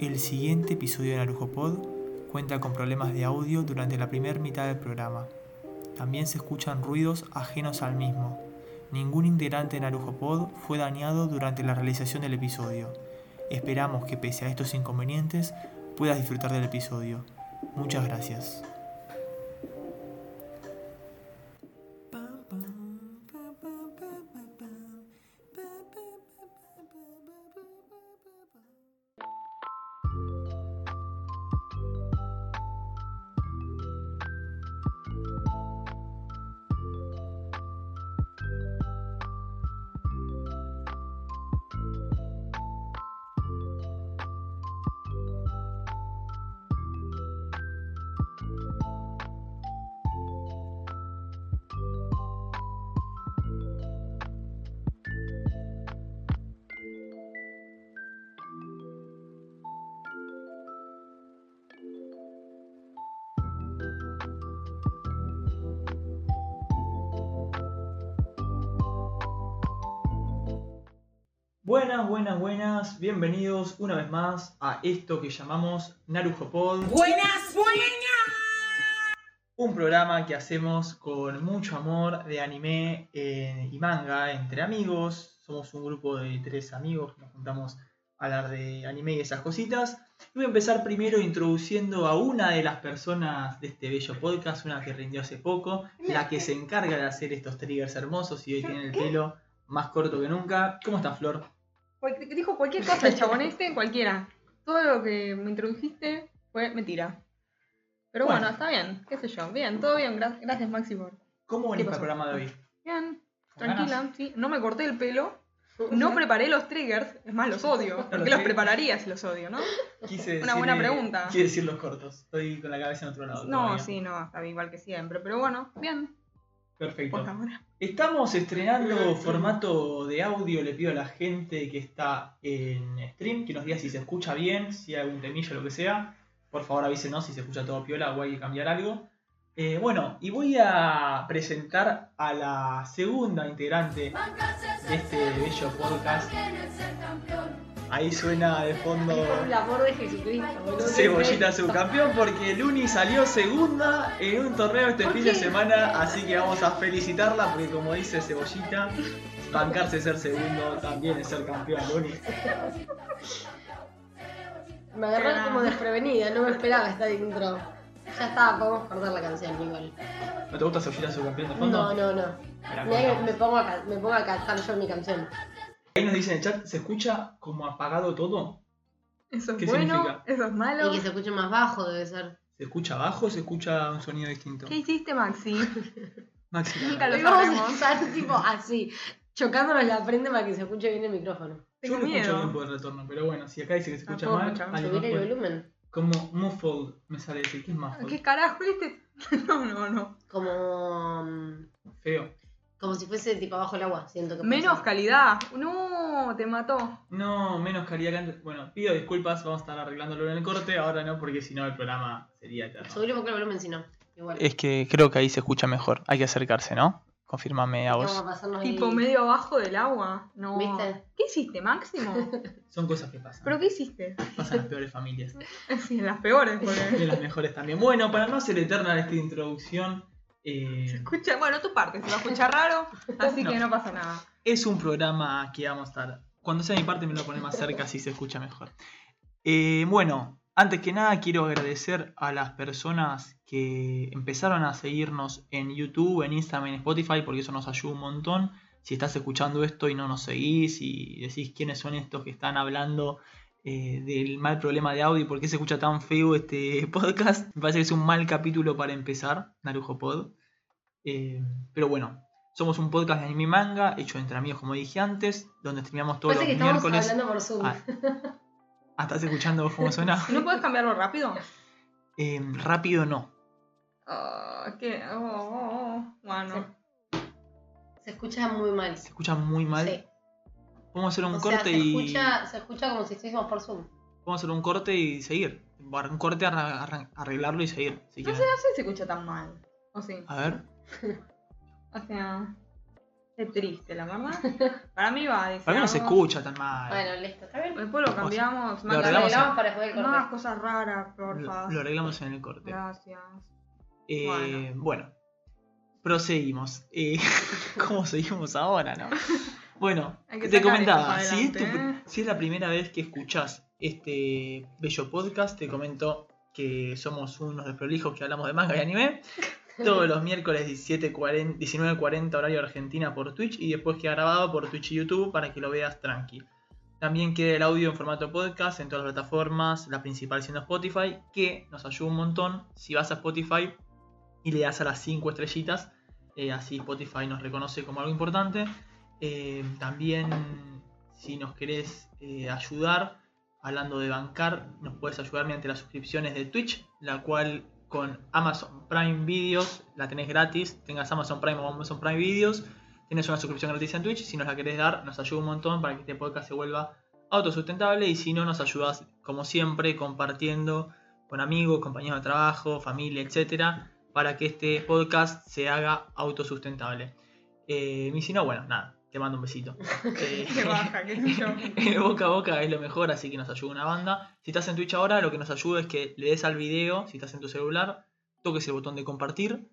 El siguiente episodio de Narujo Pod cuenta con problemas de audio durante la primera mitad del programa. También se escuchan ruidos ajenos al mismo. Ningún integrante de Narujo Pod fue dañado durante la realización del episodio. Esperamos que pese a estos inconvenientes puedas disfrutar del episodio. Muchas gracias. Buenas, buenas, buenas. Bienvenidos una vez más a esto que llamamos Narujo Pod. Buenas, buenas. Un programa que hacemos con mucho amor de anime eh, y manga entre amigos. Somos un grupo de tres amigos que nos juntamos a hablar de anime y esas cositas. Y voy a empezar primero introduciendo a una de las personas de este bello podcast, una que rindió hace poco, la que se encarga de hacer estos triggers hermosos y hoy tiene el pelo más corto que nunca. ¿Cómo está Flor? Cual- Dijo cualquier cosa el chabón este, cualquiera. Todo lo que me introdujiste fue mentira. Pero bueno, Bueno. está bien, qué sé yo. Bien, todo bien. gra- gracias, Maxi, por. ¿Cómo venís ¿Qué para el pasó? programa de hoy? Bien, ¿Con ganas? tranquila, sí. No me corté el pelo. No preparé los triggers. Es más, los odio. ¿Por qué los prepararía si los odio, no? Quise Una buena decirle- pregunta. Quise decir los cortos. Estoy con la cabeza en otro lado. No, todavía. sí, no, está igual que siempre. Pero bueno, bien, por Perfecto. ahora. Estamos estrenando formato de audio. Le pido a la gente que está en stream que nos diga si se escucha bien, si hay algún temillo, lo que sea. Por favor avísenos si se escucha todo piola o hay que cambiar algo. Eh, bueno, y voy a presentar a la segunda integrante de este bello podcast. Ahí suena de fondo el amor de Jesucristo, boludo. Cebollita subcampeón porque Luni salió segunda en un torneo este ¿Por fin qué? de semana, así que vamos a felicitarla porque como dice Cebollita, bancarse ser segundo también es ser campeón, Luni. Me agarraron como desprevenida, no me esperaba esta intro. Ya está, podemos cortar la canción igual. ¿No te gusta Cebollita subcampeón de fondo? No, no, no. Me la Mirá que cortamos. me pongo a, ca- me pongo a cantar yo mi canción. Ahí nos dicen en el chat, ¿se escucha como apagado todo? Eso es ¿Qué bueno, significa? eso es malo. Y que se escuche más bajo debe ser. ¿Se escucha abajo o se escucha un sonido distinto? ¿Qué hiciste, Maxi? Maxi, Nunca lo Hoy vamos a sabremos. estar tipo así, chocándonos la frente para que se escuche bien el micrófono. yo Tengo no escucho bien miedo. por el retorno, pero bueno, si acá dice que se escucha Tampoco mal, escuchamos. alguien Subir más el puede- volumen. como muffled me sale decir, ¿qué es muffled? ¿Qué carajo este? No, no, no. Como. mm, Feo. Como si fuese tipo abajo el agua, siento que. Menos pasa. calidad. No, te mató. No, menos calidad que antes. Bueno, pido disculpas, vamos a estar arreglándolo en el corte, ahora no, porque si no el programa sería eterno. Subir un poco el volumen si no. Igual. Es que creo que ahí se escucha mejor, hay que acercarse, ¿no? Confírmame a Vamos vos. a pasarnos el- Tipo medio abajo del agua. No. ¿Viste? ¿Qué hiciste, Máximo? Son cosas que pasan. ¿Pero qué hiciste? Pasan las peores familias. Sí, en las peores, Y porque. en las mejores también. Bueno, para no hacer eterna esta introducción, eh, Escucha, bueno, tu parte se va a escuchar raro, así que No. no pasa nada. es un programa que vamos a estar. Cuando sea mi parte me lo poner más cerca si se escucha mejor. Eh, bueno, antes que nada quiero agradecer a las personas que empezaron a seguirnos en YouTube, en Instagram, en Spotify, porque eso nos ayuda un montón. Si estás escuchando esto y no nos seguís y decís quiénes son estos que están hablando eh, del mal problema de audio y por qué se escucha tan feo este podcast, me parece que es un mal capítulo para empezar, Narujo Pod. Eh, pero bueno, somos un podcast de anime y manga hecho entre amigos, como dije antes, donde streameamos todos Parece que los estamos miércoles. hablando por Zoom. Ah, ah, estás escuchando vos cómo suena. ¿No puedes cambiarlo rápido? Eh, rápido no. Ah, ¿Qué? Oh, oh, oh. Bueno. Se escucha muy mal. Se escucha muy mal. Sí. Vamos a hacer un O sea, corte se y. escucha, se escucha como si estuviésemos por Zoom. Vamos a hacer un corte y seguir. Bar- Un corte, arra- arra- arreglarlo y seguir. si No quieren. sé, no sé si se escucha tan mal. O sí. A ver. O sea. Qué triste, la verdad. Para mí va. Para mí no se deseamos- escucha tan mal. Bueno, listo, está bien. Después lo cambiamos. Lo Lo Mándale arreglamos arreglamos para poder más cortar. cosas raras, porfa. lo, lo arreglamos en el corte. Gracias. Eh, bueno. Bueno. proseguimos. Eh, ¿Cómo seguimos ahora, no? Bueno, Hay que te sacar esto comentaba, para si es, tu- adelante, ¿eh? si es la primera vez que escuchás este bello podcast, te comento que somos unos desprolijos que hablamos de manga y anime. Todos los miércoles 17:40 19.40 horario argentina por Twitch y después queda grabado por Twitch y YouTube para que lo veas tranqui. También queda el audio en formato podcast en todas las plataformas, la principal siendo Spotify, que nos ayuda un montón. Si vas a Spotify y le das a las 5 estrellitas, eh, así Spotify nos reconoce como algo importante. Eh, también, si nos querés eh, ayudar, hablando de bancar, nos puedes ayudar mediante las suscripciones de Twitch, la cual con Amazon Prime Videos la tenés gratis. Tengas Amazon Prime o Amazon Prime Videos, tenés una suscripción gratis en Twitch. Si nos la querés dar, nos ayuda un montón para que este podcast se vuelva autosustentable. Y si no, nos ayudas, como siempre, compartiendo con amigos, compañeros de trabajo, familia, etcétera, para que este podcast se haga autosustentable. Eh, y si no, bueno, nada, te mando un besito. Eh, Que baja, qué sé yo. el boca a boca es lo mejor, así que nos ayuda una banda. Si estás en Twitch ahora, lo que nos ayuda es que le des al video, si estás en tu celular, toques el botón de compartir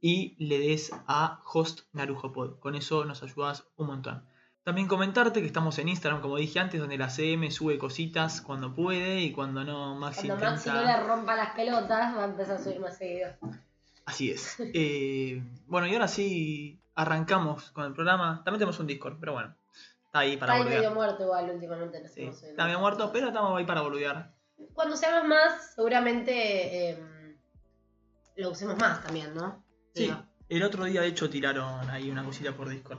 y le des a host Narujo Pod. Con eso nos ayudas un montón. También comentarte que estamos en Instagram, como dije antes, donde la CM sube cositas cuando puede y cuando no, Maxi Cuando intenta... Maxi no le rompa las pelotas, va a empezar a subir más seguido. Así es. Eh, bueno, y ahora sí arrancamos con el programa. También tenemos un Discord, pero bueno, está ahí para Está ahí medio boludear. muerto igual últimamente. No Sí, estamos subiendo. está medio muerto, pero estamos ahí para boludear. Cuando seamos más, seguramente em, lo usemos más también, ¿no? Sí, Digo, el otro día de hecho tiraron ahí una cosita por Discord.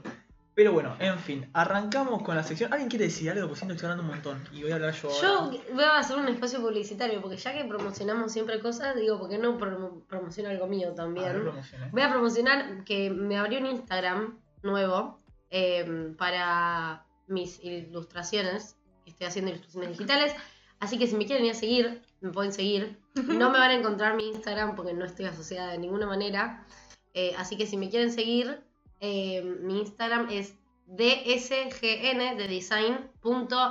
Pero bueno, en fin, arrancamos con la sección. ¿Alguien quiere decir algo? Porque siento que estoy hablando un montón y voy a hablar yo Yo ahora. voy a hacer un espacio publicitario, porque ya que promocionamos siempre cosas, digo, ¿por qué no promo- promociono algo mío A ver, también? promociones. Voy a promocionar que me abrí un Instagram nuevo eh, para mis ilustraciones, que estoy haciendo ilustraciones digitales. Así que si me quieren ir a seguir, me pueden seguir. No me van a encontrar mi Instagram porque no estoy asociada de ninguna manera. Eh, así que si me quieren seguir, eh, mi Instagram es dsgn de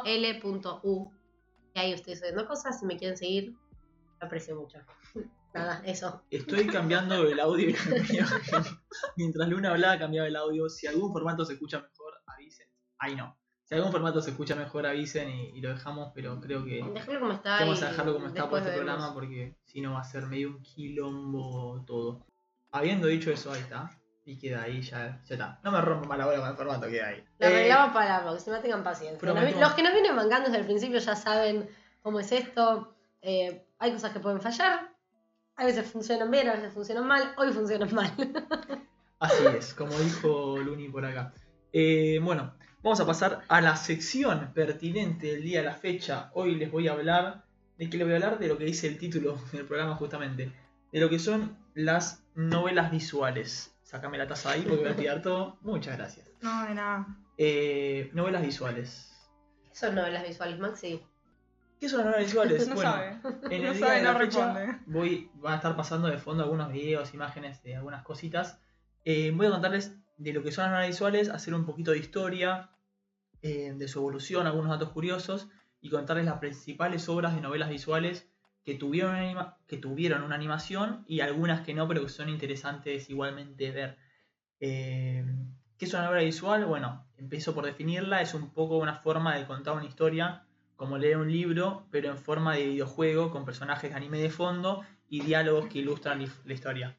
design.l.u. Y ahí estoy subiendo cosas. Si me quieren seguir, lo aprecio mucho. Nada, eso. Estoy cambiando el audio. y el mío. Mientras Luna hablaba, cambiaba el audio. Si algún formato se escucha mejor, avisen. Ay, no. Si algún formato se escucha mejor, avisen y, y lo dejamos, pero creo que Déjalo como está. que vamos y a dejarlo como está por después este vemos. programa porque si no va a ser medio un quilombo todo. Habiendo dicho eso, ahí está. Y queda ahí, ya, ya está. No me rompo más la bola con el formato, queda ahí. Lo Eh, arreglamos para la próxima, tengan paciencia. prometemos. Nos vi- Los que nos vienen mangando desde el principio ya saben cómo es esto. eh, hay cosas que pueden fallar. A veces funcionan bien, a veces funcionan mal. Hoy funcionan mal. Así es, como dijo Luni por acá. Eh, bueno, vamos a pasar a la sección pertinente del día, la fecha. Hoy les voy a hablar. ¿De qué les voy a hablar? De lo que dice el título del programa, justamente. De lo que son las novelas visuales. Sácame la taza ahí porque voy a tirar todo. Muchas gracias. No, de nada. Eh, novelas visuales. Son novelas visuales, Maxi. ¿Qué son las novelas visuales? No bueno, sabe. en el No día sabe, de no la fecha responde. voy, van a estar pasando de fondo algunos videos, imágenes de algunas cositas. Eh, voy a contarles de lo que son las novelas visuales, hacer un poquito de historia, eh, de su evolución, algunos datos curiosos y contarles las principales obras de novelas visuales que tuvieron, una anima- que tuvieron una animación y algunas que no, pero que son interesantes igualmente ver. Eh, ¿Qué es una novela visual? Bueno, empiezo por definirla, es un poco una forma de contar una historia, como leer un libro, pero en forma de videojuego, con personajes de anime de fondo y diálogos que ilustran la la historia.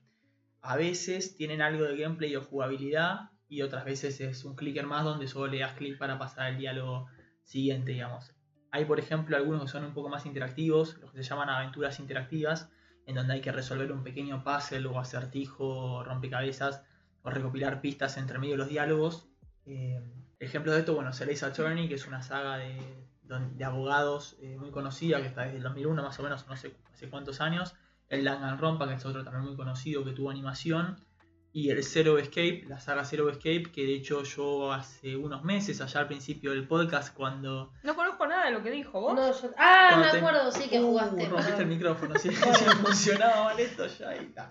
A veces tienen algo de gameplay o jugabilidad, y otras veces es un clicker más donde solo le das clic para pasar al diálogo siguiente, digamos. Hay, por ejemplo, algunos que son un poco más interactivos, los que se llaman aventuras interactivas, en donde hay que resolver un pequeño puzzle o acertijo, o rompecabezas, o recopilar pistas entre medio de los diálogos. Eh, ejemplos de esto, bueno, Celeste Attorney, que es una saga de, don- de abogados eh, muy conocida, que está desde el 2001 más o menos, no sé hace cuántos años. El Danganronpa, que es otro también muy conocido, que tuvo animación. y el Zero Escape, la saga Zero Escape, que de hecho yo hace unos meses, allá al principio del podcast, cuando... No conozco nada de lo que dijo vos. No, yo- Ah, cuando me te- acuerdo, sí, que Uh, jugaste. rompiste el perdón. micrófono, si si funcionaba mal esto ya y está.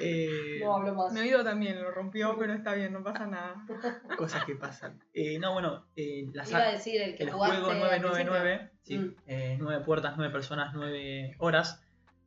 Eh, No hablo más. Mi oído también lo rompió, pero está bien, no pasa nada. cosas que pasan. Eh, no, bueno, eh, la Iba a saga... decir el que El jugaste. juego al 999, sí, Mm. eh, nueve puertas, nueve personas, nueve horas,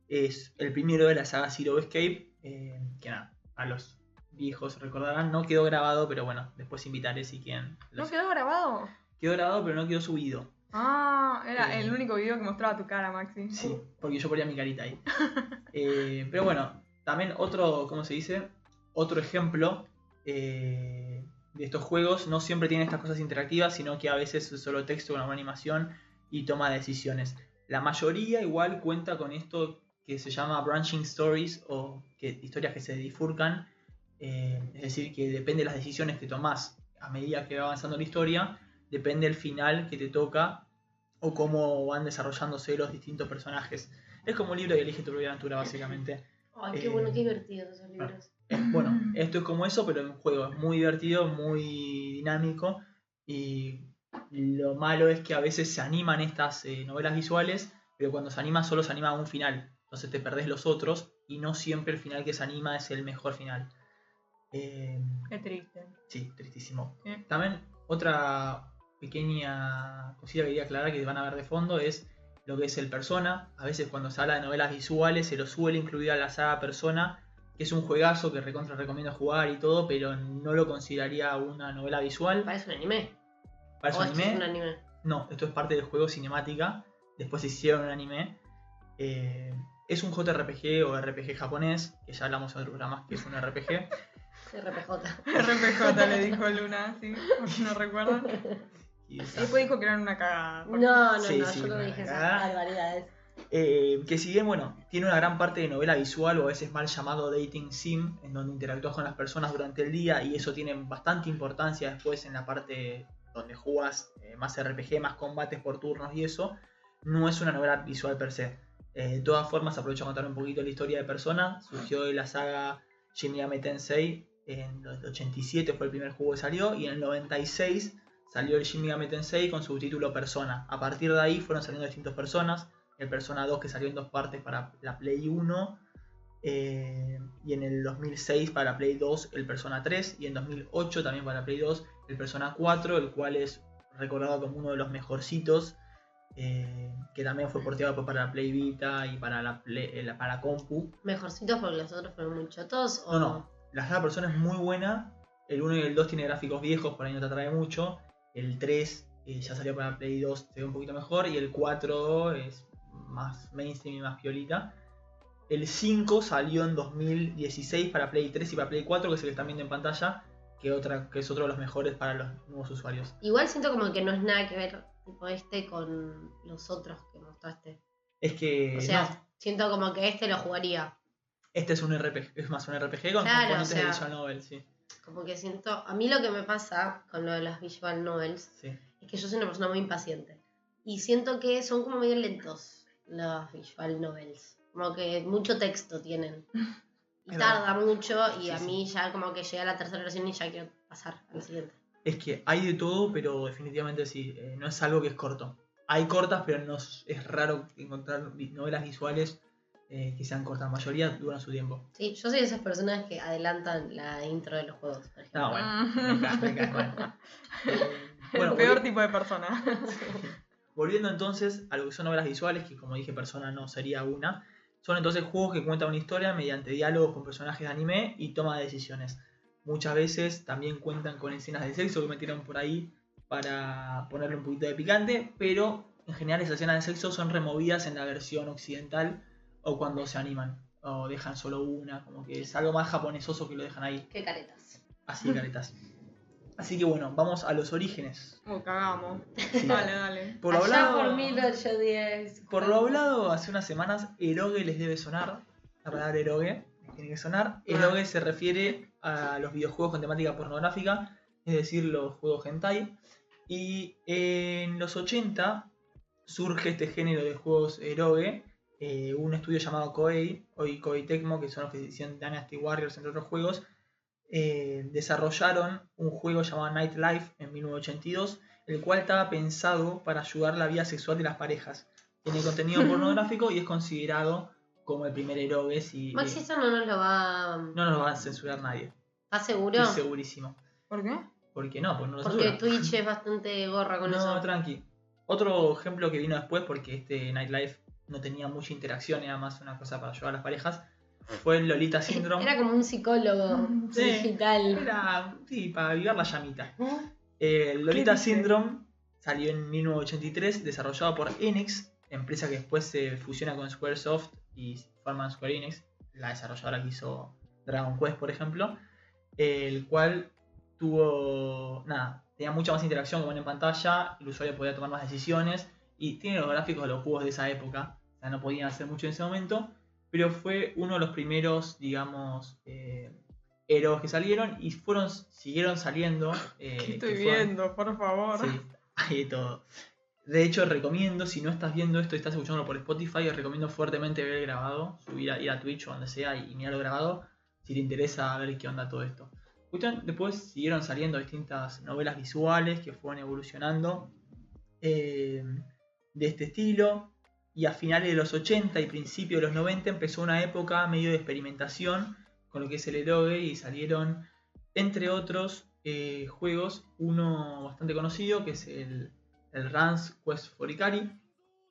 es el primero de la saga Zero Escape, eh, que nada, a los viejos recordarán, no quedó grabado, pero bueno, después invitaré si quieren. ¿No los- quedó grabado? Quedó grabado, pero no quedó subido. Ah, era Eh. el único video que mostraba tu cara, Maxi. Sí, porque yo ponía mi carita ahí. Eh, pero bueno, también otro, ¿cómo se dice? Otro ejemplo eh, de estos juegos no siempre tiene estas cosas interactivas, sino que a veces es solo texto con alguna animación y toma decisiones. La mayoría igual cuenta con esto que se llama branching stories o que, historias que se bifurcan, eh, es decir, que depende de las decisiones que tomás a medida que va avanzando la historia, depende el final que te toca o cómo van desarrollándose los distintos personajes. Es como un libro que elige tu propia aventura, básicamente. Ay, qué Eh, bueno, qué divertido esos libros. Es- Bueno, esto es como eso, pero en juego. Es muy divertido, muy dinámico. Y lo malo es que a veces se animan estas eh, novelas visuales, pero cuando se anima solo se anima a un final. Entonces te perdés los otros y no siempre el final que se anima es el mejor final. Eh, Qué triste. sí, tristísimo. Sí. También otra pequeña cosita que quería aclarar que van a ver de fondo es lo que es el persona. A veces cuando se habla de novelas visuales se lo suele incluir a la saga persona, que es un juegazo que recontra recomiendo jugar y todo, pero no lo consideraría una novela visual. Parece un anime. Parece o un Oh, esto anime. es un anime. No, esto es parte del juego cinemática. Después hicieron un anime. Eh, es un JRPG o RPG japonés, que ya hablamos en otros programas que es un RPG. RPJ. RPJ le dijo Luna, sí, por si no recuerdan. Y Y después dijo que eran una cagada. No, no, Sí, no, sí, yo no una dije esas cagada. barbaridades. Eh, que si bien, bueno, tiene una gran parte de novela visual o a veces mal llamado dating sim, en donde interactúas con las personas durante el día y eso tiene bastante importancia después en la parte donde jugas eh, más RPG, más combates por turnos y eso, no es una novela visual per se. Eh, de todas formas, aprovecho a contar un poquito la historia de Persona, surgió de la saga Shin Megami Tensei, en el 87 fue el primer juego que salió y en el 96 salió el Shin Megami Tensei con su título Persona. A partir de ahí fueron saliendo distintas personas el Persona 2 que salió en dos partes para la Play 1, eh, y en el 2006 para la Play 2 el Persona 3, y en 2008 también para la Play 2 el Persona 4, el cual es recordado como uno de los mejorcitos, eh, que también fue porteado después para la Play Vita y para la, Play- eh, la- para la Compu. Mejorcitos porque los otros fueron muy chotos. O No, no. La saga Persona es muy buena. El 1 y el 2 tiene gráficos viejos, por ahí no te atrae mucho. El 3 eh, ya salió para Play 2, se ve un poquito mejor. Y el 4 es más mainstream y más piolita. El 5 salió en 2016 para Play 3 y para Play 4, que es el que están viendo en pantalla, que, otra, que es otro de los mejores para los nuevos usuarios. Igual siento como que no es nada que ver tipo este con los otros que mostraste. Es que O sea, no, siento como que este lo jugaría. este es un RPG, es más un RPG con Claro, componentes o sea. de visual novel, sí, Como que siento. A mí lo que me pasa con lo de las visual novels sí. es que yo soy una persona muy impaciente. Y siento que son como medio lentos los visual novels. Como que mucho texto tienen. Y Es tarda mucho y Sí, a sí. mí ya como que llega la tercera oración y ya quiero pasar a la siguiente. Es que hay de todo, pero definitivamente sí, eh, no es algo que es corto. Hay cortas, pero no es, es raro encontrar vi- novelas visuales eh, que sean cortas. La mayoría duran su tiempo. Sí, yo soy de esas personas que adelantan la intro de los juegos, por ejemplo. No, Ah, bueno, me caes- me caes mal. Eh, Ah. El bueno, peor volvi- tipo de persona. volviendo entonces a lo que son novelas visuales, que como dije, persona no sería una. Son entonces juegos que cuentan una historia mediante diálogos con personajes de anime y toma de decisiones. Muchas veces también cuentan con escenas de sexo que metieron por ahí para ponerle un poquito de picante, pero en general esas escenas de sexo son removidas en la versión occidental o cuando se animan o dejan solo una, como que es algo más japonesoso que lo dejan ahí, Qué caretas. así caretas. Así que bueno, vamos a los orígenes. Uh, cagamos. Sí. Dale, dale. Por lo hablado- por 1810. Por lo hablado hace unas semanas, eroge les debe sonar. La palabra eroge les tiene que sonar. Eroge se refiere a los videojuegos con temática pornográfica, es decir, los juegos hentai. Y en los 80 surge este género de juegos eroge. eh, un estudio llamado Koei, hoy Koei Tecmo, que son los que hicieron Dynasty Warriors, entre otros juegos, eh, desarrollaron un juego llamado Nightlife en 1982, el cual estaba pensado para ayudar la vida sexual de las parejas. Tiene contenido pornográfico y es considerado como el primer héroe. Si, eh, Maxi, esto no nos lo va. no nos va a censurar nadie. ¿Está seguro? Estoy segurísimo. ¿Por qué? ¿Por qué no? Pues no lo Porque censura. Twitch es bastante gorra con no, eso. tranqui. Otro ejemplo que vino después, porque este Nightlife no tenía mucha interacción, era más una cosa para ayudar a las parejas, fue el Lolita Syndrome. Era como un psicólogo Sí. digital. Era, sí, para avivar la llamita. El Eh, Lolita dice? Syndrome salió en 1983, desarrollado por Enix, empresa que después se fusiona con Squaresoft y forman Square Enix, la desarrolladora que hizo Dragon Quest, por ejemplo, el cual tuvo, nada, tenía mucha más interacción como en pantalla, el usuario podía tomar más decisiones y tiene los gráficos de los cubos de esa época, o sea, no podían hacer mucho en ese momento, pero fue uno de los primeros, digamos, eh, héroes que salieron y fueron, siguieron saliendo. eh, ¿Qué que estoy fueron- viendo? Por favor. Sí, hay de todo. De hecho, recomiendo, si no estás viendo esto y estás escuchándolo por Spotify, os recomiendo fuertemente ver el grabado, subir a, ir a Twitch o donde sea y, mirarlo grabado, si te interesa ver qué onda todo esto. Cuestión, Después siguieron saliendo distintas novelas visuales que fueron evolucionando eh, de este estilo. Y a finales de los 80 y principios de los 90 empezó una época medio de experimentación con lo que es el erogue y salieron entre otros eh, juegos, uno bastante conocido que es el, el Rans Quest for Ikari,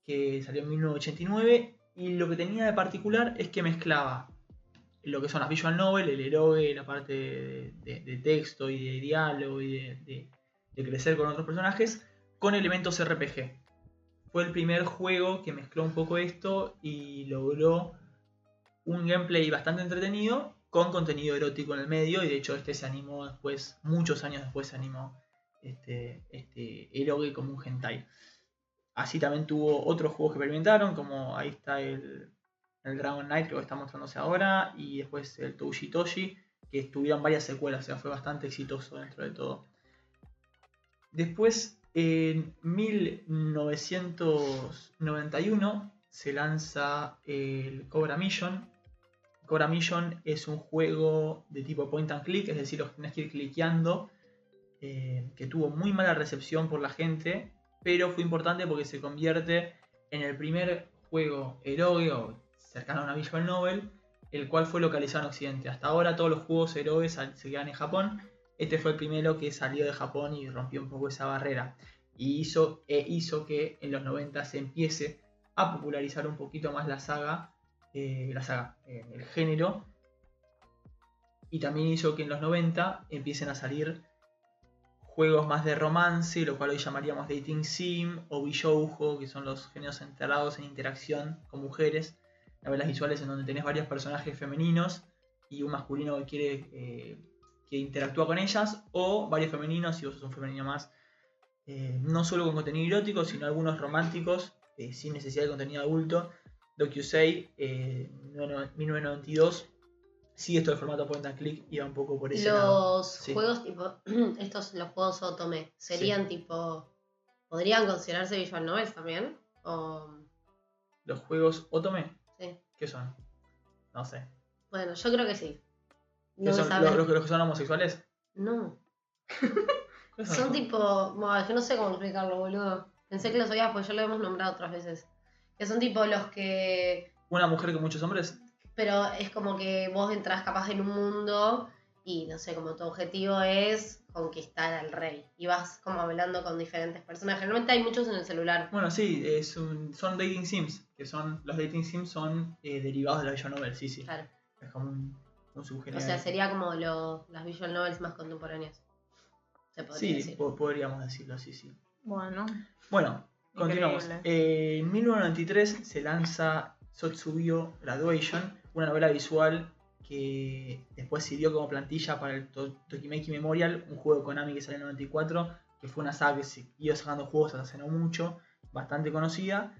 que salió en 1989 y lo que tenía de particular es que mezclaba lo que son las visual novel, el eroge, la parte de, de- de texto y de diálogo y de, de- de crecer con otros personajes, con elementos RPG. Fue el primer juego que mezcló un poco esto y logró un gameplay bastante entretenido con contenido erótico en el medio y de hecho este se animó después, muchos años después se animó este, este eroge como un hentai. Así también tuvo otros juegos que experimentaron, como ahí está el, el Dragon Knight, creo que está mostrándose ahora, y después el Touji Toshi, que tuvieron varias secuelas, o sea, fue bastante exitoso dentro de todo. Después, en 1991, se lanza el Cobra Mission. Cobra Mission es un juego de tipo point and click, es decir, los tenés que ir cliqueando, eh, que tuvo muy mala recepción por la gente, pero fue importante porque se convierte en el primer juego eroge o cercano a una visual novel, el cual fue localizado en Occidente. Hasta ahora todos los juegos erogues sal- se quedan en Japón, este fue el primero que salió de Japón y rompió un poco esa barrera. Y hizo, e hizo que en los 90 se empiece a popularizar un poquito más la saga, eh, la saga, eh, el género. Y también hizo que en los 90 empiecen a salir juegos más de romance, lo cual hoy llamaríamos dating sim o bishoujo, que son los géneros centrados en interacción con mujeres, novelas visuales en donde tenés varios personajes femeninos y un masculino que quiere eh, que interactúa con ellas, o varios femeninos, si vos sos un femenino más, eh, no solo con contenido erótico, sino algunos románticos, eh, sin necesidad de contenido adulto. DocuSay, eh, 1992, sigue esto del formato point and click y va un poco por ese lado. Los Sí. juegos tipo. Estos, los juegos Otome, serían tipo. ¿Podrían considerarse visual novels también? O. Los juegos Otome, Sí. ¿qué son? No sé. Bueno, yo creo que sí. ¿Qué No son? saben- ¿Los, los- los que son homosexuales? No. ¿Qué Son tipo. buah, yo no sé cómo explicarlo, boludo. Pensé que lo sabías porque ya lo hemos nombrado otras veces. Que son tipo los que. ¿Una mujer con muchos hombres? Pero es como que vos entras capaz en un mundo y no sé, como tu objetivo es conquistar al rey. Y vas como hablando con diferentes personas. Generalmente hay muchos en el celular. Bueno, sí, es un- son dating sims, que son los dating sims son eh, derivados de la visual novel, sí, sí. Claro. Es como un, un subgénero. O sea, sería como lo- las visual novels más contemporáneas. Se podría sí, decir. po- podríamos decirlo, sí, sí. Bueno. Bueno, continuamos. Increíble. Eh, en 1993 se lanza Sotsubio Graduation, una novela visual que después sirvió como plantilla para el To- Tokimeki Memorial, un juego de Konami que salió en el 94, que fue una saga que siguió sacando juegos hasta hace no mucho, bastante conocida,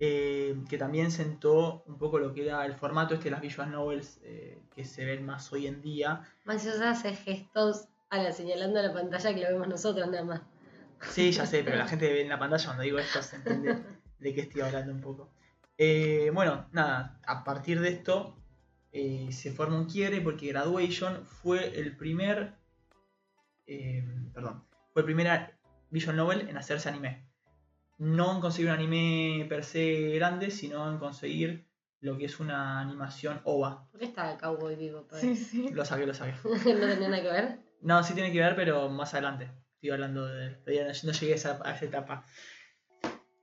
eh, que también sentó un poco lo que era el formato este de las visual novels eh, que se ven más hoy en día, Max Sosa hace gestos a la, señalando a la pantalla que lo vemos nosotros nada más. Sí, ya sé, pero la gente ve en la pantalla cuando digo esto se entiende de qué estoy hablando un poco. Eh, bueno, nada, a partir de esto, eh, eh, se forma un quiebre porque Graduation fue el primer. eh, perdón. Fue el primer Vision Novel en hacerse anime. No en conseguir un anime per se grande, sino en conseguir lo que es una animación OVA. ¿Por qué está el cowboy vivo? Sí, sí. Lo saqué, lo saqué. no tenía nada que ver. No, sí tiene que ver, pero más adelante. Estoy hablando de. todavía no- no llegué a esa- a esa etapa.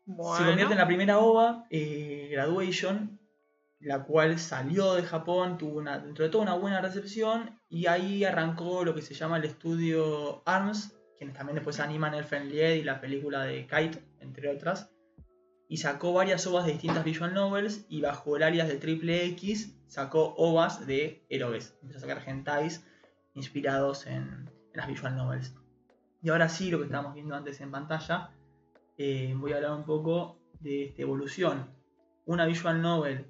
Se convierte en la primera OVA, eh, Graduation, la cual salió de Japón, tuvo una, dentro de todo una buena recepción y ahí arrancó lo que se llama el estudio ARMS, quienes también después animan el Friendly y la película de Kite, entre otras, y sacó varias OVAs de distintas visual novels y bajo el alias de Triple X sacó OVAs de héroes, empezó a sacar hentais inspirados en, en las visual novels. Y ahora sí, lo que estábamos viendo antes en pantalla, eh, voy a hablar un poco de esta evolución. Una visual novel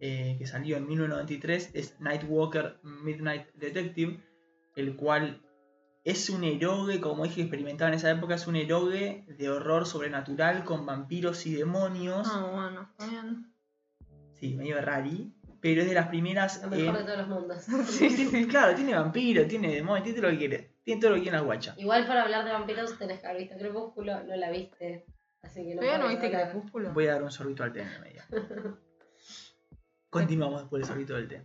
eh, que salió en 1993 es Nightwalker Midnight Detective, el cual es un erogue, como dije, experimentado en esa época, es un erogue de horror sobrenatural con vampiros y demonios. Ah, bueno, está bien. Sí, medio rari, pero es de las primeras... eh, Lo mejor en- de todos los mundos. Sí, sí, sí. Claro, tiene vampiros, tiene demonios, tiene todo lo que quiere. Tiene todo lo que quiere en la guacha. Igual para hablar de vampiros tenés que haber visto Crepúsculo, no la viste. Así que no Todavía no podés viste hablar. Crepúsculo. Voy a dar un sorbito al té en la media. Continuamos después del sorbito del té.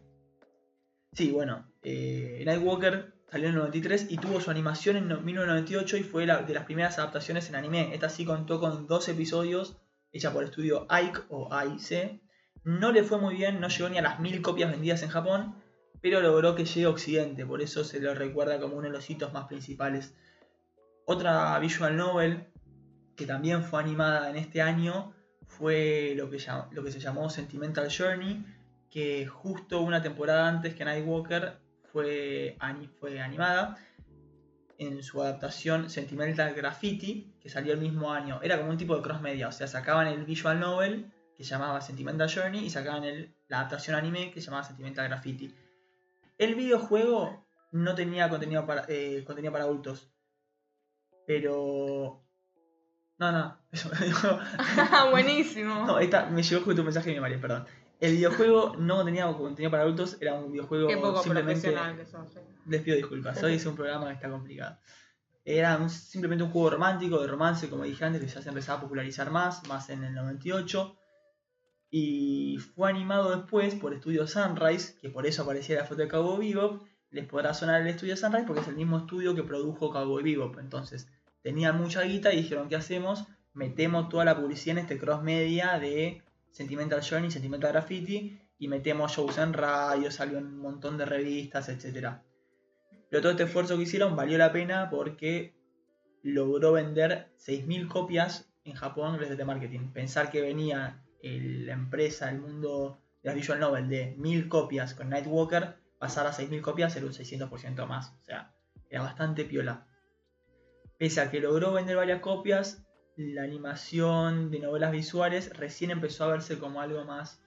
Sí, bueno, eh, Nightwalker salió en el 93 y tuvo su animación en no- 1998 y fue la- de las primeras adaptaciones en anime. Esta sí contó con dos episodios hecha por el estudio Ike o AIC. No le fue muy bien, no llegó ni a las mil copias vendidas en Japón, pero logró que llegue a Occidente, por eso se lo recuerda como uno de los hitos más principales. Otra visual novel que también fue animada en este año fue lo que, llam- lo que se llamó Sentimental Journey, que justo una temporada antes que Nightwalker fue, ani- fue animada en su adaptación Sentimental Graffiti, que salió el mismo año. Era como un tipo de cross media, o sea, sacaban el visual novel que se llamaba Sentimental Journey y sacaban el- la adaptación anime que se llamaba Sentimental Graffiti. El videojuego no tenía contenido para, eh, contenido para adultos, pero... No, no, eso Ah, Buenísimo. No, esta me llegó justo un mensaje de mi marido, perdón. El videojuego no tenía contenido para adultos, era un videojuego Qué poco simplemente. profesional que sos. eh. Les pido disculpas, hoy es un programa que está complicado. Era un- simplemente un juego romántico, de romance, como dije antes, que ya se empezaba a popularizar más, más en el 98. Y fue animado después por Estudio Sunrise, que por eso aparecía la foto de Cowboy Bebop. Les podrá sonar el Estudio Sunrise porque es el mismo estudio que produjo Cowboy Bebop. Entonces, tenían mucha guita y dijeron, ¿qué hacemos? Metemos toda la publicidad en este cross media de Sentimental Journey, Sentimental Graffiti, y metemos shows en radio, salió en un montón de revistas, etcétera. Pero todo este esfuerzo que hicieron valió la pena porque logró vender 6.000 copias en Japón gracias de marketing. Pensar que venía el- la empresa, el mundo de las Visual Novel de 1.000 copias con Nightwalker, pasar a 6.000 copias era un 600% más. O sea, era bastante piola. Pese a que logró vender varias copias, la animación de novelas visuales recién empezó a verse como algo más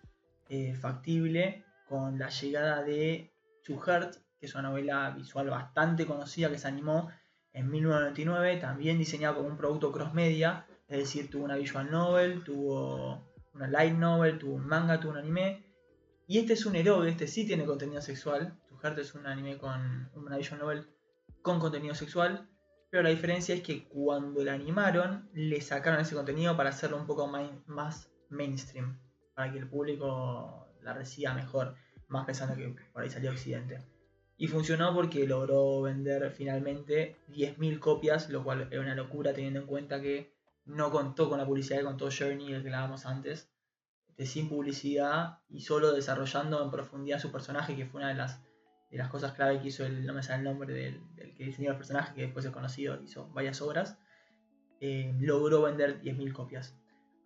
eh, factible con la llegada de Two Heart, que es una novela visual bastante conocida que se animó en 1999, también diseñada como un producto cross-media, es decir, tuvo una visual novel, tuvo una light novel, tuvo un manga, tuvo un anime. Y este es un erogue, este sí tiene contenido sexual. Two Heart es un anime con una visual novel con contenido sexual. Pero la diferencia es que cuando la animaron, le sacaron ese contenido para hacerlo un poco mai- más mainstream, para que el público la reciba mejor, más pensando que por ahí salió Occidente. Y funcionó porque logró vender finalmente 10.000 copias, lo cual era una locura teniendo en cuenta que no contó con la publicidad que contó Journey, el que hablábamos antes, este, sin publicidad y solo desarrollando en profundidad su personaje, que fue una de las, de las cosas clave que hizo el, no me sale el nombre del, del que diseñó el personaje, que después es conocido, hizo varias obras, eh, logró vender 10.000 copias.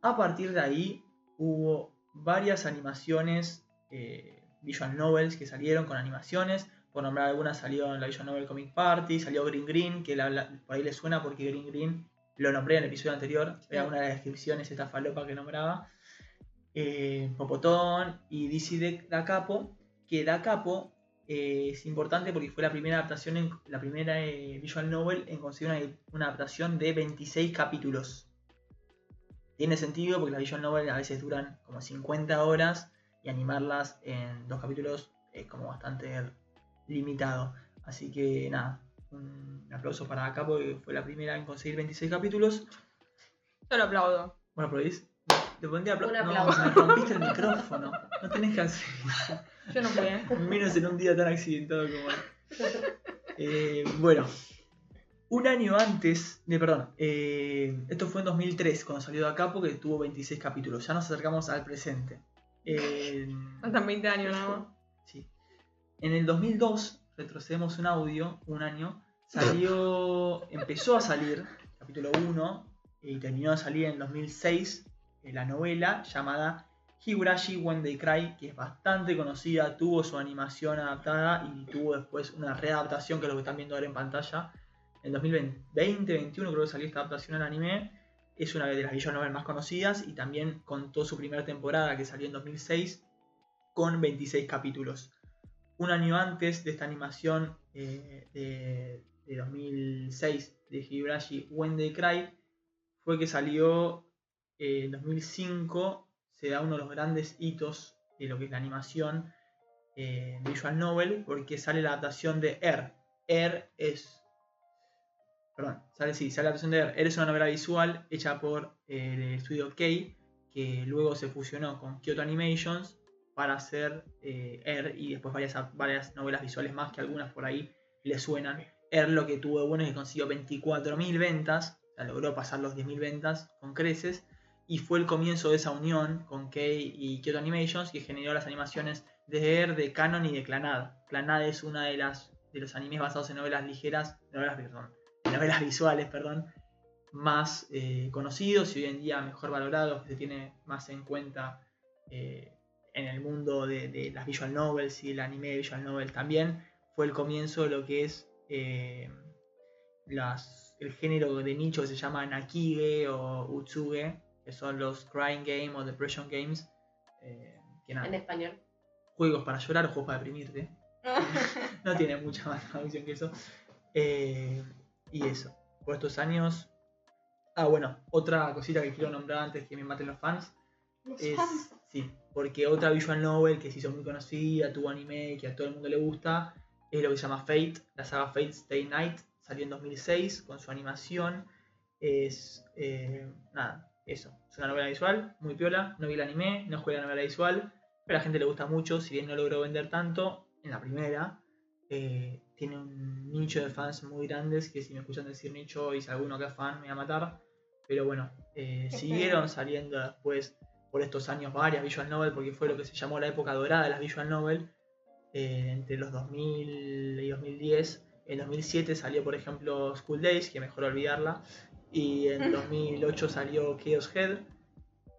A partir de ahí hubo varias animaciones, eh, visual novels que salieron con animaciones, por nombrar algunas salió en la Visual Novel Comic Party, salió Green Green, que la- la- por ahí le suena porque Green Green lo nombré en el episodio anterior, era una de las descripciones, esta falopa que nombraba. Eh, Popotón y DC de Da Capo, que Da Capo eh, es importante porque fue la primera adaptación, en, la primera eh, visual novel en conseguir una, una adaptación de 26 capítulos. Tiene sentido porque las visual novel a veces duran como 50 horas y animarlas en dos capítulos es como bastante limitado. Así que nada, un aplauso para Capo, que fue la primera en conseguir 26 capítulos. Yo lo aplaudo. Bueno, aplaudís. Te pondría Un apla- aplauso. No, me rompiste el micrófono. No tenés que hacer eso. Yo no fui, ¿eh? Menos en un día tan accidentado como hoy. Eh, bueno, un año antes, de, perdón, eh, esto fue en 2003 cuando salió de acá porque tuvo 26 capítulos. Ya nos acercamos al presente. Eh, Faltan 20 años nada más. sí. En el 2002, retrocedemos un audio, un año, salió, empezó a salir, capítulo 1, y terminó de salir en 2006 eh, la novela llamada Higurashi When They Cry, que es bastante conocida, tuvo su animación adaptada y tuvo después una readaptación que es lo que están viendo ahora en pantalla. En 2020-2021 creo que salió esta adaptación al anime. Es una de las visual novel más conocidas y también contó su primera temporada que salió en 2006 con 26 capítulos. Un año antes de esta animación eh, de, de 2006 de Higurashi When They Cry fue que salió eh, en 2005 se da uno de los grandes hitos de lo que es la animación eh, visual novel porque sale la adaptación de Air. Air es perdón, sale sí, sale la adaptación de Air. Air es una novela visual hecha por eh, el estudio K que luego se fusionó con Kyoto Animations para hacer eh, Air y después varias, varias novelas visuales más que algunas por ahí le suenan. Air lo que tuvo de bueno es que consiguió 24.000 ventas, o sea, logró pasar los 10.000 ventas con creces y fue el comienzo de esa unión con Kei y Kyoto Animations que generó las animaciones de Air, de Canon y de Clanad. Clanad es una de las de los animes basados en novelas ligeras, novelas, perdón, en novelas visuales, perdón, más eh, conocidos y hoy en día mejor valorados, que se tiene más en cuenta eh, en el mundo de, de las visual novels y el anime de visual novel también, fue el comienzo de lo que es eh, las- el género de nicho que se llama Nakige o Utsuge, que son los crying game o depression games, eh, que En nada, español. juegos para llorar o juegos para deprimirte. No tiene mucha más traducción que eso. Eh, y eso. Por estos años. Ah, bueno, otra cosita que quiero nombrar antes que me maten los fans. es, Sí, porque otra visual novel que se hizo muy conocida, tuvo anime, que a todo el mundo le gusta, es lo que se llama Fate. La saga Fate Stay Night salió en 2006 con su animación. Es. eh, nada, eso. Es una novela visual, muy piola. No vi el anime, no jugué la novela visual, pero a la gente le gusta mucho, si bien no logró vender tanto en la primera eh, tiene un nicho de fans muy grandes que si me escuchan decir nicho y si alguno que es fan me va a matar. Pero bueno, eh, Qué siguieron feo. saliendo después por estos años varias visual novel porque fue lo que se llamó la época dorada de las visual novel eh, entre los 2000 y 2010. En 2007 salió por ejemplo School Days, que mejor olvidarla. Y en 2008 salió Chaos Head,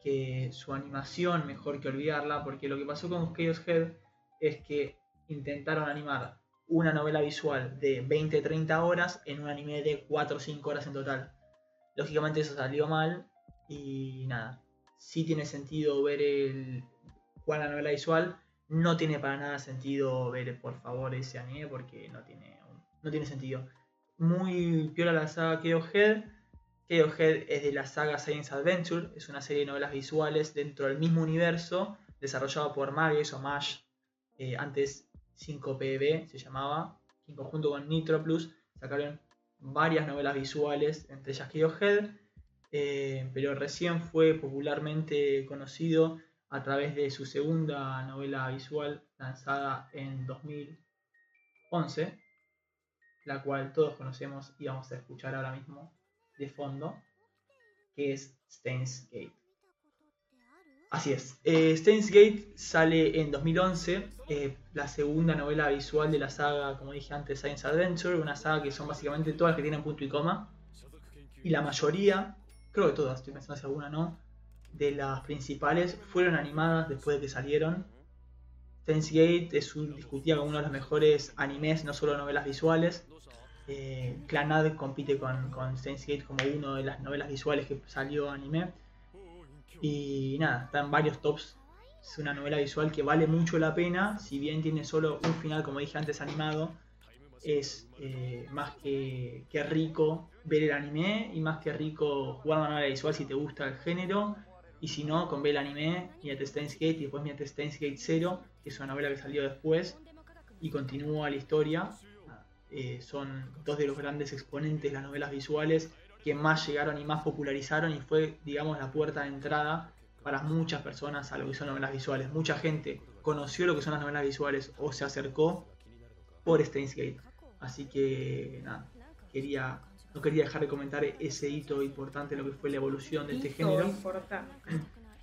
que su animación mejor que olvidarla porque lo que pasó con Chaos Head es que intentaron animar una novela visual de 20-30 horas en un anime de 4 o 5 horas en total. Lógicamente eso salió mal y nada, sí tiene sentido ver el, jugar la novela visual, no tiene para nada sentido ver por favor ese anime porque no tiene, no tiene sentido. Muy piola la saga Keo Head. Keo Head es de la saga Science Adventure, es una serie de novelas visuales dentro del mismo universo, desarrollado por Magus o Mash, eh, antes 5PB se llamaba, que en conjunto con Nitro Plus sacaron varias novelas visuales, entre ellas Kyo Head, eh, pero recién fue popularmente conocido a través de su segunda novela visual lanzada en 2011, la cual todos conocemos y vamos a escuchar ahora mismo de fondo, que es Stains Gate. Así es. Eh, Steins Gate sale en 2011, eh, la segunda novela visual de la saga, como dije antes, Science Adventure, una saga que son básicamente todas las que tienen punto y coma. Y la mayoría, creo que todas, estoy pensando si alguna no, de las principales fueron animadas después de que salieron. Steins Gate es un, discutida como uno de los mejores animes, no solo novelas visuales. Eh, Clanad compite con, con Steins Gate como uno de las novelas visuales que salió anime. Y nada, está en varios tops. Es una novela visual que vale mucho la pena, si bien tiene solo un final, como dije antes, animado. Es eh, más que, que rico ver el anime y más que rico jugar una novela visual si te gusta el género Y si no, con ve el anime, mírate Steins Gate y después mírate Steins Gate 0, que es una novela que salió después y continúa la historia. Eh, son dos de los grandes exponentes de las novelas visuales que más llegaron y más popularizaron y fue, digamos, la puerta de entrada para muchas personas a lo que son novelas visuales. Mucha gente conoció lo que son las novelas visuales o se acercó por Steins Gate. Así que nada, quería, no quería dejar de comentar ese hito importante, lo que fue la evolución de este Hito género. importante.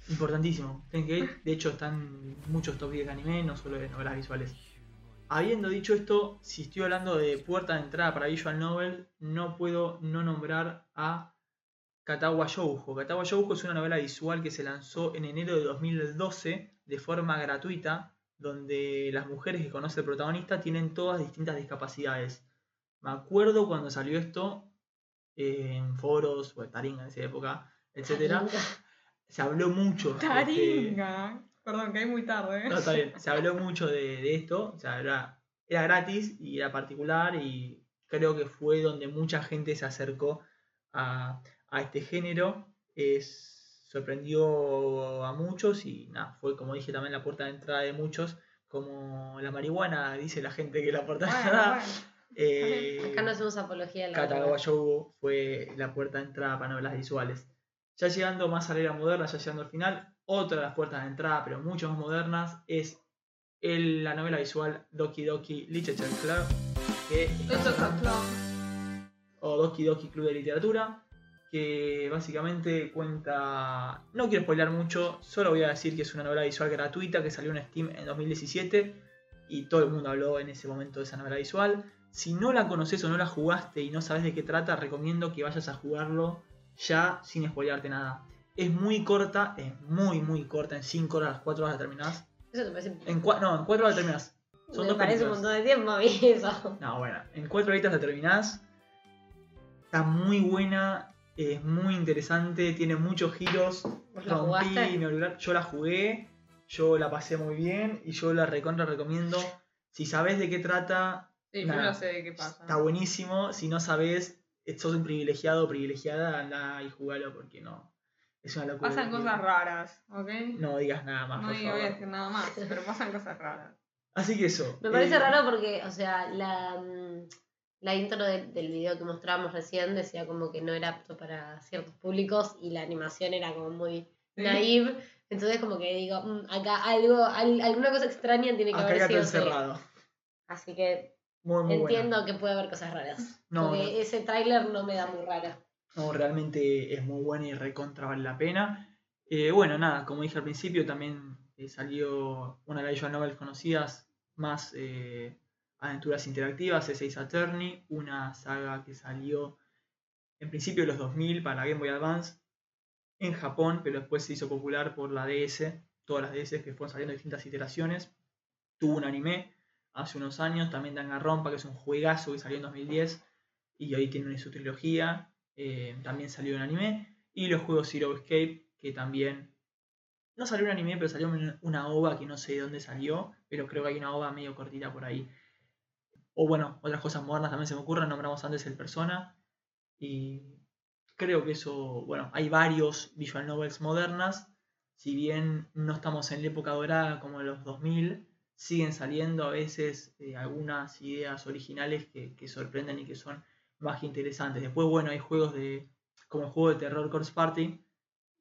Importantísimo. Steins Gate, de hecho, están muchos top 10 de anime, no solo de novelas visuales. Habiendo dicho esto, si estoy hablando de puerta de entrada para Visual Novel, no puedo no nombrar a Katawa Shoujo. Katawa Shoujo es una novela visual que se lanzó en enero de 2012 de forma gratuita, donde las mujeres que conoce el protagonista tienen todas distintas discapacidades. Me acuerdo cuando salió esto eh, en foros, o en Taringa en esa época, etcétera se habló mucho. este, Taringa. Perdón, caí muy tarde. eh. no, está bien. Se habló mucho de, de esto. O sea, era, era gratis y era particular. Y creo que fue donde mucha gente se acercó a, a este género. Es, sorprendió a muchos y nada, fue como dije también la puerta de entrada de muchos. Como la marihuana, dice la gente que es la puerta de Bueno, entrada. bueno. Eh, Acá no hacemos apología de la Katagawa droga. Shogo fue la puerta de entrada para novelas visuales. Ya llegando más a la era moderna, ya llegando al final, otra de las puertas de entrada, pero mucho más modernas, es el- la novela visual Doki Doki Literature Club, que Eso es otro. o Doki Doki Club de Literatura, que básicamente cuenta. No quiero spoiler mucho, solo voy a decir que es una novela visual gratuita que salió en Steam en 2017 y todo el mundo habló en ese momento de esa novela visual. Si no la conoces o no la jugaste y no sabes de qué trata, recomiendo que vayas a jugarlo ya sin spoilearte nada. Es muy corta, es muy, muy corta. En 5 horas, 4 horas la terminás. Eso te parece. En cua- no, en 4 horas la terminás. Son me dos parece películas. un montón de tiempo a mí eso. No, bueno, en cuatro horitas la terminás. Está muy buena, es muy interesante, tiene muchos giros. ¿Vos la Rompí jugaste? mi celular, Yo la jugué, yo la pasé muy bien y yo la recontra recomiendo. Si sabés de qué trata, Sí, Nada. yo no sé de qué pasa. está buenísimo. Si no sabés, sos un privilegiado o privilegiada, andá y jugalo porque no. Es una locura. Pasan cosas raras, ¿ok? eh. No digas nada más, No por digo, voy favor. a decir nada más, pero pasan cosas raras. Así que eso. Me parece eh, raro porque, o sea, la, mm, la intro del, del video que mostrábamos recién decía como que no era apto para ciertos públicos y la animación era como muy Sí. naive. Entonces como que digo, mm, acá algo, al- alguna cosa extraña tiene que Acá hay haber gato sido. serio. Ah, encerrado. Así que Muy, muy buena. entiendo que puede haber cosas raras. No, porque no. ese tráiler no me da muy raro. No, realmente es muy buena y recontra vale la pena. Eh, bueno, nada, como dije al principio, también eh, salió una de las visual novels conocidas, más eh, aventuras interactivas, E6 Attorney, una saga que salió en principio de los 2000 para la Game Boy Advance en Japón, pero después se hizo popular por la DS, todas las DS que fueron saliendo en distintas iteraciones. Tuvo un anime hace unos años, también Danganronpa, que es un juegazo que salió en 2010 y hoy tiene su trilogía, eh, también salió un anime. Y los juegos Zero Escape, que también. No salió un anime, pero salió un- una OVA que no sé de dónde salió, pero creo que hay una OVA medio cortita por ahí. O bueno, otras cosas modernas también se me ocurren, nombramos antes el Persona. Y creo que eso. Bueno, hay varios visual novels modernas. Si bien no estamos en la época dorada como en los 2000, siguen saliendo a veces eh, algunas ideas originales que- que sorprenden y que son más que interesantes. Después, bueno, hay juegos de como el juego de terror Corpse Party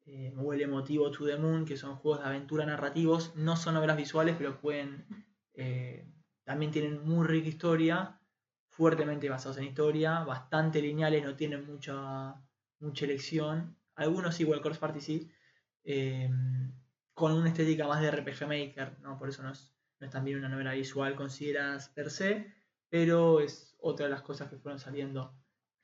eh, o el emotivo To the Moon, que son juegos de aventura narrativos. No son novelas visuales, pero pueden eh, también tienen muy rica historia, fuertemente basados en historia, bastante lineales, no tienen mucha, mucha elección. Algunos sí, igual Corpse Party sí, eh, con una estética más de RPG Maker, ¿no? por eso no es, no es también una novela visual considerada per se, pero es otra de las cosas que fueron saliendo.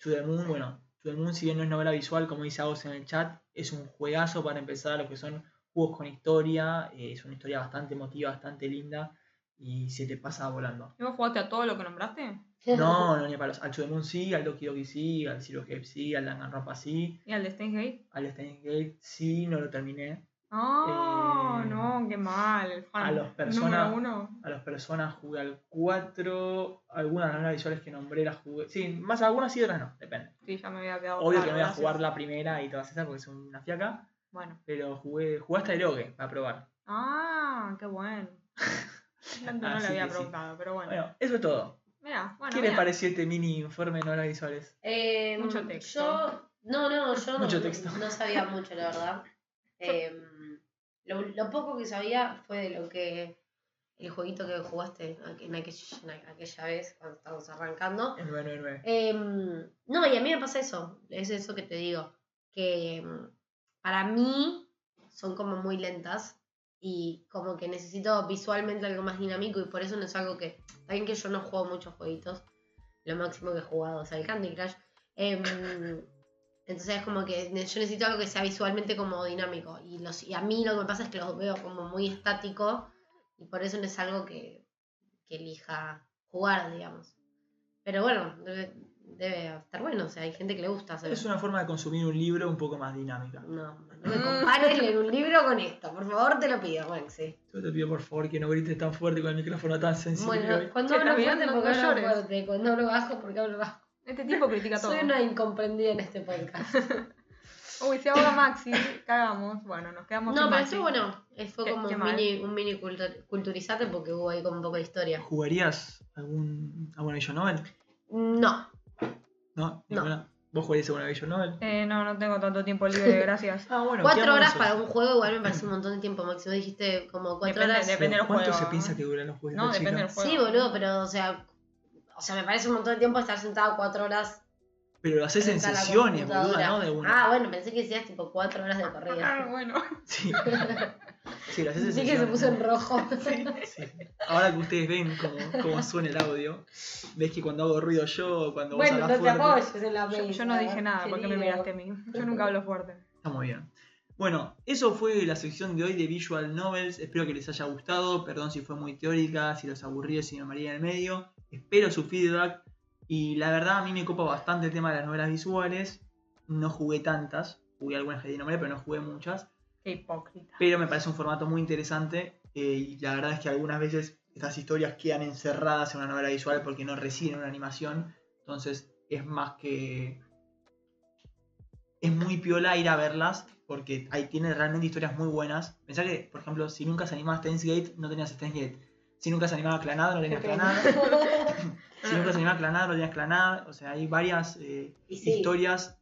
To the Moon, bueno, To the Moon, si bien no es novela visual, como dice Agos en el chat, es un juegazo para empezar lo que son juegos con historia, eh, es una historia bastante emotiva, bastante linda y se te pasa volando. ¿Y vos jugaste a todo lo que nombraste? No, no, ni a palos. Al To the Moon sí, al Doki Doki sí, al Zero Escape sí, al Danganronpa sí, ¿Y al de Steins Gate? al Steins Gate sí, no lo terminé. No, Eh, Oh, no, qué mal. El fan a los Persona- Número uno. A las personas jugué al 4, algunas de las novelas visuales que nombré las jugué. Sí, más algunas sí, otras no, depende. Sí, ya me había quedado. Obvio claro, que no voy a gracias. jugar la primera y todas esas porque es una fiaca, Bueno. Pero jugué, jugué hasta Eroge para probar. Ah, qué bueno. Tanto no Así le había que sí. preguntado, pero bueno. Bueno, eso es todo. Mira, bueno. ¿Qué les mirá. pareció este mini informe de Nora Visuales? Em, Mucho texto. Yo, no, no, yo Mucho no, texto. no sabía mucho, la verdad. Em, lo, lo poco que sabía fue de lo que el jueguito que jugaste aqu- en aquella, en aquella vez cuando estábamos arrancando. El 999. Em, no, y a mí me pasa eso, es eso que te digo, que em, para mí son como muy lentas y como que necesito visualmente algo más dinámico y por eso no es algo que, también que yo no juego muchos jueguitos, lo máximo que he jugado es el Candy Crush, Em, entonces es como que ne- yo necesito algo que sea visualmente como dinámico y, los, y a mí lo que me pasa es que los veo como muy estático y por eso no es algo que, que elija jugar, digamos. Pero bueno, debe, debe estar bueno, o sea, hay gente que le gusta hacer. Es una forma de consumir un libro un poco más dinámica. No, no me compares leer un libro con esto, por favor te lo pido, Maxi. Yo te pido por favor que no grites tan fuerte con el micrófono tan sensible. Bueno, cuando Che, hablo también fuerte, no porque hablo llores. fuerte, cuando hablo bajo, porque hablo bajo. Este tipo critica todo. Soy una incomprendida en este podcast. Uy, se ahoga Maxi, cagamos. Bueno, nos quedamos No, sin pero Maxi. estuvo bueno. Eh, Fue Qué- como qué un mal. mini, un mini cultu- culturizate porque hubo ahí como un poco de historia. ¿Jugarías algún, alguna Visual Novel? Mm, No, No, ninguna. ¿Vos jugarías alguna Visual Novel? Eh, no, no tengo tanto tiempo libre, gracias. Ah, bueno. cuatro quedamos horas en eso. para un juego igual me parece un montón de tiempo, Máximo. Dijiste como cuatro Depende horas. de- Depende del ¿Cuánto juego, se ¿no? piensa que duran los juegos? No, chicos? depende del juego. Sí, boludo, pero o sea, o sea, me parece un montón de tiempo estar sentado cuatro horas. Pero lo haces en frente a la sesiones, boluda, computadora. ¿no? De una. Ah, bueno, pensé que decías tipo cuatro horas de Ah, corrida. bueno. Sí. Sí, lo haces en Sí que se sesiones. puso en rojo. Sí. Ahora que ustedes ven cómo, cómo suena el audio, ves que cuando hago ruido yo, cuando vos Bueno, hablas no te fuerte, apoyes en la Yo, mesa. yo no dije nada porque me querido. miraste a mí. Yo nunca hablo fuerte. Está muy bien. Bueno, eso fue la sección de hoy de Visual Novels. Espero que les haya gustado. Perdón si fue muy teórica, si los aburrí, si me maría en el medio. Espero su feedback. Y la verdad, a mí me copa bastante el tema de las novelas visuales. No jugué tantas. Jugué algunas que di nombre, pero no jugué muchas. Qué hipócrita. Pero me parece un formato muy interesante. eh, y la verdad es que algunas veces estas historias quedan encerradas en una novela visual porque no reciben una animación. Entonces es más que. Es muy piola ir a verlas porque ahí tiene realmente historias muy buenas. Pensá que, por ejemplo, si nunca se animaba Steins Gate, no tenías Steins Gate. Si nunca se animaba Clanada, no tenías Clanada. si nunca se animaba Clanada, no tenías Clanada. O sea, hay varias eh, Y sí. historias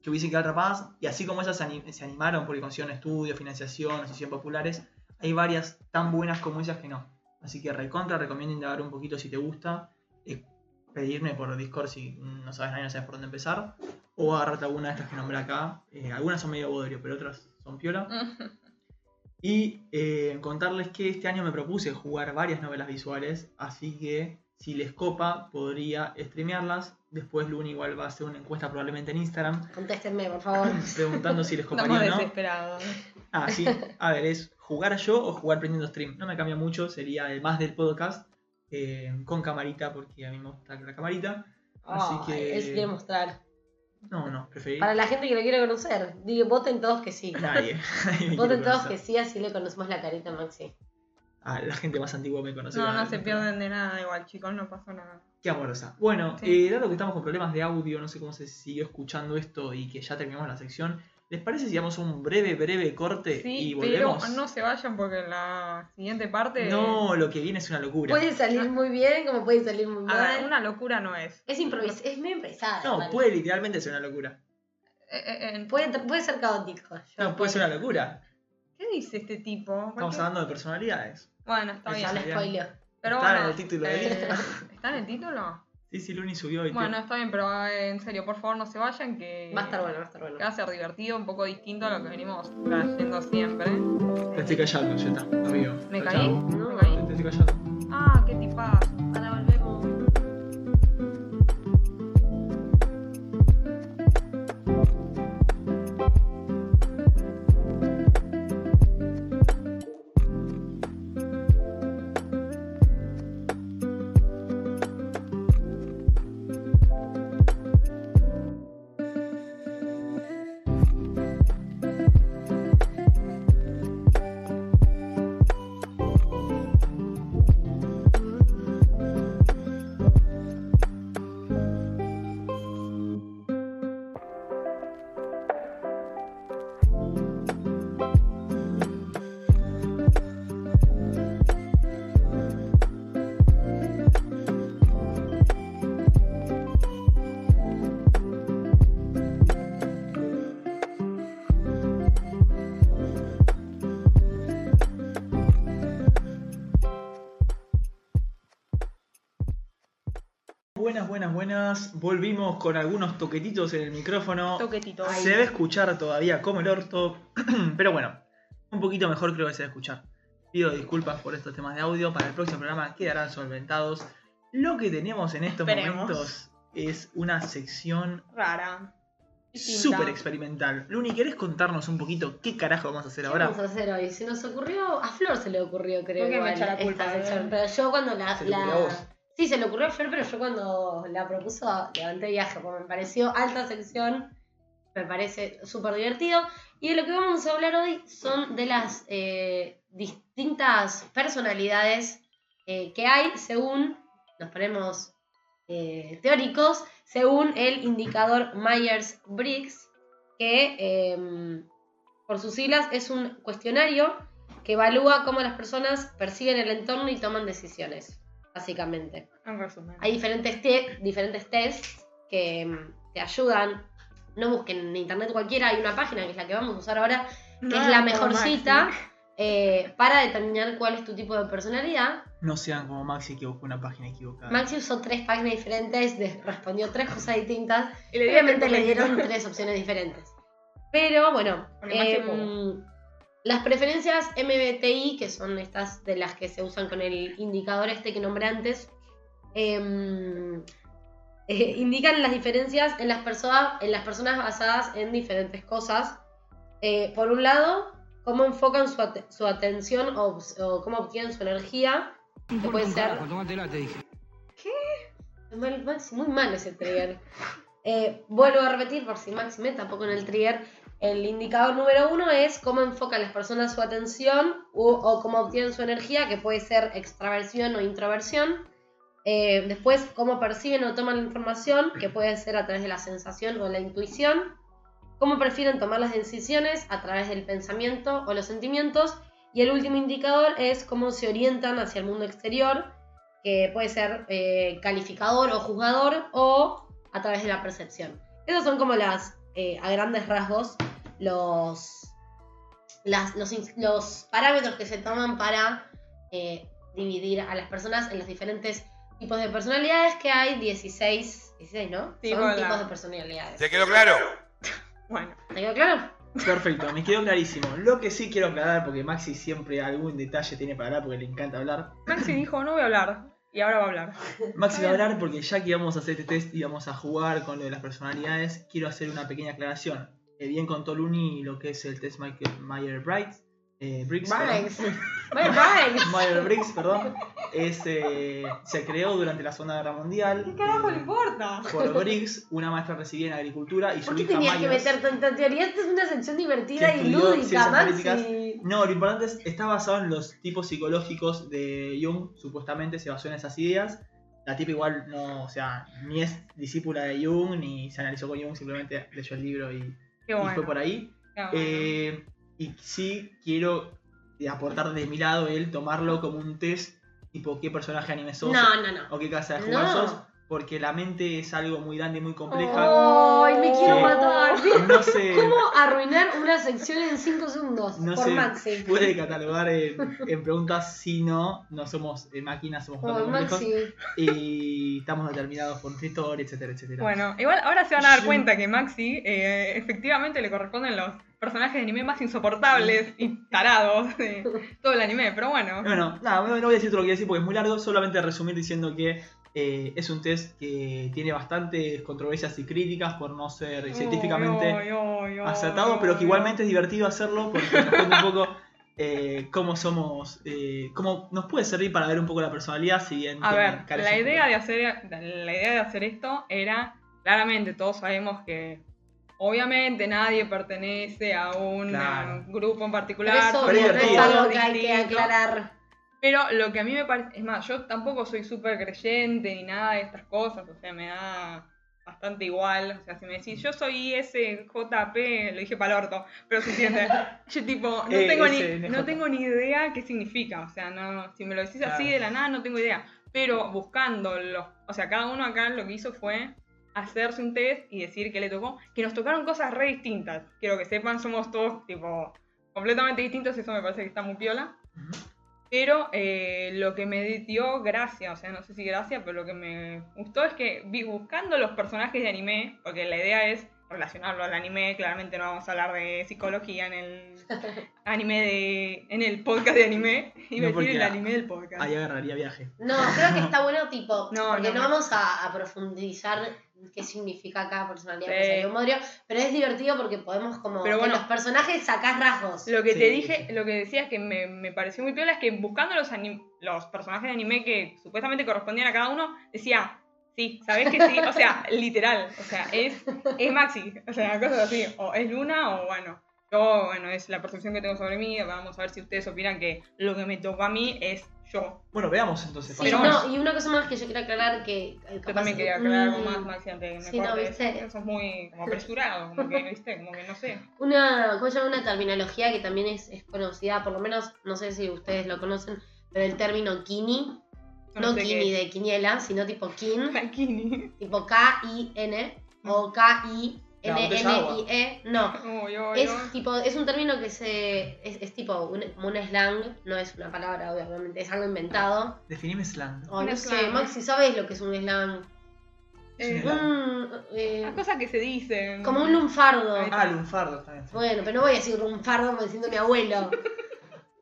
que hubiesen quedado atrapadas. Y así como esas ani- se animaron porque consiguieron estudios, financiación, no se hicieron populares, hay varias tan buenas como esas que no. Así que recontra, recomiendo indagar un poquito si te gusta. eh, pedirme por Discord si no sabes nada y no sabes por dónde empezar. O agarrarte alguna de estas que nombré acá. Eh, algunas son medio bodrio, pero otras son piola. Y eh, contarles que este año me propuse jugar varias novelas visuales, así que si les copa podría streamearlas. Después Luni igual va a hacer una encuesta probablemente en Instagram Contéstenme, por favor. preguntando si les Estamos coparía o no. desesperados. Ah, sí. A ver, es jugar yo o jugar prendiendo stream. No me cambia mucho, sería el más del podcast eh, con camarita porque a mí me gusta la camarita. Así Ay, que- Él se quiere mostrar. No, no, preferí Para la gente que lo quiere conocer, digo, voten todos que sí. nadie. Nadie me quiere Voten todos que conocer. sí, así le conocemos la carita a Maxi. Ah, la gente más antigua me conoce. No, no claramente. se pierden de nada igual, chicos, no pasó nada. Qué amorosa. Bueno, Sí. eh, dado que estamos con problemas de audio, no sé cómo se siguió escuchando esto y que ya terminamos la sección, ¿les parece si damos un breve, breve corte y Sí, pero volvemos? no se vayan porque en la siguiente parte. No, lo que viene es una locura. Puede salir muy bien, como puede salir muy A ver, mal. una locura no es. Es improvis es medio improvisada. No, igual. puede literalmente ser una locura. Eh, eh, eh, puede. tra- Puede ser caótico. Yo- No, puede ser una locura. ¿Qué dice este tipo? Estamos hablando de personalidades. Bueno, está Eso bien. Ya la sería- spoileo. Pero Está en bueno, el título eh, del libro. ¿Está en el título? Sí, sí, Luni subió y Bueno, está bien, pero eh, en serio, por favor no se vayan que... Va a estar bueno, va a estar bueno. Que va a ser divertido, un poco distinto a lo que venimos trayendo siempre. te estoy callando, ya está, amigo. ¿Me Chao, caí? chao. No. ¿Me caí? Te estoy callando. Ah, qué tipazo. Ahora volvemos. Buenas, buenas, buenas. Volvimos con algunos toquetitos en el micrófono. Toquetito. Ay. Se debe escuchar todavía como el orto, pero bueno, un poquito mejor creo que se debe escuchar. Pido disculpas por estos temas de audio, para el próximo programa quedarán solventados. Lo que tenemos en estos Esperemos. momentos es una sección Rara. Distinta. súper experimental. Luni, ¿querés contarnos un poquito qué carajo vamos a hacer ¿Qué ahora? vamos a hacer hoy? Se nos ocurrió, a Flor se le ocurrió, creo. ¿Por qué me igual, echa la culpa, esta eh? sección. Pero yo cuando la. Se le la- ocurrió a vos. Sí, se le ocurrió a Flor, pero yo cuando la propuso levanté viaje, porque me pareció alta sección, me parece súper divertido. Y de lo que vamos a hablar hoy son de las eh, distintas personalidades eh, que hay según, nos ponemos eh, teóricos, según el indicador Myers-Briggs, que em, por sus siglas es un cuestionario que evalúa cómo las personas perciben el entorno y toman decisiones, básicamente. En resumen. Hay diferentes, te- diferentes tests que mm, te ayudan. No busquen en internet cualquiera, hay una página que es la que vamos a usar ahora, que No, es la no, mejor Maxi. cita eh, para determinar cuál es tu tipo de personalidad. No sean como Maxi que buscó una página equivocada. Maxi usó tres páginas diferentes, de- respondió tres cosas distintas Y le Obviamente le dieron dieron tres opciones diferentes. Pero bueno, Bueno, más que em, las preferencias MBTI, que son estas de las que se usan con el indicador este que nombré antes, em, eh, indican las diferencias en las, personas en las personas basadas en diferentes cosas. Eh, por un lado, cómo enfocan su, ate- su atención o, o cómo obtienen su energía. Que puede ser Tómatela, te dije. Mal, Maxi, muy mal ese trigger. Eh, vuelvo a repetir, por si Maxi me tampoco en el trigger, el indicador número uno es cómo enfocan las personas su atención u- o cómo obtienen su energía, que puede ser extraversión o introversión. Eh, después, cómo perciben o toman la información, que puede ser a través de la sensación o la intuición. Cómo prefieren tomar las decisiones a través del pensamiento o los sentimientos. Y el último indicador es cómo se orientan hacia el mundo exterior, que puede ser eh, calificador o juzgador o a través de la percepción. Esos son como las, eh, a grandes rasgos, los, las- los, ins- los parámetros que se toman para eh, dividir a las personas en los diferentes tipos de personalidades que hay, 16, 16 ¿no? Sí, son hola. tipos de personalidades. ¿Te quedó claro? Bueno, ¿Te quedó claro? Perfecto, me quedó clarísimo. Lo que sí quiero aclarar, porque Maxi siempre algún detalle tiene para hablar porque le encanta hablar. Maxi dijo, no voy a hablar. Y ahora va a hablar. Maxi va a Está bien. hablar porque ya que íbamos a hacer este test y vamos a jugar con lo de las personalidades, quiero hacer una pequeña aclaración. Eh, bien contó Luni lo que es el test Michael Meyer Briggs. eh, Briggs, perdón. Vibes. Bueno, vibes. Meyer Briggs, perdón. Es, eh, se creó durante la Segunda Guerra Mundial. ¿Qué carajo eh, le importa? Por Briggs, una maestra recibida en agricultura y su ¿Por qué hija tenías que Myers- meter tanta teoría? Esta es una sección divertida Que y estudió lúdica, ciencias Maxi. No, lo importante es, está basado en los tipos psicológicos de Jung, supuestamente se basó en esas ideas. La tipa igual no, o sea, ni es discípula de Jung, ni se analizó con Jung, simplemente leyó el libro y, Qué y bueno. Ah, fue por ahí. qué bueno. Eh, y sí quiero eh, aportar de mi lado el tomarlo como un test, tipo qué personaje de anime sos No, no, no. o qué casa de No. jugar sos, porque la mente es algo muy grande y muy compleja. ¡Ay, me quiero Sí. matar! No sé. Oh. ¿Cómo arruinar una sección en 5 segundos? No por sé, Maxi. puede catalogar en, en preguntas si no, no somos eh, máquinas, Oh, somos Por complejos Maxi. y estamos determinados por nuestra historia, etcétera, etcétera. Bueno, igual ahora se van a dar Sí. cuenta que Maxi eh, efectivamente le corresponden los personajes de anime más insoportables y tarados de todo el anime, pero bueno. Bueno, nada, no, no voy a decir todo lo que voy a decir porque es muy largo, solamente resumir diciendo que eh, es un test que tiene bastantes controversias y críticas por no ser científicamente Oy, oy, oy, oy, acertado, pero que oy. igualmente es divertido hacerlo porque nos cuenta un poco eh, cómo somos, eh, cómo nos puede servir para ver un poco la personalidad, si bien... A tiene- ver, carece la un idea, poco. de hacer, la idea de hacer esto era, claramente todos sabemos que obviamente nadie pertenece a un Claro. um, grupo en Pero particular. eso pero no somos es divertido. todos algo que hay que distintos. aclarar. Pero lo que a mí me parece, es más, yo tampoco soy súper creyente ni nada de estas cosas, o sea, me da bastante igual, o sea, si me decís, yo soy SJP, lo dije para el orto, pero se entiende, yo tipo, no, Eh, tengo ni, SNJ. no tengo ni idea qué significa, o sea, no, si me lo decís así Claro. de la nada, no tengo idea, pero buscando los, o sea, cada uno acá lo que hizo fue hacerse un test y decir que le tocó, que nos tocaron cosas re distintas, quiero que sepan, somos todos tipo completamente distintos, eso me parece que está muy piola. Ujú. Pero eh, lo que me dio gracia, o sea, no sé si gracia, pero lo que me gustó es que vi buscando los personajes de anime, porque la idea es relacionarlo al anime, claramente no vamos a hablar de psicología en el anime de en el podcast de anime, y No, me porque decir el anime del podcast. Ahí agarraría viaje. No, creo que está bueno, tipo, No, porque no, no, no. vamos a, a profundizar qué significa cada personalidad Sí. que salió un modrio, pero es divertido porque podemos como Pero de bueno. los personajes sacás rasgos. Lo que te Sí, dije, sí. lo que decías que me, me pareció muy piola es que buscando los, anim- los personajes de anime que supuestamente correspondían a cada uno, decía, sí, sabés que sí, o sea, literal, o sea, es, es Maxi, o sea, cosas así, o es Luna, o bueno, yo, bueno, es la percepción que tengo sobre mí, vamos a ver si ustedes opinan que lo que me tocó a mí es yo. Bueno, veamos entonces. Sí, pero pasamos. no, y una cosa más que yo quiero aclarar que eh, Yo capaz- también quería aclarar algo más, Mm, Maxi, antes de que Sí, me no, cortes. viste. Eso es muy como apresurado, como que, viste, como que no sé. Una, ¿cómo se llama? Una terminología que también es, es conocida, por lo menos, no sé si ustedes lo conocen, pero el término kini, yo no, sé qué kini es. de quiniela, sino tipo kin, Kini. tipo K-I-N o K-I-N-N-I-E, E, no, Uy, uy, Es uy. tipo, es un término que se. es, es tipo un, como un slang, no es una palabra, obviamente, es algo inventado. Definime slang. O Un no slang, sé, ¿no? Maxi, ¿sabes lo que es un slang? Sí. Eh, Un, eh, Las cosas que se dicen. como un lunfardo. Ahí Ah, lunfardo también. Bueno, pero no voy a decir lunfardo como diciendo mi abuelo.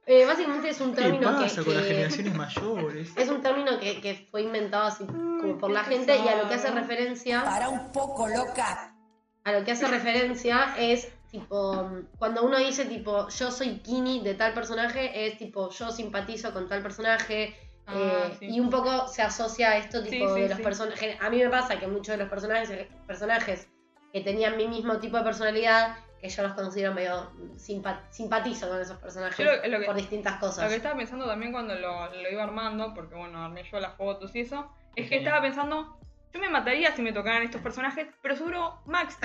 Eh, básicamente es un ¿Qué término que. pasa con las que- generaciones mayores? es un término que, que fue inventado así como por qué la gente y a lo que pesado. hace referencia. Para un poco loca. A lo que hace referencia es tipo. Cuando uno dice tipo, yo soy Kini de tal personaje, es tipo, yo simpatizo con tal personaje. Ah, Eh, sí. Y un poco se asocia a esto Sí, tipo sí, de los sí. personajes. A mí me pasa que muchos de los personajes, personajes que tenían mi mismo tipo de personalidad, que yo los considero medio simpa- simpatizo con esos personajes Yo lo- lo que- por distintas Lo que cosas. estaba pensando también cuando lo, lo iba armando, porque bueno, armé yo las fotos y eso, es que Genial. estaba pensando, yo me mataría si me tocaran estos personajes, pero seguro Maxi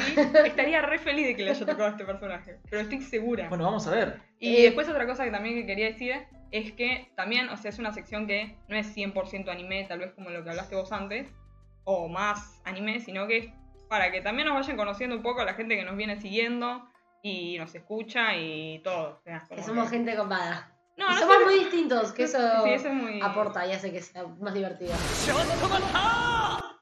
estaría re feliz de que le haya tocado este personaje, pero estoy segura. Bueno, vamos a ver. y eh, después otra cosa que también que quería decir es que también, o sea, es una sección que no es 100% anime, tal vez como lo que hablaste vos antes, o más anime, sino que es para que también nos vayan conociendo un poco a la gente que nos viene siguiendo y nos escucha y todo. o sea, como Que somos que- gente copada. No, y no somos sé- muy distintos, que eso, Sí, eso es muy... aporta y hace que sea más divertido.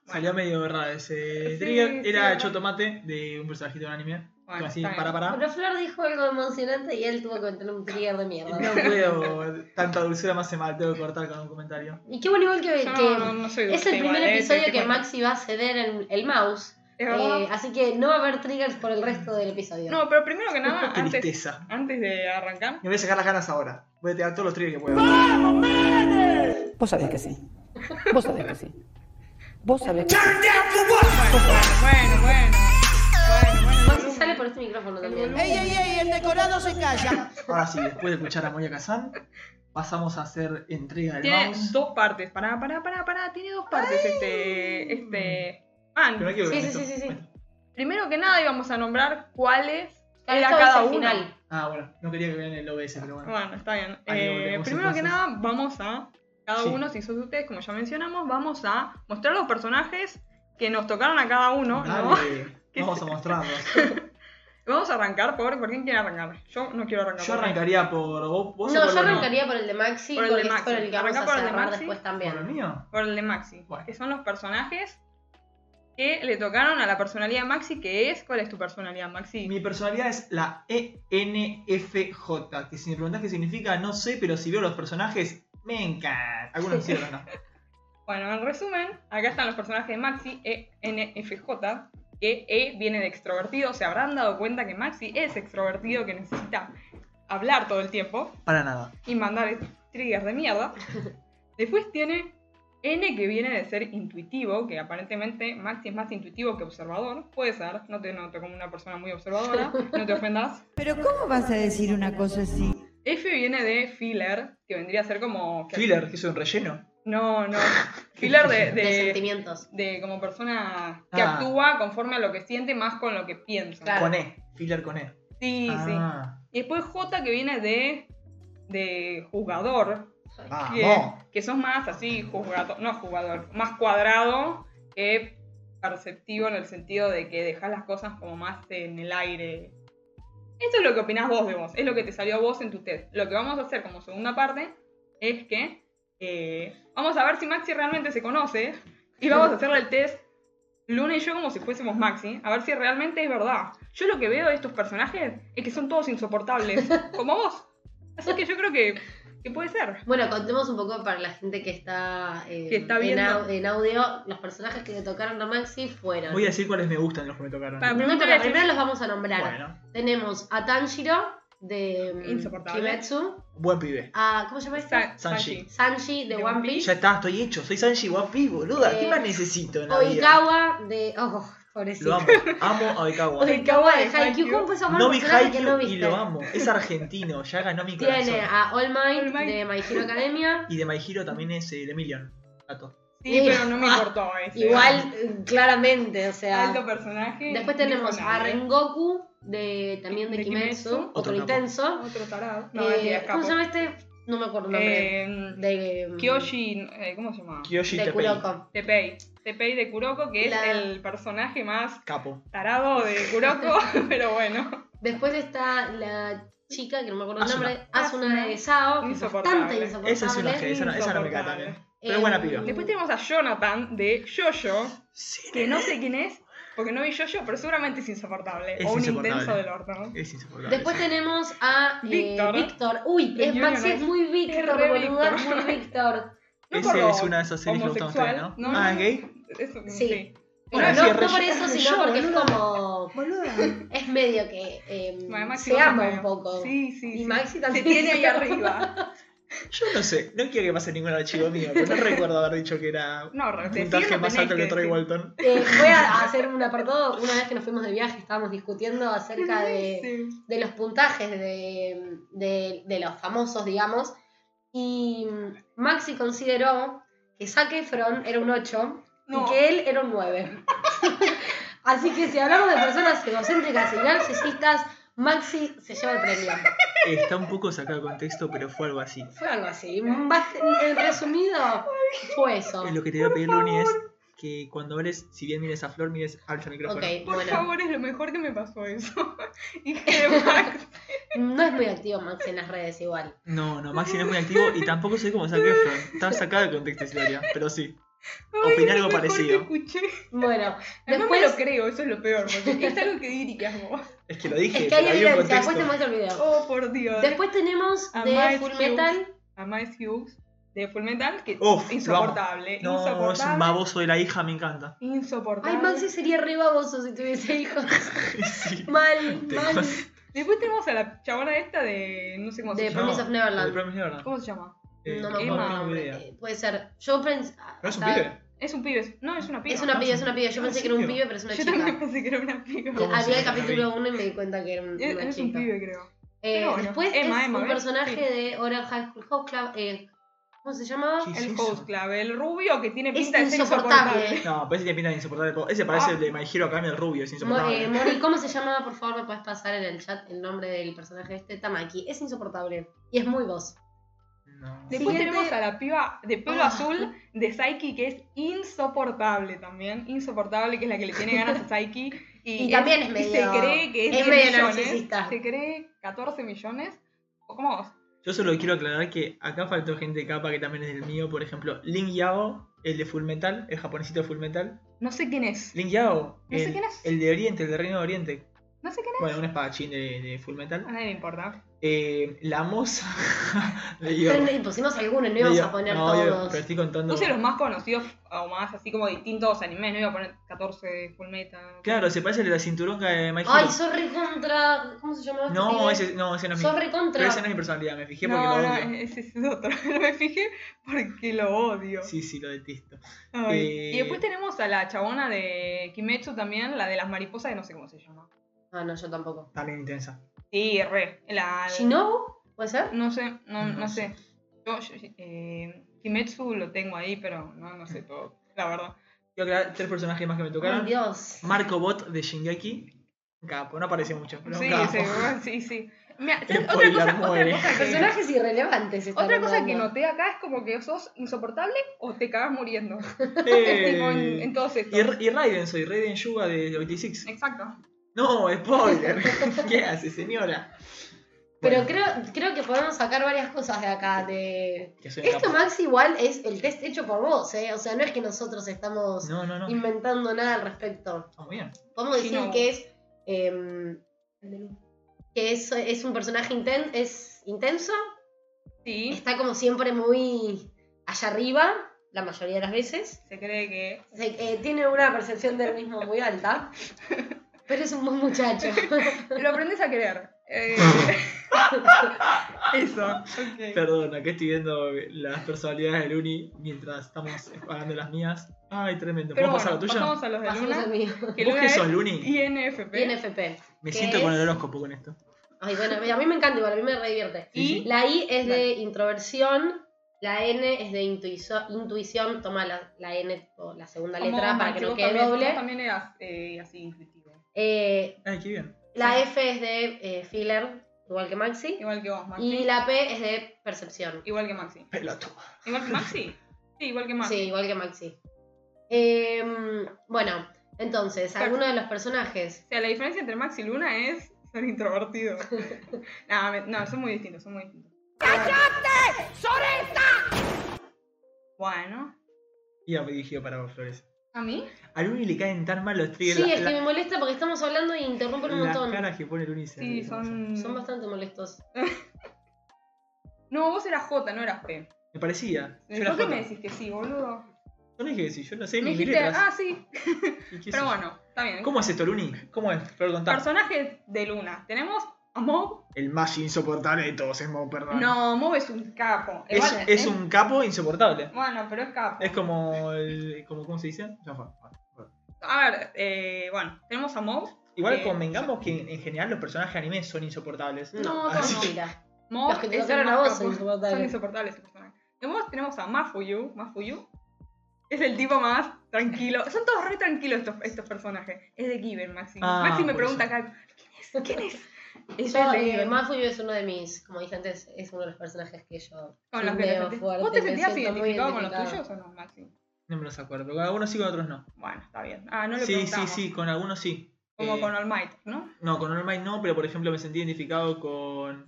Salía medio raro ese Sí, trigger. sí, Era ¿verdad? hecho tomate de un personajito de un anime. Bueno, Que así, está bien. para, para. Pero Flor dijo algo emocionante y él tuvo que meter un trigger de mierda. No puedo, tanta dulzura me hace mal, tengo que cortar con un comentario. Y qué bueno igual que, Yo no- que no- no soy es dulce el igual, primer ¿eh? episodio Te- te que cuento. Maxi va a ceder el, el mouse. Es verdad. Eh, así que no va a haber triggers por el resto del episodio. No, pero primero que nada, Qué antes, tristeza. antes de arrancar, Me voy a sacar las ganas ahora. Voy a tirar todos los triggers que pueda. Vos sabés que sí. Vos sabés que sí. Vos sabés que bueno, bueno, bueno, bueno, bueno, Maxi sale por este micrófono también. volumen. ¡Ey, ey, ey! El decorado se calla. Ahora sí, después de escuchar a Moya Kazan, pasamos a hacer entrega del Tiene mouse. dos partes, pará, pará, pará, pará, tiene dos partes este, este... Ah, Pero hay que Sí, ver sí, esto. sí, sí, sí. Bueno. primero que nada íbamos a nombrar cuáles Claro, era esto va a ser cada el uno. final. Ah, bueno, no quería que vean el OBS, pero bueno. Bueno, está bien. Ahí Eh, volvemos, primero que entonces. nada, vamos a, cada Sí. uno, si sos ustedes, como ya mencionamos, vamos a mostrar los personajes que nos tocaron a cada uno, ¿no? Dale, ¿Qué vamos sé? a mostrarlos. Vamos a arrancar por, ¿por quién quiere arrancar? Yo no quiero arrancar. Yo por mí. arrancaría por vos, vos o por No, yo lo mío? arrancaría por el de Maxi, Por el de porque es Maxi. por el que vamos Arranca a por el de cerrar Maxi. después ¿Por lo también. mío? Por el de Maxi, Bueno. que son los personajes que le tocaron a la personalidad de Maxi, que es. ¿Cuál es tu personalidad, Maxi? Mi personalidad es la E ENFJ, que si me preguntás qué significa, no sé, pero si veo los personajes, me encanta. Algunos sí, otros no. Bueno, en resumen, acá están los personajes de Maxi, E, ENFJ, que E viene de extrovertido. Se habrán dado cuenta que Maxi es extrovertido, que necesita hablar todo el tiempo Para nada. y mandar triggers de mierda. Después tiene N, que viene de ser intuitivo, que aparentemente Maxi es más intuitivo que observador. Puede ser, no te noto como una persona muy observadora, no te ofendas. Pero ¿cómo vas a decir una cosa así? F viene de filler, que vendría a ser como. Filler, que es un relleno. No, no. Filler de. De, de... sentimientos. de como persona que Ah. actúa conforme a lo que siente más con lo que piensa. Claro. Con E. Filler con E. Sí, Ah, sí. Y después J que viene de de jugador, que, Vamos. que sos más así jugador, no jugador, más cuadrado que perceptivo en el sentido de que dejas las cosas como más en el aire. Eso es lo que opinás vos de vos, es lo que te salió a vos en tu test. Lo que vamos a hacer como segunda parte es que eh, vamos a ver si Maxi realmente se conoce y vamos a hacerle el test Luna y yo como si fuésemos Maxi, a ver si realmente es verdad. Yo lo que veo de estos personajes es que son todos insoportables, como vos. Así que yo creo que, que puede ser. Bueno, contemos un poco para la gente que está, eh, Que está en viendo. au- En, audio. Los personajes que le tocaron a Maxi fueron. Voy a decir cuáles me gustan de los que me tocaron. Para- No, Primero pero decís- primero los vamos a nombrar. Bueno, Tenemos a Tanjiro de mm, Insoportable. Kimetsu. buen pibe. A, ¿Cómo se llama este? Sa- Sanji. Sanji de De One One Piece. Ya está, estoy hecho. Soy Sanji Guapi, boluda. ¿Qué Eh, más necesito en la vida? Oikawa de. Oh, Lo pobrecito. amo. Amo a Oikawa. Oikawa de de Haikyuu. Haikyuu. ¿Cómo puedes amar No un vi personaje que Haikyuu no y viste? lo amo. Es argentino, ya ganó mi corazón. Tiene a All Might, All Might. de My Hero Academia. Y de My Hero también es eh, de Million. Gato. Sí, pero no me importó ese. Ah, Igual, eh, claramente, o Alto sea. personaje. Después tenemos Dijo nadie. a Rengoku, de, también de De Kimetsu. Kimetsu, otro, Otro capo. intenso. Otro tarado. No, Eh, mentira, ¿Cómo escapo. se llama este? No me acuerdo el nombre. Eh, de mm, Kyoshi, eh, ¿cómo se llama? Kyoshi de Tepei. Kuroko. Tepei. Tepei de Kuroko, que La- es el personaje más Capo. tarado de Kuroko, pero bueno. Después está la chica, que no me acuerdo el Asuna. nombre, Asuna Asuna. de Sao, que es Insoportable. bastante insoportable. Esa es una que esa, no- esa no me cae Insoportable. también. Pero buena Eh, piba. Después tenemos a Jonathan de Jojo, Sí, que no sé quién es, porque no vi Jojo, pero seguramente es insoportable. Es o un insoportable. intenso del orto. Es insoportable. Después tenemos a eh, Víctor. Víctor. Uy, De es Maxi Junior. es muy Víctor, re boluda, es Víctor. muy Víctor. No Ese por es una de esas series que le gustan a ustedes, homosexual, ¿no? Ah, ¿es gay? Eso, Sí. sí. Pero Maxi no, es re- no por eso, es re sino yo, porque es boluda. como. Es medio que eh, Bueno, Maxi se vos ama también. un poco. Sí, sí. Y sí. Maxi Se también tiene se ahí ama. arriba. Yo no sé, no quiero que pase ningún archivo mío, pero no recuerdo haber dicho que era un No, recién puntaje lo más tenés alto que Troy decir. Walton. Eh, voy a hacer un apartado. Una vez que nos fuimos de viaje, estábamos discutiendo acerca de. Sí. de los puntajes de, de- de los famosos, digamos. Y Maxi consideró que Zac Efron era un 8 No. y que él era un 9. Así que si hablamos de personas egocéntricas y narcisistas, Maxi se lleva el premio. Está un poco sacado de contexto, pero fue algo así. Fue algo así. Bast- En resumido, fue eso. Eh, Lo que te voy a pedir, Luni, es que cuando mires, si bien mires a Flor, mires al micrófono. Ok, Por bueno. favor, es lo mejor que me pasó eso. y que Max No es muy activo Maxi en las redes igual. No, no, Maxi no es muy activo y tampoco soy como Zac Efron. Está sacada de contexto esa historia, pero sí. Ay, Opiné es lo algo mejor parecido. que escuché. Bueno, Además me lo después... creo, eso es lo peor, porque es algo que dirías vos. Es que lo dije, Es que hay pero había un evidencia, después te contexto. muestro el video. Oh, por Dios. Después tenemos A de Miles Full Hughes. Metal... A Miles Hughes de Fullmetal, que Uf, insoportable. No, insoportable. es un baboso de la hija, me encanta. Insoportable. Ay, Maxi sería re baboso si tuviese hijos. Sí. Mal, Te mal. Después tenemos a la chabona esta de. No sé cómo De se llama. Promise of Neverland. de Promise Neverland. ¿Cómo se llama? Eh, No me acuerdo Emma, el tengo nombre. idea. Eh, Puede ser. Yo pensé. ¿No es un pibe? Es un pibe. es- No, es una piba. Es una ¿no? piba, es una piba. Yo Ah, pensé ¿en que era un serio? pibe, pero es una Yo también chica. pensé que era una piba. ¿Cómo se Había el llama? capítulo 1 y me di cuenta que era un- Es, una es un chica. pibe, creo. Eh, Pero bueno, después Emma, es Emma, un ¿ves? personaje Sí. de Oral High School House Club. eh, ¿Cómo se llamaba? ¿Qué es El eso? host clave, el rubio que tiene Es pinta de ser insoportable. insoportable. No, parece que tiene pinta de insoportable. Ese parece Ah. el de My Hero Academia, el rubio, es Mo- eh, insoportable. Mori, ¿cómo se llamaba? Por favor, me puedes pasar en el chat el nombre del personaje este. Tamaki. Es insoportable. Y es muy vos. No. Después Siguiente. tenemos a la piba de pelo este Ah. azul de Saiki, que es insoportable también. Insoportable, que es la que le tiene ganas a Saiki. Y, Y también es y medio- Se cree que es, es 10 medio millones, narcisista. Se cree 14 millones. ¿O cómo vos? Yo solo quiero aclarar que acá faltó gente capa que también es del mío. Por ejemplo, Link Yao, el de Full Metal, el japonesito de Full Metal. No sé quién es. Link Yao, No sé el, quién es. el de Oriente, el de Reino de Oriente. No sé quién es. Bueno, un espadachín de, de Full A Metal. nadie le importa. Eh, la moza de Pero York. le pusimos algunos, no De íbamos York. a poner No, obvio, todos. pero estoy contando. Puse los más conocidos o más así como distintos animes. No iba a poner 14 de Fullmetal. Claro, se parece el de la cinturonga de My Hero. Ay, sos recontra. ¿Cómo se llamaba? este no, pibe? ese, no, ese no es mi. Sos recontra. Pero ese no es mi personalidad, me fijé porque No, lo no, odio. ese es otro. No me fijé porque lo odio. Sí, sí, lo detesto. Ay. Eh, Y después tenemos a la chabona de Kimetsu también, la de las mariposas, que no sé cómo se llama. Ah, no, yo tampoco. También intensa. Sí, re. La, ¿Shinobu? Ah, ¿Puede ser? No sé, no, No no sé. Yo, yo- eh, Kimetsu lo tengo ahí, pero no, no sé todo, la verdad. Quiero aclarar tres personajes más que me Ay, tocaron. Dios. Marco Bot de Shingeki. Un Capo, no apareció mucho, pero Sí, un capo. sí, sí, sí. Mira, ¿sabes? otra Spoiler, cosa, otra muere. cosa que... Personajes irrelevantes. están Otra cosa que nombrando. noté acá es como que sos insoportable o te cagas muriendo. Es tipo en, Eh, en todos y, estos. y Raiden soy, Raiden Yuga de 86. Exacto. No, spoiler. ¿Qué hace, señora? Pero Bueno, creo, creo que podemos sacar varias cosas de acá. De... que soy Esto, capaz. Max, igual es el test hecho por vos, ¿eh? O sea, no es que nosotros estamos No, no, no. inventando nada al respecto. Está muy bien. Podemos Sí, decir no. que es. eh, que es, es un personaje inten- es intenso, Sí, está como siempre muy allá arriba, la mayoría de las veces. se cree que. O sea, que tiene una percepción del mismo muy alta, pero es un buen muchacho. Lo aprendes a querer. Eh, Eso. ok. Perdón, acá estoy viendo las personalidades de Luni mientras estamos pagando las mías. Ay, tremendo. Pero ¿Puedo bueno, pasar a la tuya? pasamos a los de Pasamos al Luna. mío. Que ¿Vos Luna qué es sos, Luni? INFP. INFP. Me ¿Qué siento con el es? horóscopo con esto. Ay, bueno, a mí me encanta igual, a mí me re divierte. Sí, sí. Y La I es Dale. de introversión, la N es de intuizo- intuición, toma la, la N o la segunda como letra para que no vos quede también, doble. vos también eras eh, así intuitivo. Eh, Ay, qué bien. la Sí. F es de eh, filler, igual que Maxi. Igual que vos, Maxi. Y la P es de percepción. Igual que Maxi. Pelotudo. Igual que Maxi. Sí, igual que Maxi. Sí, igual que Maxi. Em, bueno, entonces, Claro. alguno de los personajes. O sea, la diferencia entre Max y Luna es ser introvertido. no, me- no, son muy distintos, son muy distintos. ¡Cállate! ¡Soreta! Bueno. Y me dirigido para vos, Flores. ¿A mí? A Luni le caen tan mal los Sí, triggers. la- es que la- me molesta porque estamos hablando e interrumpen un las montón. caras que pone Luni se- Sí, son... Son bastante molestos. No, vos eras J, no eras P. Me parecía. Yo era ¿Por qué Jota. me decís que sí, boludo? Yo no dije que sí, yo no sé Me mis dijiste, letras. ah, sí. ¿Y qué sé Pero yo? bueno, está bien. ¿Cómo es esto, Luni? ¿Cómo es? Flor, contá. Personajes de Luna. Tenemos a Mob. El más insoportable de todos es Mo, perdón. No, Mob es un capo. Es, Igual, es ¿eh? un capo insoportable. Bueno, pero es capo. Es como el. Como, ¿Cómo se dice? Ya fue. A ver, eh, bueno, tenemos a Mob. Igual Eh, convengamos que en general los personajes anime son Mm. insoportables. No, Ah, no, sí. mentira. Mob Los que te es el tocaron más a vos capo. son insoportables. Son insoportables esos personajes. Después tenemos a Mafuyu. Mafuyu es el tipo más tranquilo. Son todos re tranquilos estos, estos personajes. Es de Given, Maxi. Ah, Maxi me por pregunta eso. acá, ¿quién es? ¿Quién es? Es Yo, el de eh, Given. Mafuyu es uno de mis, como dije antes, es uno de los personajes que yo Con los que te chuleo sentís- fuerte, Oh, ¿Vos te me sentías siento muy identificado con los identificada. tuyos o no, Maxi? No me los acuerdo. Con algunos sí, con otros no. Bueno, está bien. Ah, no lo sí, sí, preguntamos. sí, con algunos sí. Como Eh, con All Might, ¿no? No, con All Might no, pero por ejemplo me sentí identificado con.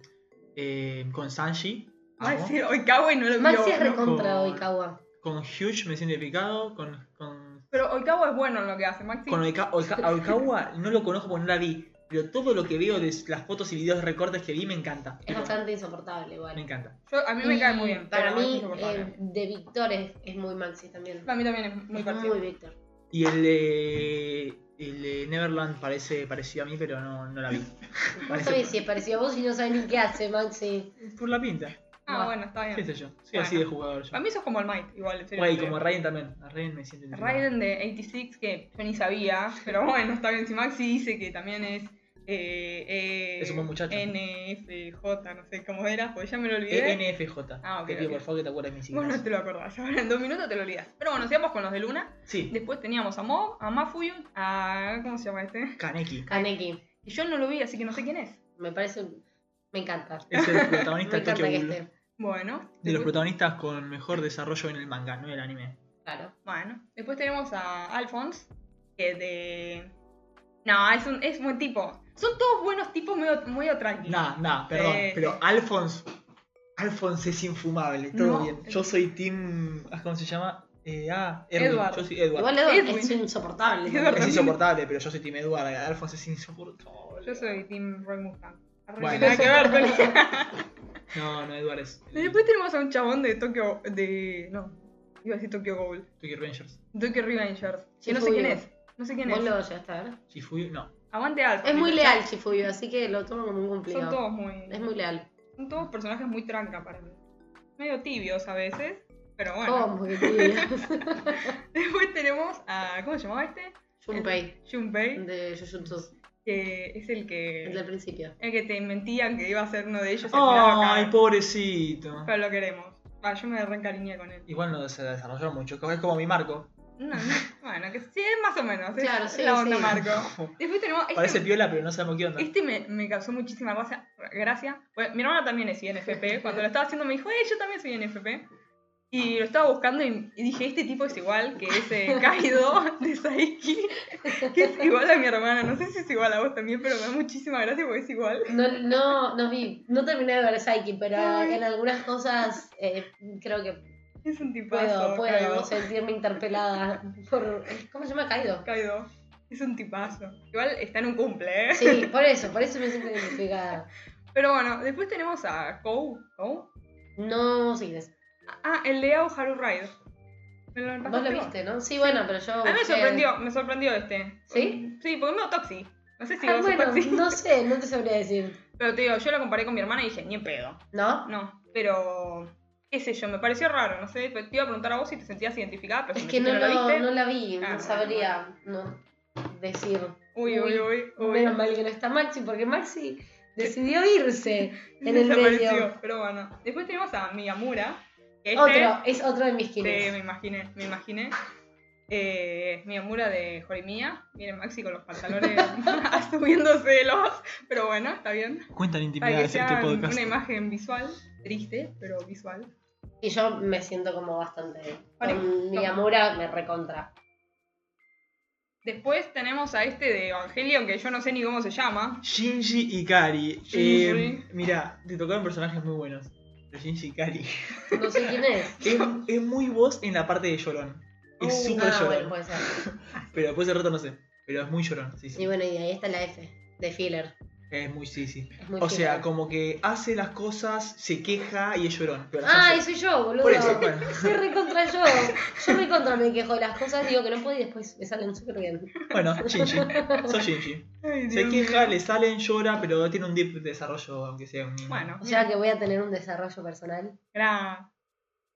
eh, con Sanji. Ay, amo. Ah, sí, hoy cago y no lo Maxi vio. es recontra con- Oikawa. Con Huge me siento identificado. Con. con, Pero Oikawa es bueno en lo que hace, Maxi. con Oika- Oika- a Oikawa no lo conozco porque no la vi. Pero todo lo que veo de las fotos y videos de recortes que vi me encanta. Es Tipo, bastante insoportable Me igual. encanta. Yo- a mí me Y cae muy bien. Para pero es mí, insoportable. eh, de Víctor es, es muy Maxi también. Para mí también es muy Es parecido. muy Víctor. Y el de. el de Neverland parece parecido a mí, pero no, no la vi. No Parece- sabés si es parecido a vos y no sabés ni qué hace Maxi. Por la pinta. Ah, bueno, está ¿Qué bien. sé yo? Soy así de jugador yo. Para mí sos como All Might, igual. en serio. Güey, como Ryan también. A Ryan me siento identificado. Raiden de 86, que yo ni sabía, pero bueno, está bien. Si Maxi dice que también es. Eh, eh, Es un buen muchacho. Eh, NFJ, no sé cómo era, porque ya me E- lo olvidé. ENFJ. Ah, ok, Te pido ok. por favor que te acuerdes de mis Vos siglas. no te lo acordás, ahora en dos minutos te lo olvidas. Pero bueno, sigamos con los de Luna. Sí, Después teníamos a Mob, a Mafuyu, a. ¿Cómo se llama este? Kaneki. Kaneki, Y yo no lo vi, así que no sé quién es. me parece. un- Me encanta. Es el Me protagonista de encanta Tokyo que este. Ghoul. esté. Bueno. De los después- protagonistas con mejor desarrollo en el manga, no en el anime. Claro. Bueno, después tenemos a Alphonse, que de... No, es un es buen tipo. Son todos buenos tipos, medio, medio tranqui. Nah, nah, perdón. Eh. Pero Alphonse. Alphonse es infumable, todo No. eh. bien. Yo soy Team. ah, ¿Cómo se llama? Eh, ah, Edward. Edward. Yo soy Edward. Igual Edward Edwin. es insoportable. Edward Es también. insoportable, pero yo soy Team Edward. Alphonse es insoportable. Yo soy Team Roy Mustang. Arre, Bueno. nada que ver, pero- No, no, Edward es. Y Después tenemos a un chabón de Tokyo... de... no, iba a decir Tokyo Ghoul. Tokyo Rangers. Tokyo Revengers. Que Sí, no sé fui quién yo. es. No sé quién Vos es. lo llegaste a ver. Shifuyu, no. Aguante Alphonse. Es muy leal Chifuyo, así que lo tomo como un cumplido. Son todos muy... Es muy leal. Son todos personajes muy tranca para mí. Medio tibios a veces, pero bueno. Todos muy leal. Después tenemos a... ¿Cómo se llamaba este? Junpei, Junpei, de Jujutsu, que es el que... Mm. el del principio. El que te mentían que iba a ser uno de ellos. y al final acá- Ay, pobrecito. Pero lo queremos. Ah, yo me reencariñé con él. Igual no se desarrolló mucho, es como mi marco. No, no, bueno, que sí, es más o menos. es Claro, sí, la onda sí. Marco. Después tenemos. Parece Este, piola, pero no sabemos qué onda. este me, me causó muchísima gracia. gracia. Bueno, mi hermana también es INFP. Cuando lo estaba haciendo me dijo, eh, yo también soy INFP. Y lo estaba buscando y, y dije, este tipo es igual que ese Kaido de Saiki, que es igual a mi hermana. No sé si es igual a vos también, pero me da muchísima gracia porque es igual. No, no, no vi, no terminé de ver Psyche, pero en algunas cosas eh, creo que Es un tipazo. puedo, puedo Kaido. sentirme interpelada por... ¿Cómo se llama? Kaido. Kaido. Es un tipazo. Igual está en un cumple, ¿eh? Sí, por eso, por eso me siento identificada. Pero bueno, después tenemos a Kou. ¿Kou? No sigues. Ah, el de Haru Ride. ¿Me lo Vos lo pasaste viste, ¿no? Sí, bueno, pero yo... A mí me busqué- sorprendió, me sorprendió este. ¿Sí? Sí, porque no Toxi. No sé si Ah, vos sos bueno, Toxi. no sé, no te sabría decir. Pero te digo, yo lo comparé con mi hermana y dije, ni en pedo. ¿No? No, pero. ¿Qué sé yo? Me pareció raro, no sé. Te iba a preguntar a vos si te sentías identificada, pero Es si me que no, dijiste lo lo, viste. no la vi, Ah, no sabría no decir. Uy, uy, uy. uy. Menos mal que no está Maxi, porque Maxi decidió irse en el Desapareció, medio. Pero bueno. Después tenemos a Miyamura. que Este, Otro, es otro de mis Sí, me quines. imaginé, me imaginé. Eh, Miyamura de Jorimía. Miren, Maxi con los pantalones subiéndoselos. Pero bueno, está bien. Cuentan Para que intimidades este sea podcast. una imagen visual, triste, pero visual. Y yo me siento como bastante. Vale, Con mi toma. amora me recontra. Después tenemos a este de Evangelion, que yo no sé ni cómo se llama. Shinji Ikari. Shinji. Eh, mira, te tocaron personajes muy buenos. Pero Shinji Ikari. No sé quién es. es, es muy voz en la parte de llorón. Es Uh, súper ah, llorón. bueno, puede ser. Pero después de rato no sé. Pero es muy llorón, sí, sí. Y bueno, y ahí está la F, de filler. Es muy, sí, sí. Es muy O sea, filler. como que hace las cosas, se queja y es llorón. Pero las Ay, hace. soy Ah, yo, boludo. Por eso, bueno. Soy recontra yo. Yo recontra me quejo de las cosas, digo que no puedo y después me salen súper bien. Bueno, Shinji. Soy Shinji. Ay, Se Dios queja, mío. le salen, llora, pero tiene un deep desarrollo, aunque sea un niño. Bueno, O sea que voy a tener un desarrollo personal. era-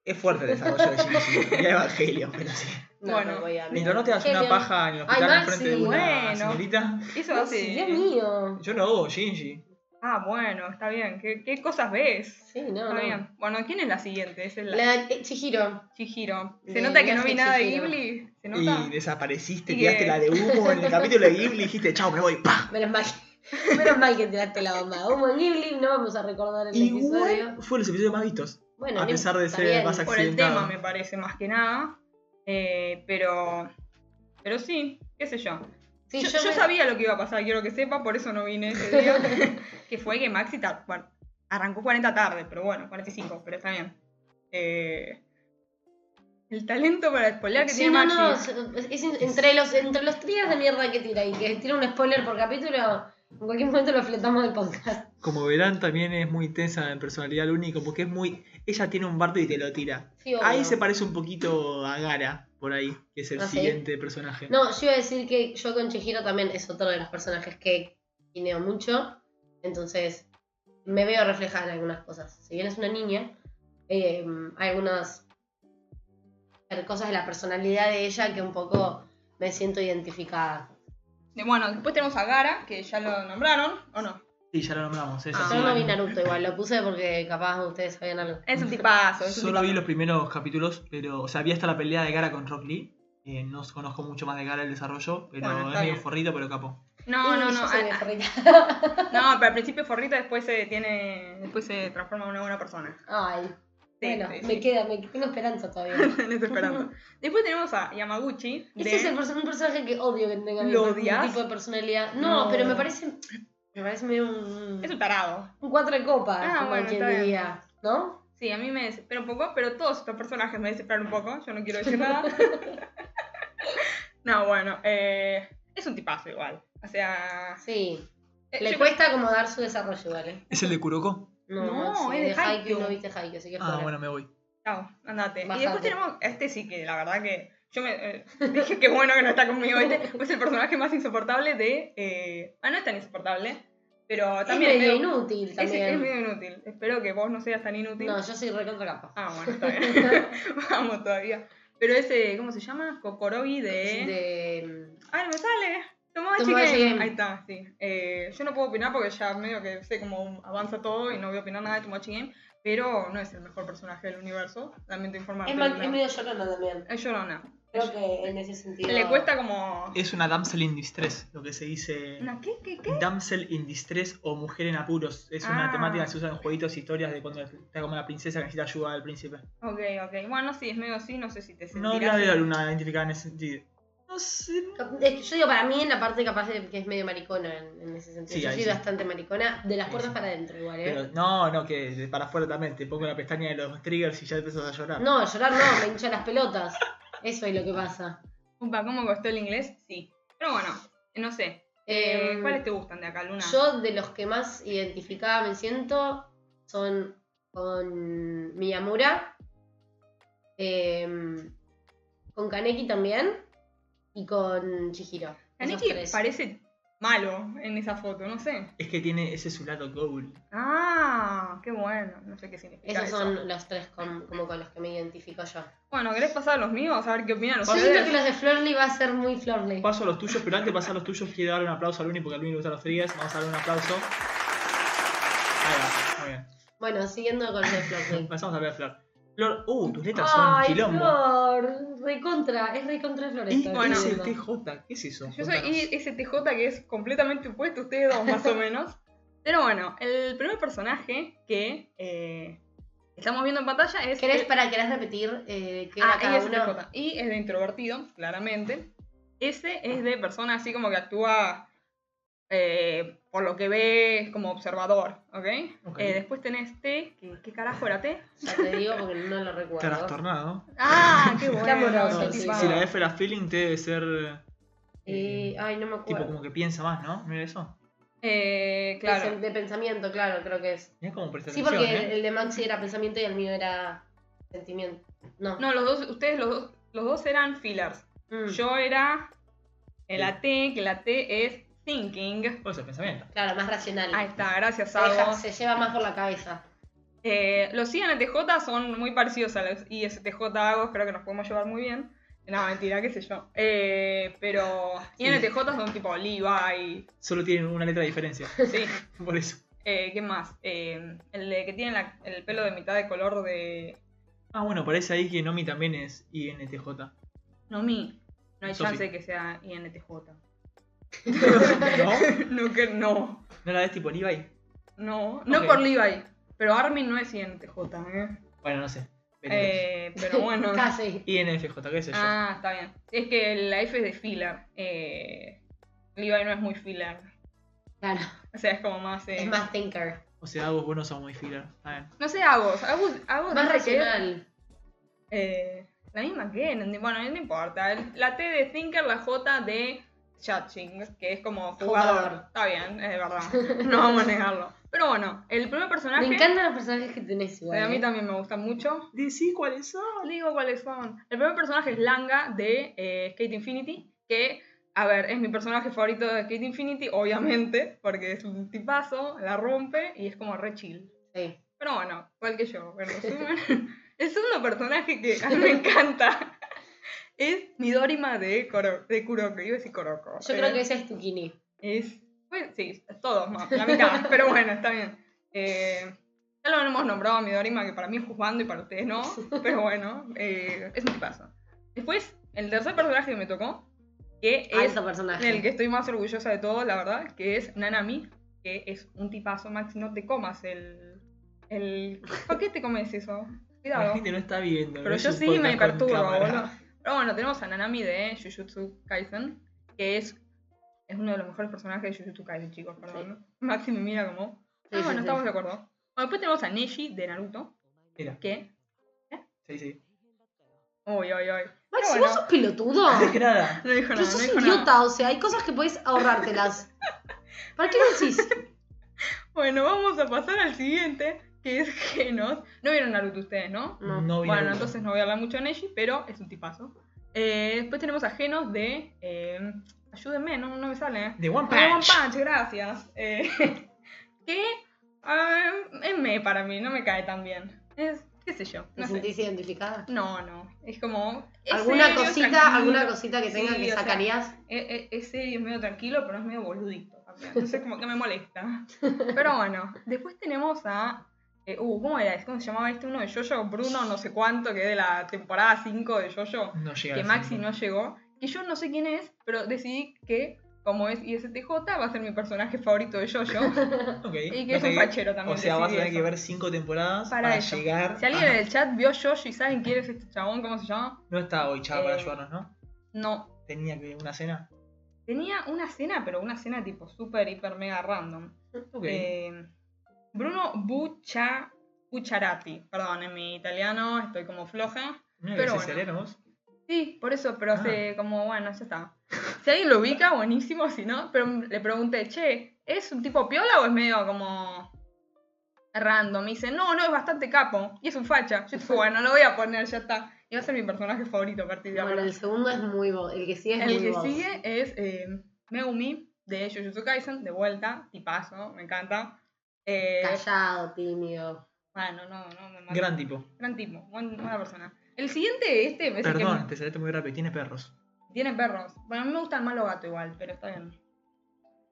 Es fuerte el desarrollo de Shinji. y Evangelio, pero sí. No, Bueno, no voy a Mientras no te das una Evangelion. paja en el hospital Ay, enfrente de Maxi, una bueno. señorita. Eso No, hace. Pues sí, Dios mío. Yo no hago Shinji. Ah, bueno, está bien. ¿Qué, qué cosas ves? Sí, no, Está no. bien. Bueno, ¿quién es la siguiente? Esa Es la, La eh, Chihiro. Chihiro. ¿Se De nota que no vi viaje nada de Chihiro. Ghibli? ¿Se nota? Y desapareciste, Y tiraste que- la de humo en el capítulo de Ghibli y dijiste, chao, me voy, pa. Menos mal, menos mal que tiraste la bomba. Humo en Ghibli, no vamos a recordar el episodio. Igual fue los episodios más vistos. Bueno, a no pesar de importa, ser bien. más Por el tema, accidentado. me parece, más que nada. Eh, pero. Pero sí, qué sé yo. Sí, yo yo, yo me- sabía lo que iba a pasar, quiero que sepa, por eso no vine ese día. que fue que Maxi ta- bueno, arrancó 40 tarde, pero bueno, 45, pero está bien. Eh, el talento para spoilear que Sí, tiene no, Maxi. no, es- es in- entre los, entre los trías de mierda que tira y que tira un spoiler por capítulo, en cualquier momento lo fletamos del podcast. Como verán, también es muy intensa en personalidad lo único, porque es muy. Ella tiene un bardo y te lo tira. Sí, obvio. Ahí se parece un poquito a Gara, por ahí, que es el ¿Ah, sí? siguiente personaje. No, yo iba a decir que yo con Chihiro también es otro de los personajes que guineo mucho. Entonces, me veo reflejada en algunas cosas. Si bien es una niña, eh, hay algunas cosas de la personalidad de ella que un poco me siento identificada. De- Bueno, después tenemos a Gara, que ya lo nombraron, ¿o no? Sí, ya lo nombramos, es Ah, así. Yo no vi Naruto igual, lo puse porque capaz ustedes sabían algo. Es un tipazo. Es un Solo tipazo. vi los primeros capítulos, pero. O sea, vi hasta la pelea de Gara con Rock Lee. Eh, no conozco mucho más de Gara el desarrollo, pero Bueno, es está medio bien. forrito, pero capo. No, Y no, yo no. soy a- de a- Ferrita. no, pero al principio es forrita, después se tiene. Después se transforma en una buena persona. Ay, Sí, bueno, sí, me sí. queda, me tengo esperanza todavía. Tenés esperanza. Después tenemos a Yamaguchi. de- Ese Este es el perso- un personaje que odio que tenga ¿Lo un odias? tipo de personalidad. No, No. pero me parece. Me parece medio un. es un tarado. Un cuatro de copas, Ah, como bueno, quien está bien. diría. ¿No? Sí, a mí me desespera un poco, pero todos estos personajes me desesperan un poco, yo no quiero decir nada. no, bueno, eh, es un tipazo igual. O sea... Sí. eh, Le yo- cuesta como dar su desarrollo igual, ¿eh? ¿Es el de Kuroko? No, No, sí, es de Haikyuu Haikyuu. no viste Haikyuu, así que Ah, fuera. bueno, me voy. Chao, andate. Y Bajate. después tenemos a este sí que la verdad que... Yo me eh, dije que bueno que no está conmigo, ¿viste? Pues el personaje más insoportable de... eh, ah, no es tan insoportable, pero Es también... medio medio- inútil es, también. es medio inútil. Espero que vos no seas tan inútil. No, yo soy recontra capa. Ah, bueno, está bien. Vamos todavía. Pero ese, ¿cómo se llama? Kokorogi De. ¡Ay, no me sale! Tomó Tomodachi Game. Ahí está, sí. Eh, yo no puedo opinar porque ya medio que sé cómo avanza todo y no voy a opinar nada de Tomodachi Game, pero no es el mejor personaje del universo, lamento informarte. Es, mal- no. es medio llorona también. Es llorona. Creo que en ese sentido. Le cuesta como. Es una damsel in distress, lo que se dice. ¿Una qué? ¿Qué? ¿Qué? Damsel in distress o mujer en apuros. Es una Ah. temática que se usa en jueguitos, historias de cuando está como la princesa que necesita ayuda al príncipe. Ok, ok. Bueno, sí, es medio así, no sé si te sentirás. No la veo a Luna identificada en ese sentido. No sé. Es que yo digo, para mí en la parte capaz de que es medio maricona en, en ese sentido. Sí, yo ahí soy sí. bastante maricona, de las Sí, puertas sí. para adentro igual, ¿eh? Pero no, no, que de para afuera también. Te pongo la pestaña de los triggers y ya empiezas a llorar. No, llorar no, me hincha las pelotas. Eso es lo que pasa. Upa, ¿cómo costó el inglés? Sí. Pero bueno, no sé. Eh, Em, ¿Cuáles te gustan de acá, Luna? Yo de los que más identificada me siento son con Miyamura, em, con Kaneki también y con Chihiro. Esos Kaneki tres. parece malo en esa foto, no sé. Es que tiene ese su lado gold. Ah, qué bueno. No sé qué significa. Esos eso. son los tres con- como con los que me identifico yo. Bueno, ¿querés pasar a los míos? A ver qué opinan Yo siento ustedes. que los de Florly va a ser muy Florly. Paso a los tuyos, pero antes de pasar a los tuyos quiero darle un aplauso a Luni porque a Luni le gustan los triggers. Vamos a darle un aplauso. Ahí va, muy bien. Bueno, siguiendo con los de Florly. Pasamos a ver a Flor. Flor, uh, tus letras son Ay, quilombo. Flor, recontra, es recontra ¿Y Floresta. Bueno. qué es el TJ? ¿Qué es eso? Yo Contanos. soy ISTJ, que es completamente opuesto a ustedes dos, más o menos. Pero bueno, el primer personaje que eh, estamos viendo en pantalla es. ¿Querés, el- para, querés repetir eh, qué era Ah, cada ISTJ. uno? Y es de introvertido, claramente. Ese es de persona así como que actúa eh, por lo que ve como observador, ¿ok? Ok. Eh, después tenés T, que, ¿qué carajo era T? Ya te digo porque no lo recuerdo. Trastornado. Ah, qué bueno. amoroso, si, qué sí. tipado. si la F era feeling, te debe ser. Eh, ay, no me tipo, acuerdo. como que piensa más, ¿no? Mira eso. Eh, Es claro. el de pensamiento, claro, creo que es. Mira cómo presta Sí, atención. porque el, ¿eh? el de Maxi era pensamiento y el mío era sentimiento. No. No, los dos, ustedes los dos, los dos eran fillers. Mm. Yo era en la T, que la T es thinking. Puede ser pensamiento. Claro, más racional. Ahí está, gracias, Se, deja- Sabo. se lleva más por la cabeza. Eh, los INTJ son muy parecidos a los ISTJ Agos, creo que nos podemos llevar muy bien. No, mentira, qué sé yo. Eh, pero Sí. INTJ son tipo Levi, Solo tienen una letra de diferencia. sí. Por eso. Eh, ¿Qué más? Eh, el de que tiene la- el pelo de mitad de color de Ah, bueno, parece ahí que Nomi también es INTJ. Nomi. No hay Sofi. chance de que sea INTJ. ¿No? no, que no. ¿No la ves tipo Levi? No, no Ok. por Levi. Pero Armin no es INTJ, ¿eh? Bueno, no sé. Veremos. Eh, pero bueno. Casi. INFJ, qué sé yo. Ah, está bien. Es que la F es de filler. Eh, Levi no es muy filler. Claro. O sea, es como más. eh, Es más thinker. O sea, vos, vos no sos muy filler. Está bien. No sé, Agos. Agos, Agos Más dice que es, racional. eh, la misma que. no- Bueno, no importa. El- La T de Thinker, la J de Chatching, que es como jugador. Jugador. Está bien, es verdad. No vamos a negarlo. Pero bueno, el primer personaje. Me encantan los personajes que tenés igual. a mí ¿eh? también me gusta mucho. Decí cuáles son. Digo cuáles son. El primer personaje es Langa de eh, Skate Infinity, que, a ver, es mi personaje favorito de Skate Infinity, obviamente, porque es un tipazo, la rompe y es como re chill. Sí. Pero bueno, igual que yo, en resumen. El segundo personaje que a mí me encanta es Midorima de, Koro- de Kuroko. Yo decía Kuroko. Yo eh. creo que ese es Tukini. Es. Pues, sí, todos, no, la mitad. pero bueno, está bien. Eh, ya lo hemos nombrado a Midorima, que para mí es juzgando y para ustedes no. Pero bueno, eh, es un tipazo. Después, el tercer personaje que me tocó, que es Alto personaje. el que estoy más orgullosa de todos, la verdad, que es Nanami, que es un tipazo, Max. No te comas el. el... ¿Por qué te comes eso? La Cuidado. gente no está viendo. Pero no es yo un sí me podcast con perturbo, cámara. boludo. Pero bueno, tenemos a Nanami de Jujutsu Kaisen, que es, es uno de los mejores personajes de Jujutsu Kaisen, chicos, perdón. Maxi me mira como. Sí, Ah, sí, bueno, sí. estamos de acuerdo. Bueno, después tenemos a Neji de Naruto, Mira, que. sí, sí. Uy, uy, uy. Pero Maxi, bueno, vos sos pelotudo. Antes que nada. no dijo Pero nada, no sos dijo idiota, nada. o sea, hay cosas que podés ahorrártelas. ¿Para qué lo decís? Bueno, vamos a pasar al siguiente, que es Genos. No vieron Naruto ustedes, ¿no? No. No vi Bueno, Naruto. entonces no voy a hablar mucho de Neji, pero es un tipazo. Eh, después tenemos a Genos de. eh, ayúdenme, no, no me sale, ¿eh? De One Dragon Punch. Punch, gracias. Eh, que ah, es me para mí, no me cae tan bien. Es, qué sé yo, ¿Te no sé. sentís identificada? No, no, es como... es ¿Alguna serio, cosita, tranquilo. alguna cosita que Sí, tenga o que sea, sacarías? Es, es- es serio, E, es medio tranquilo, pero es medio boludito también. Entonces como que me molesta. Pero bueno, después tenemos a Eh, uh, ¿cómo era? ¿Cómo se llamaba este uno de Yoyo? Bruno no sé cuánto, que es de la temporada 5 de Yoyo, No llega. que al Maxi cinco. no llegó. Que yo no sé quién es, pero decidí que, como es ISTJ, va a ser mi personaje favorito de Yoyo. Ok, Y que vas es a un tener- fachero también. O sea, vas a decidí tener que eso. ver cinco temporadas para, Para eso. llegar. Si alguien a- en el chat vio Yoyo y saben quién es este chabón, ¿cómo se llama? No está hoy, chaval, para Eh, ayudarnos, ¿no? No. Tenía que una cena. Tenía una cena, pero una cena tipo súper, hiper, mega random. Ok. Eh, Bruno Bucha, Bucciarati. Perdón, en mi italiano estoy como floja. ¿No pero pero bueno. vos? Sí, por eso, pero Ah. hace como, bueno, ya está. Si alguien lo ubica, buenísimo, si no, pero le pregunté, che, ¿es un tipo piola o es medio como random? Me dice, no, no, es bastante capo y es un facha. Yo dije, bueno, lo voy a poner, ya está. Y va a ser mi personaje favorito a partir de Bueno, ahora. el segundo es muy bo- El que sigue es El muy que bobo. sigue es eh, Megumi de Jujutsu Kaisen, de vuelta, tipazo, me encanta. Eh, Callado, tímido. bueno, Ah, no, no, me mata. Gran tipo. Gran tipo, buen- buena persona. El siguiente, este, es el que Perdón, te saliste muy rápido. Tiene perros. Tiene perros. Bueno, a mí me gustan más los gatos igual, pero está bien.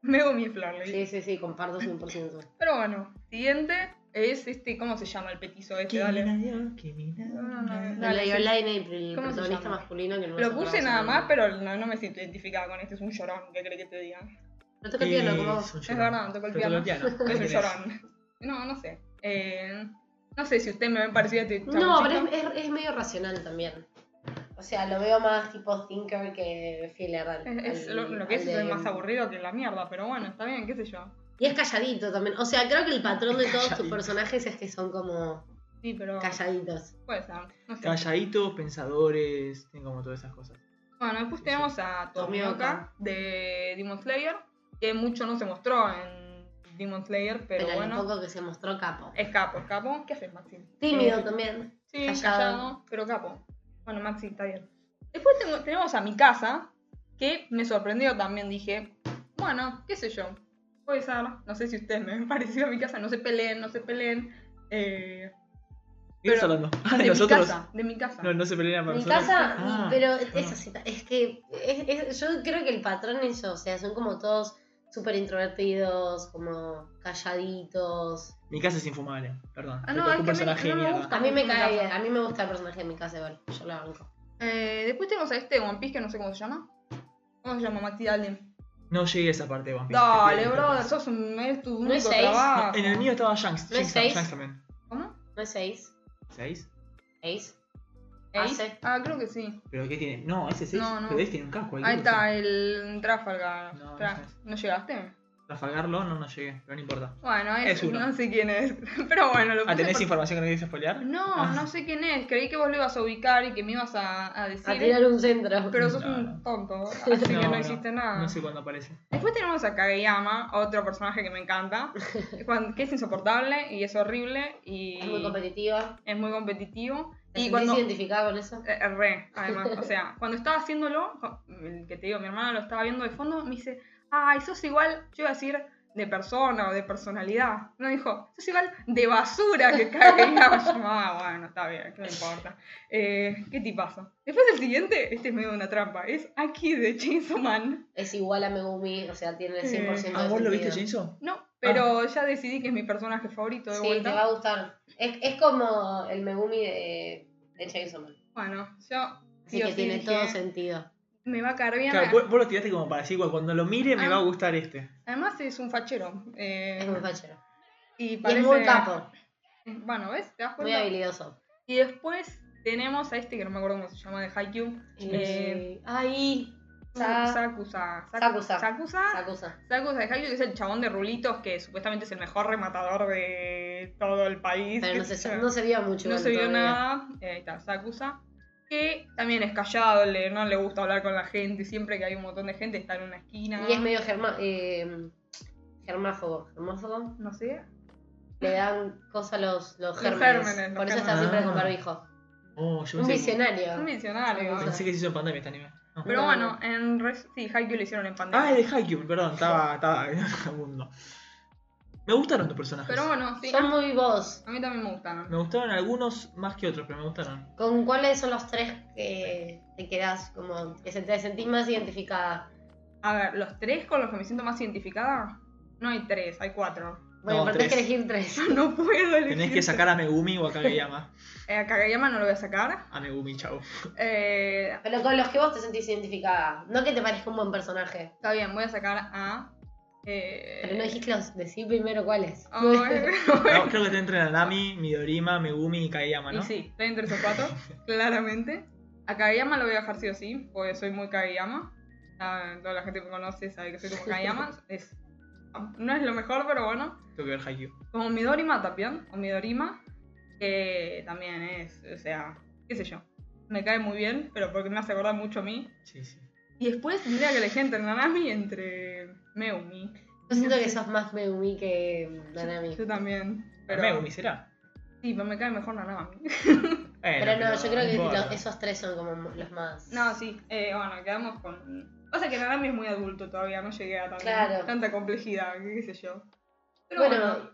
Mego mi flor, le dije. Sí, sí, sí, comparto 100%. Pero bueno, siguiente es este, ¿cómo se llama el petizo este? Dale. No, no, no, Eh, Dale, dale, sí. y Online, el ¿Cómo se protagonista llama? masculino que no Lo se puse conoce nada bien. más, pero no, no me siento identificada con este, es un llorón, ¿qué crees que te diga? No toca el piano, como vos. Es verdad, tocó el piano. Es un llorón. llorón. No, no sé. Eh, no sé si usted me ven parecido a este No, chaboncito. pero es, es- es medio racional también. O sea, lo veo más tipo thinker que feeler. al- Es- es al- lo, lo que es, al de- soy más aburrido que la mierda, pero bueno, está bien, qué sé yo. Y es calladito también. O sea, creo que el patrón de todos tus Calladito. personajes es que son como Sí, pero calladitos. puede ser, no sé. Calladitos, pensadores, tienen como todas esas cosas. Bueno, después tenemos a Tomioka Tomioka. de Demon Slayer, que mucho no se mostró en Demon Slayer, pero, Pero, Eh, el bueno, poco que se mostró capo. es capo, es capo. ¿Qué haces, Maxi? Tímido Eh, también. Sí, callado. callado. pero capo. Bueno, Maxi, está bien. Después tengo- tenemos a mi casa, que me sorprendió también, dije, bueno, qué sé yo, puede ser, no sé si ustedes me han parecido a mi casa, no se peleen, no se peleen. Eh, ¿Qué estás Pero- hablando? Ah, de de mi nosotros. casa, de mi casa. No, no se pelean para Mi nosotros. casa, Ah, pero perdón. eso sí, es que es- es- yo creo que el patrón es yo, o sea, son como todos súper introvertidos, como calladitos. Mi casa es infumable, perdón. Ah, Ah, no, no, es un que a mí- personaje no me de mierda. gusta. A mí me Mi casa. cae bien, a mí me gusta el personaje de mi casa igual, yo lo banco. Eh, después tenemos a este One Piece que no sé cómo se llama. ¿Cómo se llama, Maxi? Dale. No llegué a esa parte de One Piece. Te Dale, pido brother, disculpas. sos un, es tu único es seis? trabajo. No, en el mío estaba Shanks. ¿No es Shanks, seis? Shanks también. ¿Cómo? ¿No es 6? ¿Seis? ¿6? ¿Ace? Ace. Ah, creo que sí. ¿Pero qué tiene? No, ese es seis. No, no. Pero este tiene un casco. Ahí boludo. está, eh. el Trafalgar. No, Tra- no es. ¿No llegaste? Trafalgarlo, no, no llegué, pero no importa. Bueno, es, Es uno. no sé quién es. Pero bueno, lo Ah, puse ¿tenés por- información que no quieres spoilear? No, Ah. no sé quién es. Creí que vos lo ibas a ubicar y que me ibas a, a A decir. tirar un centro. Pero sos No, un no. tonto, así que no hiciste nada. No sé cuándo aparece. Después tenemos a Kageyama, otro personaje que me encanta, cuan- que es insoportable y es horrible y Es muy competitiva. es muy competitivo. ¿Te Y sentís cuando, identificada con eso? Eh, Re, además. O sea, cuando estaba haciéndolo, co- el que te digo, mi hermana lo estaba viendo de fondo, me dice, ay, sos igual, yo iba a decir de persona o de personalidad. No dijo, sos igual de basura que cae. ah, bueno, está bien, no importa. Eh, ¿Qué tipazo? Después el siguiente, este es medio una trampa, es Aki de Chainsaw Man. Es igual a Megumi, o sea, tiene el 100% de Ah, ¿vos lo viste, sentido. Jason? No, pero ya decidí que es mi personaje favorito de Ah. Sí, te va vuelta. a gustar. Es, es como el Megumi de, de Chainsaw Man. Bueno, yo Así Sí, que sí, tiene dije- todo sentido. me va a caer bien. Claro, vos, vos lo tiraste como para decir, "Bueno, cuando lo mire me Ah. va a gustar este. Además es un fachero. eh, Es muy fachero. y, Y parece, es muy capo, Bueno, ¿ves? ¿Te das muy cuenta? habilidoso. Y después tenemos a este que no me acuerdo cómo se llama de Haikyuu. Eh, Eh, Ay, Sa- Sakusa. Sakusa. Sakusa. Sakusa. Sakusa de Haikyuu, que es el chabón de rulitos que supuestamente es el mejor rematador de todo el país. Pero no qué sé se, yo. no se vio mucho. No igual se vio todavía. nada. Eh, Ahí está, Sakusa. Que también es callado, le- no le gusta hablar con la gente. Siempre que hay un montón de gente está en una esquina. Y es medio germa, eh, germáfobo. ¿Germáfobo? No sé. Le dan cosas a los, los Los gérmenes. gérmenes, los Por eso está gérmenes. siempre con Ah. barbijo. Oh, yo Un pensé, Es un visionario. visionario. pensé que se hizo en pandemia este anime. No. Pero No. bueno, en res- sí, Haikyuu lo hicieron en pandemia. Ah, es de Haikyuu, perdón, estaba, estaba en otro mundo. Me gustaron tus personajes. Pero bueno, sí. Son muy vos. A mí también me gustan. Me gustaron algunos más que otros, pero me gustaron. ¿Con cuáles son los tres que te quedás como que se te sentís más identificada? A ver, los tres con los que me siento más identificada. No hay tres, hay cuatro. Bueno, No, pero tenés que tres. elegir tres. No puedo elegir. Tenés que sacar a Megumi o a Kageyama. Eh, a Kageyama no lo voy a sacar. A Megumi, chau. Eh, Pero con los que vos te sentís identificada. No que te parezca un buen personaje. está bien, voy a sacar a. eh, Pero no dijiste los. Decí primero cuáles. a- bueno. No, creo que te entran Nami, Midorima, Megumi y Kageyama, ¿no? Y sí, estoy entre esos cuatro, claramente. A Kageyama lo voy a dejar sí o sí, porque soy muy Kageyama. Ah, toda la gente que me conoce sabe que soy como Kageyama. Es, no es lo mejor, pero bueno. Tengo que ver Haikyuu. Como Midorima también, o Midorima, que también es, o sea, qué sé yo. Me cae muy bien, pero porque me hace acordar mucho a mí. Sí, sí. Y después tendría que elegir entre Nanami y entre Meumi. Yo siento que sos más Megumi que Nanami. Yo también. Pero, Megumi será. Sí, pero me cae mejor Nanami. Bueno, Pero no, yo creo que importa. los- esos tres son como los más. No, sí, eh, bueno, quedamos con. Pasa que Nanami es muy adulto todavía, no llegué a tanta, Claro. tanta complejidad, qué sé yo. Pero Bueno, bueno,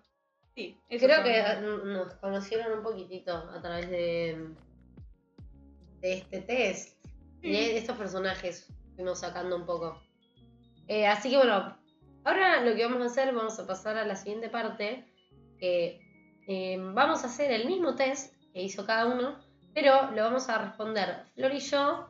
sí, eso Creo son. que mm, nos conocieron un poquitito a través de, de este test. Y de ¿eh? estos personajes fuimos sacando un poco. Eh, así que bueno, ahora lo que vamos a hacer, vamos a pasar a la siguiente parte. que, eh, vamos a hacer el mismo test que hizo cada uno, pero lo vamos a responder Flor y yo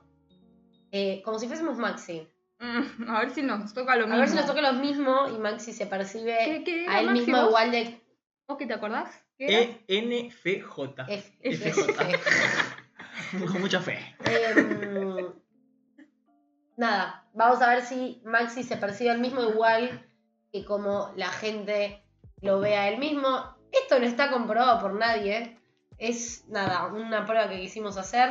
eh, como si fuésemos Maxi. Mm, a ver si nos toca lo A mismo. ver si nos toca lo mismo y Maxi se percibe ¿Qué, qué a era, él Maxi, mismo vos? igual de ¿Vos qué te acordás? ¿Qué Eh, E era? ENFJ. F- FJ. F- Con mucha fe. Em, nada, vamos a ver si Maxi se percibe al mismo igual que como la gente lo ve a él mismo. Esto no está comprobado por nadie. Es nada, una prueba que quisimos hacer.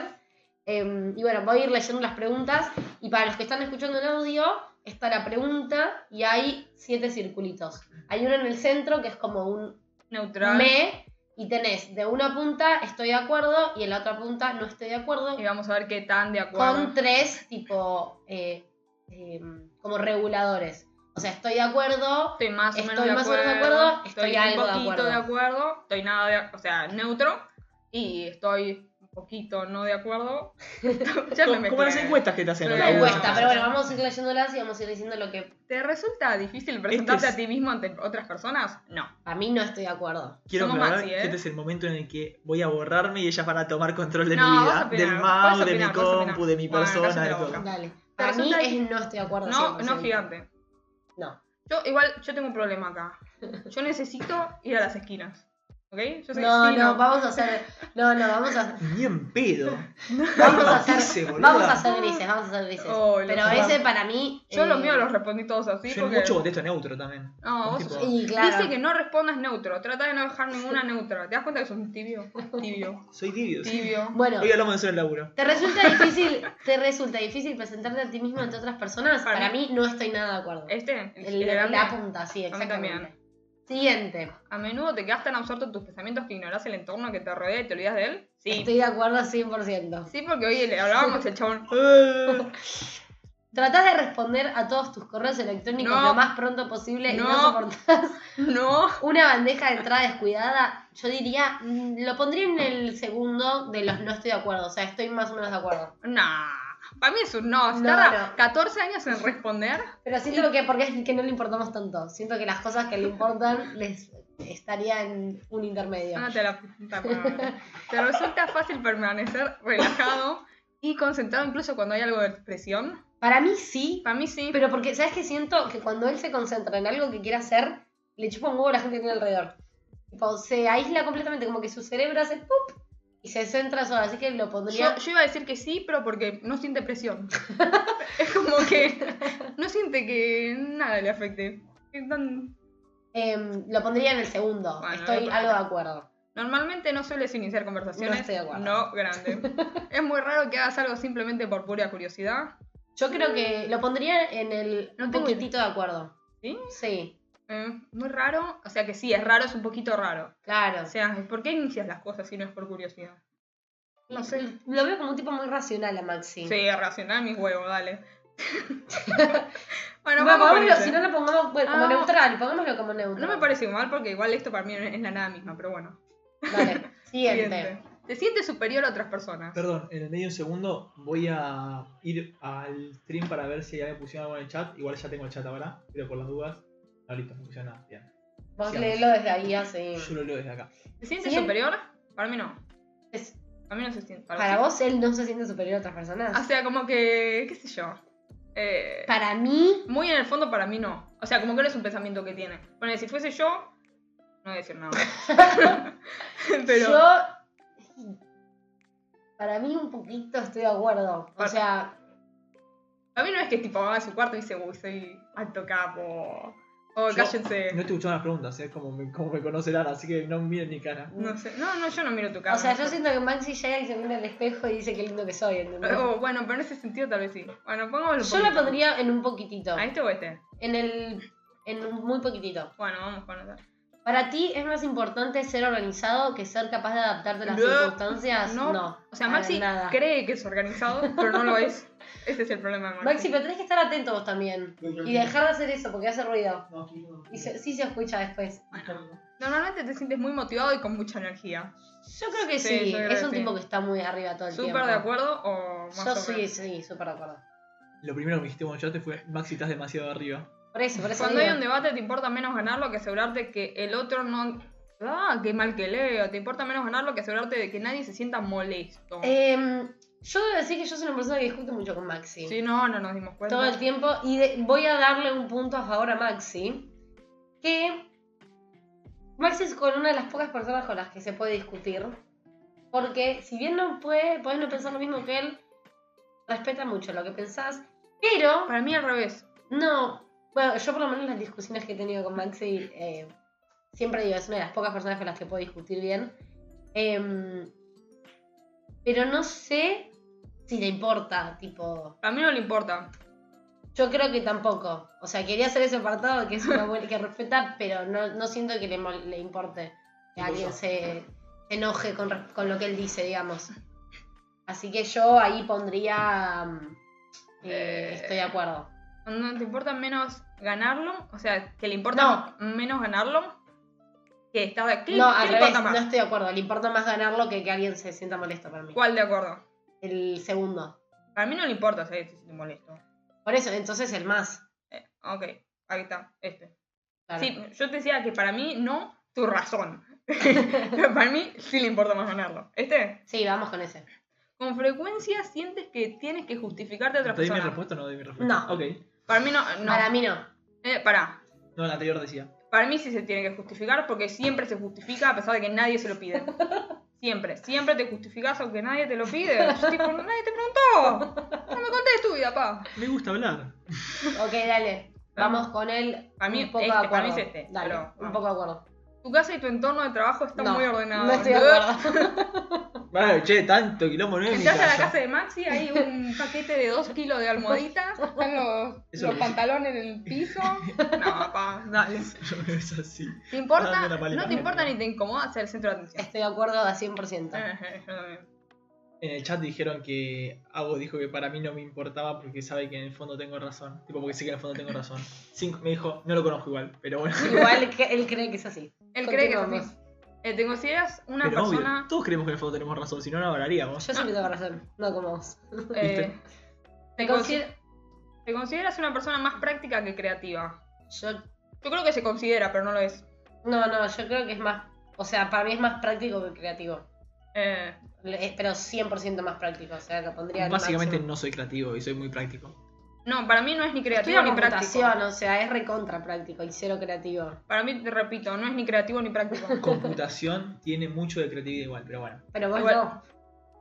Em, y bueno, voy a ir leyendo las preguntas. Y para los que están escuchando en audio, está la pregunta y hay siete circulitos. Hay uno en el centro que es como un Neutral. me y tenés de una punta estoy de acuerdo y en la otra punta no estoy de acuerdo Y vamos a ver qué tan de acuerdo. con tres tipo eh, eh, como reguladores. O sea, estoy de acuerdo. Estoy más o Estoy menos de más o acuerdo. menos de acuerdo, Estoy, estoy algo un de poquito acuerdo. de acuerdo. Estoy nada de. O sea, neutro. Y estoy un poquito no de acuerdo. ya me Como como las mezclé. encuestas que te hacen. Pero acá, La bueno. encuesta, pero bueno, vamos a ir leyéndolas y vamos a ir diciendo lo que ¿Te resulta difícil presentarte Este es- a ti mismo ante otras personas? No. a mí no estoy de acuerdo. Quiero Somos aclarar Maxi, que ¿eh? este es el momento en el que voy a borrarme y ellas van a tomar control de No, mi vas vida. a opinar, del vas mouse, a de mi opinar, vas a opinar. compu, de mi Bueno, persona, cállate de la todo. boca. Dale. Pero Para mí resulta es no estoy de acuerdo. No, 100%. no gigante. No. Yo igual, yo tengo un problema acá. Yo necesito ir a las esquinas. ¿Ok? Yo soy No, sí, no, vamos a hacer. No, no, vamos a. Ni en pedo. Vamos a Matarse, hacer, boluda. vamos a hacer grises, vamos a hacer grises. Oh, lo pero sé. ese para mí. Yo eh, los míos los respondí todos así Yo en porque... mucho contesto neutro también. No, vos Tipo, sos- Y claro. Dice que no respondas neutro. Trata de no dejar ninguna neutra. ¿Te das cuenta que sos un tibio? Tibio. Soy tibio. sí. Tibio. Bueno, Hoy hablamos de eso en el laburo. ¿Te resulta difícil, te resulta difícil presentarte a ti mismo ante otras personas? Para, Para mí no estoy nada de acuerdo. Este, el, El- grande, la punta, sí, mí también. exactamente. Siguiente. a menudo te quedas tan absorto en tus pensamientos que ignorás el entorno que te rodea y te olvidas de él. Sí. Estoy de acuerdo 100%. Sí, porque hoy le hablábamos el chabón. Tratás de responder a todos tus correos electrónicos No. lo más pronto posible y no No. soportás No. una bandeja de entrada descuidada. Yo diría, mm, lo pondría en el segundo de los no estoy de acuerdo. O sea, estoy más o menos de acuerdo. Nah. Para mí es un no. Si No, tarda no. 14 años en responder. Pero siento que porque es que no le importamos tanto. Siento que las cosas que le importan les estaría en un intermedio. Ándate a la puta madre. Te resulta fácil permanecer relajado y concentrado incluso cuando hay algo de presión. Para mí sí, Para mí sí. Pero porque, ¿sabes qué? Siento que cuando él se concentra en algo que quiere hacer, le chupa un huevo a la gente que tiene alrededor. Tipo, se aísla completamente, como que su cerebro hace ¡pup! y se centra solo. Así que lo Yo, pondría. yo iba a decir que sí, pero porque no siente presión. es como que no siente que nada le afecte. Es tan- em, lo pondría en el segundo. Bueno, Estoy voy a poner- algo de acuerdo. Normalmente no sueles iniciar conversaciones. No estoy de acuerdo. no grande. es muy raro que hagas algo simplemente por pura curiosidad. Yo creo que lo pondría en el. No un tengo poquitito de acuerdo. ¿Sí? Sí, Eh, muy raro. O sea que sí, es raro, es un poquito raro. claro. O sea, ¿por qué inicias las cosas si no es por curiosidad? No sé. Lo veo como un tipo muy racional a Maxi. Sí, racional mis huevos, dale. bueno, Bueno, vamos con pongámoslo, ese. si no lo pongamos bueno, como Ah. neutral, pongámoslo como neutral. No me parece mal porque igual esto para mí es la nada misma, pero bueno. Dale, siguiente. Siguiente. Te sientes superior a otras personas. Perdón, en el medio de un segundo voy a ir al stream para ver si ya me pusieron algo en el chat. Igual ya tengo el chat ahora, pero por las dudas. No, listo, funciona bien. Vos Sí, leelo desde ahí así. Yo lo leo desde acá. ¿Se siente Bien. superior? Para mí no. Es- A mí no se siente. para vos, él no se siente superior a otras personas. O sea, como que. ¿Qué sé yo? Eh, para mí, muy en el fondo, para mí no. O sea, como que no es un pensamiento que tiene. Bueno, si fuese yo, no voy a decir nada. Pero. yo. Para mí, un poquito estoy de acuerdo. O Para- sea, A mí no es que tipo va a su cuarto y dice, uy, soy alto capo. O Yo- cállense. No te escucharon las preguntas, ¿eh? Como me, como me conocerán, así que no miren mi cara. No sé. No, no, yo no miro tu cara. o sea, yo siento que Maxi llega y se mira al espejo y dice qué lindo que soy. ¿entendés? Oh, bueno, pero en ese sentido tal vez sí. Bueno, pongámoslo. un Yo lo poquito. pondría en un poquitito. ¿A este o a este? En el. En un muy poquitito. Bueno, vamos con otra. Para ti es más importante ser organizado que ser capaz de adaptarte a las No. circunstancias. No. No. O sea, para Maxi nada. cree que es organizado, pero no lo es. Ese es el problema de Maxi, Maxi. pero tenés que estar atento vos también. Y dejar de hacer eso porque hace ruido. Y se- sí se escucha después. Normalmente te sientes muy motivado y con mucha energía. Yo creo que Sí, sí. yo creo es que un sí. tipo que está muy arriba todo el tiempo. ¿Súper de acuerdo o más Yo o sí, menos? sí, súper de acuerdo. Lo primero que me dijiste cuando yo te fue, Maxi, estás demasiado arriba. Por eso, por eso. Cuando digo. hay un debate te importa menos ganarlo que asegurarte que el otro no... Ah, qué mal que leo. Te importa menos ganarlo que asegurarte de que nadie se sienta molesto. Em, yo debo decir que yo soy una persona que discute mucho con Maxi. Si no, no nos dimos cuenta. todo el tiempo. Y de- voy a darle un punto a favor a Maxi. Que Maxi es con una de las pocas personas con las que se puede discutir. Porque si bien no puede, podés no pensar lo mismo que él, respeta mucho lo que pensás. Pero, Para mí al revés. no. Bueno, yo por lo menos las discusiones que he tenido con Maxi, eh, siempre digo, es una de las pocas personas con las que puedo discutir bien. Em, pero no sé si le importa, tipo, A mí no le importa. yo creo que tampoco. O sea, quería hacer ese apartado que es una buena, que respeta, pero no, no siento que le, mol- le importe que Tipo alguien yo. se enoje con, re- con lo que él dice, digamos. Así que yo ahí pondría. mm, eh, Eh, estoy de acuerdo. Cuando te importa menos ganarlo, o sea, que le importa menos ganarlo que estar de ¿Qué- No, qué al le revés, importa no más? estoy de acuerdo. Le importa más ganarlo que que alguien se sienta molesto para mí. ¿Cuál de acuerdo? El segundo. Para mí no le importa si si te molesto. Por eso, entonces el más. Eh, ok, ahí está, este. claro. Sí, yo te decía que para mí no, tu razón. Pero para mí sí le importa más ganarlo. ¿Este? sí, vamos con ese. Con frecuencia sientes que tienes que justificarte a otra ¿Te di mi persona. respuesta o no di mi respuesta? No. Ok. Para mí no. no. Para mí no. Eh, pará. No, la anterior decía. Para mí sí se tiene que justificar porque siempre se justifica a pesar de que nadie se lo pide. Siempre, siempre te justificas aunque nadie te lo pide. Yo tipo, nadie te preguntó. No me contés tu vida, pa. Me gusta hablar. Ok, dale. Vamos con él. Para mí un poco este, de para acuerdo. mí es este, Dale, pero un vamos. poco de acuerdo. Tu casa y tu entorno de trabajo están muy ordenados. No estoy de acuerdo. Ay, che, tanto quilombo no es mi Estás a la casa. casa de Maxi, hay un paquete de 2 kilos de almohaditas, están los, Eso los lo hice. pantalones en el piso. No, pa, dale. es así. ¿Te importa? Dame la paleta. No te importa ni te incomoda ser el centro de atención. Estoy de acuerdo a 100%. Eh, yo también. En el chat dijeron que Agos dijo que para mí no me importaba porque sabe que en el fondo tengo razón. Tipo, porque sé que en el fondo tengo razón. Cinco, me dijo, no lo conozco igual, pero bueno. Igual que él cree que es así. Él cree que es Continuamos. así. Eh, ¿Te consideras una pero obvio, persona todos creemos que en el fondo tenemos razón, si no, no hablaríamos. Yo siempre tengo razón, no como vos. Eh, ¿Viste? Ah. te, Me consi- considero- te consideras una persona más práctica que creativa. Yo, Yo creo que se considera, pero no lo es. no, no, yo creo que es más. O sea, para mí es más práctico que creativo. Eh, Le- eh, Pero 100% más práctico. O sea, lo pondría en Básicamente máximo. no soy creativo y soy muy práctico. no, para mí no es ni creativo Estudio ni práctico. computación, o sea, es recontra práctico y cero creativo. Para mí, te repito, no es ni creativo ni práctico. Computación tiene mucho de creatividad igual, pero bueno. Pero vos Igual- no.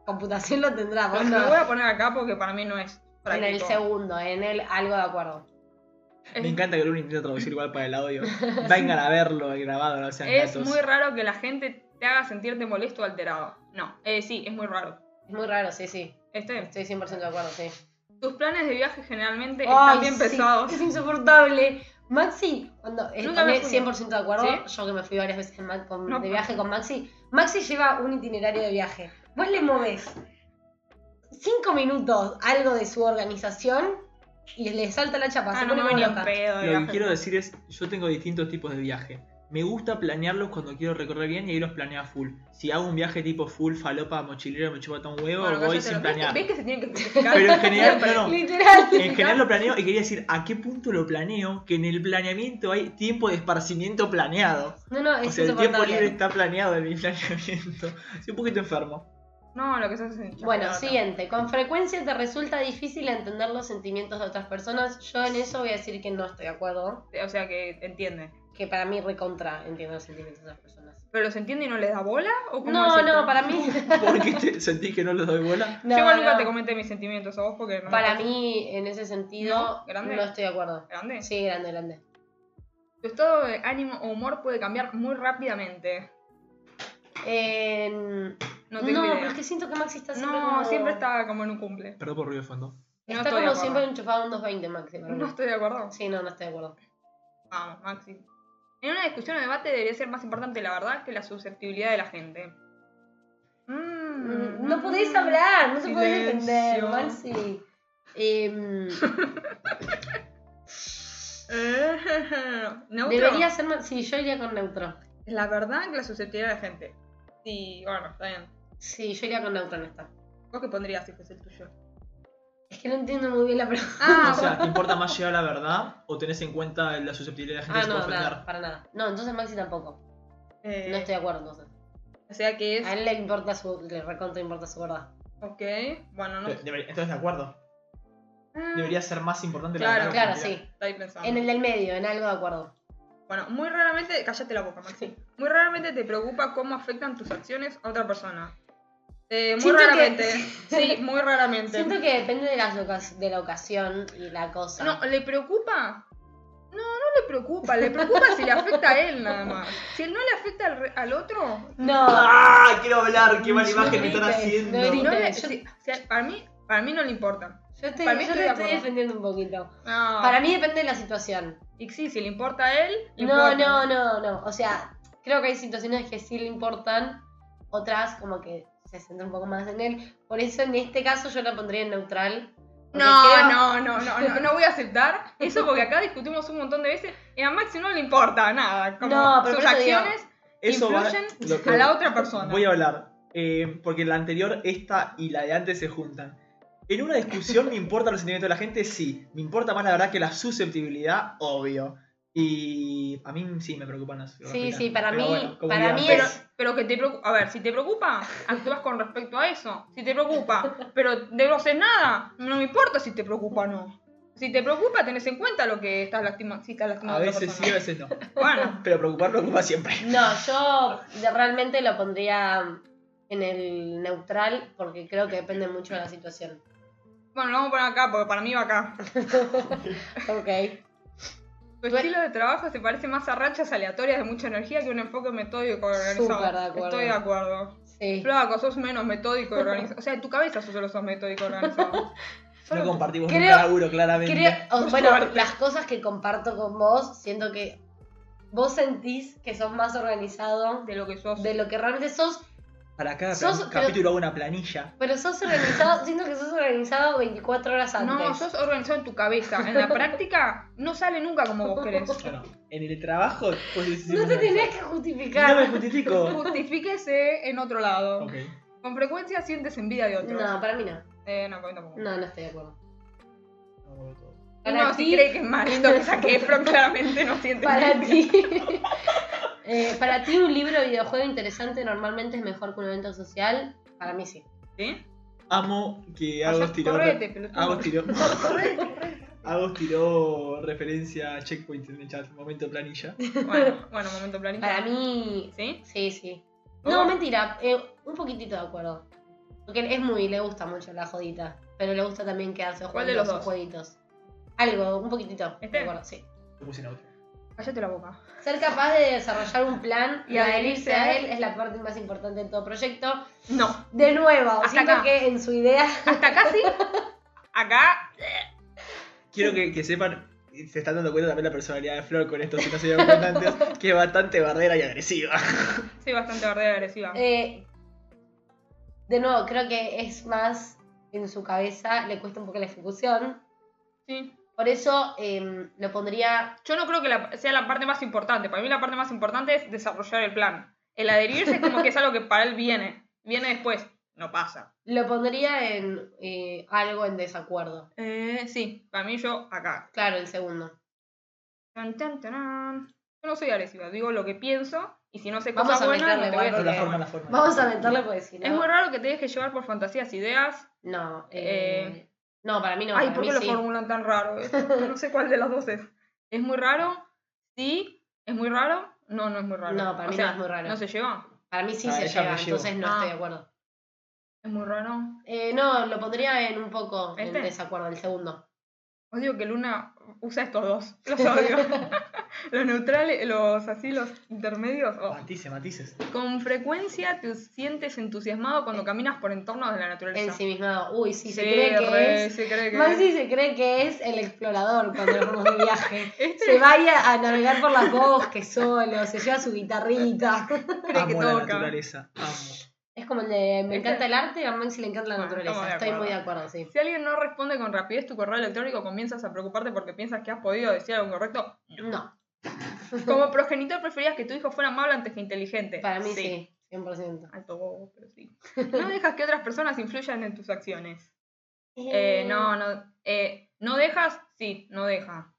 Computación lo tendrás, vos Lo voy no. a poner acá porque para mí no es En práctico. el segundo, en el algo de acuerdo. Es- Me encanta que Luna intenta traducir igual para el audio. Vengan a verlo, el grabado, no sean Es gatos. muy raro que la gente te haga sentirte molesto o alterado. No, eh, sí, es muy raro. Es muy raro, sí, sí. Este, Estoy 100% de acuerdo, sí. tus planes de viaje generalmente Ay, están bien sí, Ah, pesados. Es insoportable. Maxi, cuando eh, Nunca me pone fui. 100% de acuerdo, ¿Sí? yo que me fui varias veces en Ma- con- No, de pero- viaje con Maxi, Maxi lleva un itinerario de viaje. Vos le moves cinco minutos algo de su organización y le salta la chapa, Ah, se no me pone voy muy ni en loca. pedo Lo de que viaje. quiero decir es, yo tengo distintos tipos de viaje. me gusta planearlos cuando quiero recorrer bien y ahí los planeo a full. Si hago un viaje tipo full, falopa, mochilero, me chupa todo un huevo, Bueno, voy cállate, sin ¿ves- planear. ¿Ves que se tienen que justificar? Pero en general, no, no. Literal. En general lo planeo y quería decir a qué punto lo planeo, que en el planeamiento hay tiempo de esparcimiento planeado. No, no, es o sea, el tiempo insoportable. libre está planeado en mi planeamiento. Estoy un poquito enfermo. No, lo que se hace es hinchar Bueno, pelota. siguiente. Con frecuencia te resulta difícil entender los sentimientos de otras personas. Yo en eso voy a decir que no estoy de acuerdo. O sea que entiende. Que para mí recontra entiendo los sentimientos de otras personas. ¿Pero los entiende y no les da bola? ¿O cómo es No, esto? no, para mí. Porque te, sentí que no lo doy bola. No, Yo igual nunca no. te comenté mis sentimientos a vos porque no me Para parece mí, en ese sentido, ¿No? ¿Grande? no estoy de acuerdo. grande. Sí, grande, grande. Tu estado de ánimo o humor puede cambiar muy rápidamente. Eh, No no, tengo idea. pero es que siento que Maxi está siempre No, como- siempre está como en un cumple. Perdón por ruido de fondo. No Está estoy de como acuerdo. siempre enchufado un 220 Maxi. para mí. No estoy de acuerdo. Sí, no, no estoy de acuerdo. Vamos, Maxi. En una discusión o debate debería ser más importante la verdad que la susceptibilidad de la gente. Mm. Mm, No podéis hablar, no se podéis Silencio. defender, Maxi. Em, ¿Neutro? debería ser más. Sí, yo iría con neutro. La verdad que la susceptibilidad de la gente. Sí, bueno, está bien. Sí, yo iría con neutro en esta. ¿Vos qué pondrías si fuese el tuyo? Es que no entiendo muy bien la pregunta. Ah, O sea, ¿te importa más llegar a la verdad o tenés en cuenta la susceptibilidad de la gente Ah, que se no, puede ofender? nada, para nada. No, entonces Maxi tampoco. eh, No estoy de acuerdo entonces. O sea que es. A él le importa su. le recontra importa su verdad. Ok, bueno, no. Pero debería- Entonces, de acuerdo. Ah, Debería ser más importante Claro, la verdad. que la Mm. Claro, mentira. sí. Está ahí pensando. En el del medio, en algo de acuerdo. Bueno, muy raramente. Cállate la boca, Maxi. Muy raramente te preocupa cómo afectan tus acciones a otra persona. Eh, muy Siento que- raramente. Sí, muy raramente. Siento que depende de, las ocas- de la ocasión y la cosa. Ah. No, ¿le preocupa? No, no le preocupa. Le preocupa si le afecta a él nada más. Si él no le afecta al, re- al otro, no. ¡Ah! Quiero hablar, qué mala No imagen me están grites, haciendo. no si no le- Yo- si- si- para, mí, para mí no le importa. Yo te, Para mí yo estoy te de estoy acuerdo. defendiendo un poquito. No. Para mí depende de la situación. Y sí, si le importa a él, le No, importa. no, no, no. O sea, creo que hay situaciones que sí le importan, otras como que se centra un poco más en él. Por eso en este caso yo lo pondría en neutral. porque creo- No, no, no, no, no, no voy a aceptar eso porque acá discutimos un montón de veces y a Maxi no le importa nada. Como No, pero sus por eso digo- acciones Eso va- influyen lo- lo- a la otra persona. Voy a hablar. eh, porque la anterior, esta y la de antes se juntan. En una discusión me importan los sentimientos de la gente, sí. Me importa más la verdad que la susceptibilidad, obvio. Y a mí sí me preocupan las Sí, sí, para mí, como para mí digan, pero- Pero, es... pero que te preocupa, a ver, si te preocupa, actúas con respecto a eso. Si te preocupa, pero de no hacer nada, no me importa si te preocupa o no. Si te preocupa, tenés en cuenta lo que estás lastimando. Si estás lastimando A otra veces sí, a persona. veces no. Bueno, Pero preocupar preocupa siempre. No, yo de- realmente lo pondría en el neutral porque creo que depende mucho de la situación. bueno, lo vamos a poner acá porque para mí va acá. Ok. Tu estilo de trabajo se parece más a rachas aleatorias de mucha energía que un enfoque metódico y organizado. Súper de acuerdo. Estoy de acuerdo. Sí. Flaco, sos menos metódico y organizado. O sea, en tu cabeza sos solo sos metódico y organizado. No compartimos Creo- nunca laburo, claramente. Creo, o, Por bueno, suerte. las cosas que comparto con vos, siento que vos sentís que sos más organizado De lo que sos. de lo que realmente sos, Para cada Sos- plan- pero- capítulo hago una planilla. pero sos organizado, siento que sos organizado 24 horas antes. No, sos organizado en tu cabeza. En la práctica no sale nunca como vos querés. Bueno, en el trabajo, pues decís, No te bueno, tenés que No me justificar. justifico. Justifíquese en otro lado. Ok. Con frecuencia sientes envidia de otros. No, para mí no. Eh, no, para mí tampoco. No, no estoy de acuerdo. No, no, no. Para Uno sí ti- cree que es más lindo que saque pero claramente no siente Para envidia. ti. Eh, para ti un libro o videojuego interesante normalmente es mejor que un evento social. Para mí sí. ¿Sí? Amo que Allá, Agos tiró. correte, pelotudo. Agos tiró. Agos tiró referencia a checkpoint en el chat, momento planilla. Bueno, bueno, momento planito. Para mí, ¿Sí? sí, sí. ¿Vos? No, mentira, eh, un poquitito de acuerdo. Porque es muy, le gusta mucho la jodita. Pero le gusta también quedarse ¿Cuál de los jugando dos? jueguitos. Algo, un poquitito. ¿Este? De acuerdo, sí. Lo puse en auto. Cállate la boca. Ser capaz de desarrollar un plan y Y adherirse a él adherirse es la parte más importante de todo proyecto. No. De nuevo, Hasta siento acá. que en su idea. Hasta casi. Acá. Quiero que, que sepan, y se están dando cuenta también la personalidad de Flor con esto, si no se dieron cuenta antes, que es bastante bardera y agresiva. Sí, bastante verdadera agresiva. eh, de nuevo, creo que es más en su cabeza, le cuesta un poco la ejecución. Sí. Por Por eso em, lo pondría. Yo no creo que la- sea la parte más importante. Para mí la parte más importante es desarrollar el plan. El adherirse es como que es algo que para él viene. Viene después. No pasa. Lo pondría en eh, algo en desacuerdo. Eh, sí, para mí yo acá. Claro, el segundo. Tan, tan, tarán. Yo no soy agresiva. Digo lo que pienso y si no sé Vamos cosas a buenas, no meterle te voy a igual, la decir forma, nada. la forma. Vamos a meterle porque si no. Es muy raro que te dejes llevar por fantasías, ideas. No, eh, no, para mí no. Ay, para ¿por qué mí lo sí. formulan tan raro? Eh, No sé cuál de las dos es. ¿Es muy raro? Sí. ¿Es muy raro? No, no es muy raro. No, para O mí sea, no es muy raro. No se lleva. Para mí sí Ah, se ella lleva, me llevó. entonces no Ah. estoy de acuerdo. Es muy raro. Eh, no, lo pondría en un poco ¿Este? en desacuerdo, el segundo. Odio que Luna usa estos dos. Los odio. los neutrales, los así, los intermedios. oh. Matices, matices. Con frecuencia te sientes entusiasmado cuando caminas por entornos de la naturaleza. Ensimismado. Uy, sí, Eh. se Sí, cree que re, es. se cree que es. Maxi se cree que es el explorador cuando nos vamos de viaje. Este Se vaya a navegar por las bosques solo, se lleva su guitarrita. cree que Amo la toca. naturaleza. Amo. Es como el de me Este- encanta el arte, a Maxi le encanta la Bueno, naturaleza. estamos de Estoy muy de acuerdo. acuerdo, sí. Si alguien no responde con rapidez tu correo electrónico, comienzas a preocuparte porque piensas que has podido decir algo correcto. No, Como progenitor preferías que tu hijo fuera amable antes que inteligente. para mí sí, 100%. Alto bobo, pero sí. No dejas que otras personas influyan en tus acciones. Eh, no, no. eh, ¿No dejas? Sí, no deja.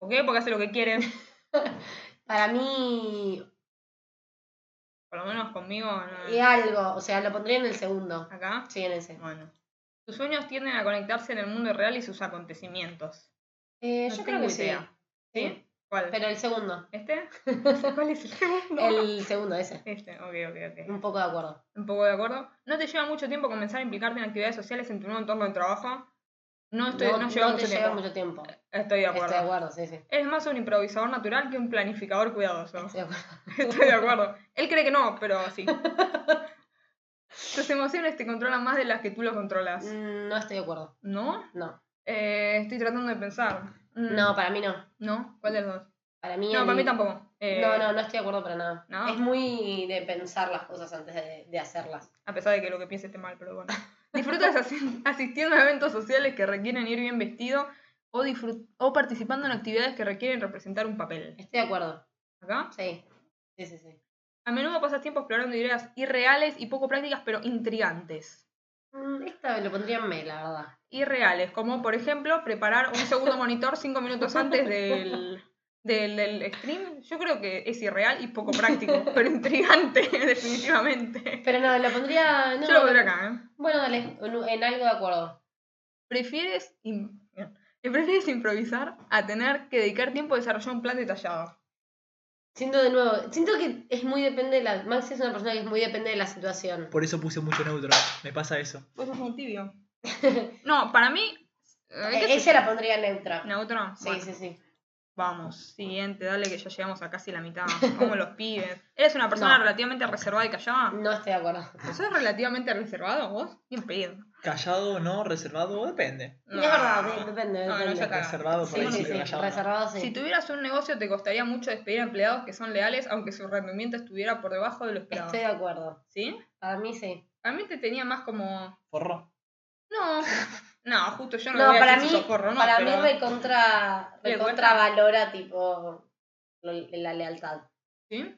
¿Por qué? Porque hace lo que quiere. Para mí, Por lo menos conmigo. no. y algo, o sea, lo pondría en el segundo. Acá. Sí, en ese. Bueno. Tus sueños tienden a conectarse en el mundo real y sus acontecimientos. Eh, No yo creo tengo que sí. idea. ¿Sí? Sí. ¿Cuál? Pero el segundo. ¿Este? ¿Cuál es el segundo? El segundo, ese. Este, ok, ok, ok. Un poco de acuerdo. Un poco de acuerdo. ¿No te lleva mucho tiempo comenzar a implicarte en actividades sociales en tu nuevo entorno de trabajo? No, estoy, no, no lleva no mucho te tiempo. lleva mucho tiempo. Estoy de acuerdo. Estoy de acuerdo, sí, sí. Es más un improvisador natural que un planificador cuidadoso. Estoy de acuerdo. Estoy de acuerdo. Él cree que no, pero sí. Tus emociones te controlan más de las que tú lo controlas. Mm, No estoy de acuerdo. ¿No? No. Eh, estoy tratando de pensar. Mm, No, para mí no. ¿No? ¿Cuál de los dos? Para mí. No, el- para mí tampoco. Eh, No, no, no estoy de acuerdo para nada. ¿no? Es muy de pensar las cosas antes de, de hacerlas. A pesar de que lo que piense esté mal, pero bueno. ¿Disfrutas asi- asistiendo a eventos sociales que requieren ir bien vestido o, disfrut- o participando en actividades que requieren representar un papel? Estoy de acuerdo. ¿Acá? Sí. Sí, sí, sí. A menudo pasas tiempo explorando ideas irreales y poco prácticas, pero intrigantes. Mm, Esta lo pondría en me, la verdad. y reales, como por ejemplo preparar un segundo monitor cinco minutos antes del, del, del stream. Yo creo que es irreal y poco práctico, pero intrigante, definitivamente. Pero no, lo pondría. No, Yo lo pondré acá, ¿eh? Bueno, dale, en, en algo de acuerdo. ¿Prefieres, im- ¿Te prefieres improvisar a tener que dedicar tiempo a desarrollar un plan detallado? Siento de nuevo, siento que es muy depende de la. Maxi es una persona que es muy depende de la situación. Por eso puse mucho neutro. Me pasa eso. Pues es muy tibio. No, para mí. eh, Eh, qué sé Ella yo. la pondría neutra. ¿Neutro? Sí, Bueno, sí, sí. Vamos, siguiente, dale que ya llegamos a casi la mitad. Como los pibes. ¿Eres una persona No. relativamente reservada y callada? No estoy de acuerdo. ¿Sos relativamente reservado vos? Bien pedido. Callado, no, reservado, depende. Es verdad, sí, depende, No, no, depende. ya cagaste. Reservado, por Sí, ahí sí, sí, sí. pero callado. no. Reservado, sí. Si tuvieras un negocio, te costaría mucho despedir a empleados que son leales, aunque su rendimiento estuviera por debajo de lo esperado. Estoy de acuerdo. ¿Sí? Para mí sí. A mí te tenía más como. Forró. No. No, justo yo no, No, voy a para decir mí, si sos forro, no, para pero- mí recontra, Le recontra valora tipo lo- la lealtad ¿Sí?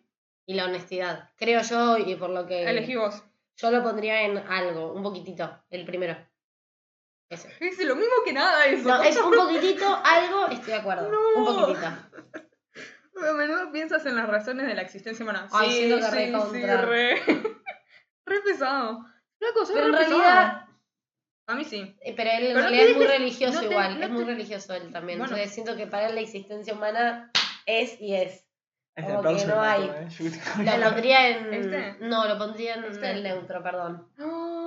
y la honestidad. Creo yo, y por lo que Elegí vos. yo lo pondría en algo, un poquitito, el primero. Ese. Es lo mismo que nada eso. No, es un poquitito, algo, estoy de acuerdo. No. Un poquitito. A menudo piensas en las razones de la existencia humana. Ay, sí, siento que sí, sí, recontra. re. re pesado. Flaco, sos Pero en re realidad, pesado. A mí sí. eh, pero él en Pero no realidad te es muy dejes- religioso no te- igual, no es muy te- religioso él también. Bueno. Entonces siento que para la existencia humana es y es. Es Como aplauso que no de hay. Marco, eh. Yo creo que- Lo pondría en. ¿Este? No, lo pondría en ¿Este? el neutro, perdón. No,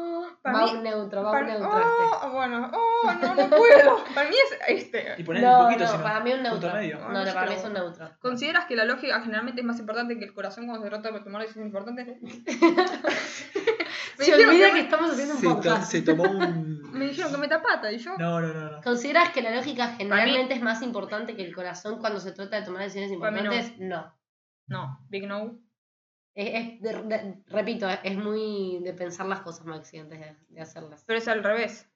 Va un neutro, va para un mí- neutro. este. oh, bueno, oh, no, no puedo. Para mí es Y este. este. poner No, un poquito, no, si no. para mí un Punto neutro. medio. No, no, para mí es un neutro. ¿Consideras que la lógica generalmente es más importante que el corazón cuando se trata de tomar decisiones importantes? me, Se dijeron olvida que que estamos haciendo un Se, to- podcast. se tomó me, me un. dijeron que me tapata y yo. No, no, no, no. ¿Consideras que la lógica generalmente es más importante que el corazón cuando se trata de tomar decisiones Para mí no. importantes? No. No, Big No. Es, es de- de- repito, es muy de pensar las cosas, Maxi, antes de, de hacerlas. Pero es al revés.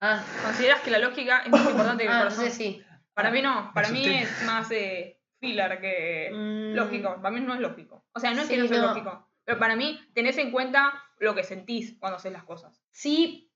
Ah, ¿Consideras que la lógica es más importante que el ah, corazón? entonces sí. Para mí no, para mí asusté. es más eh, filler que Mm. Eh, lógico. Para mí no es lógico. O sea, no es que Sí, no sea no. lógico, pero para mí tenés en cuenta lo que sentís cuando haces las cosas. Sí,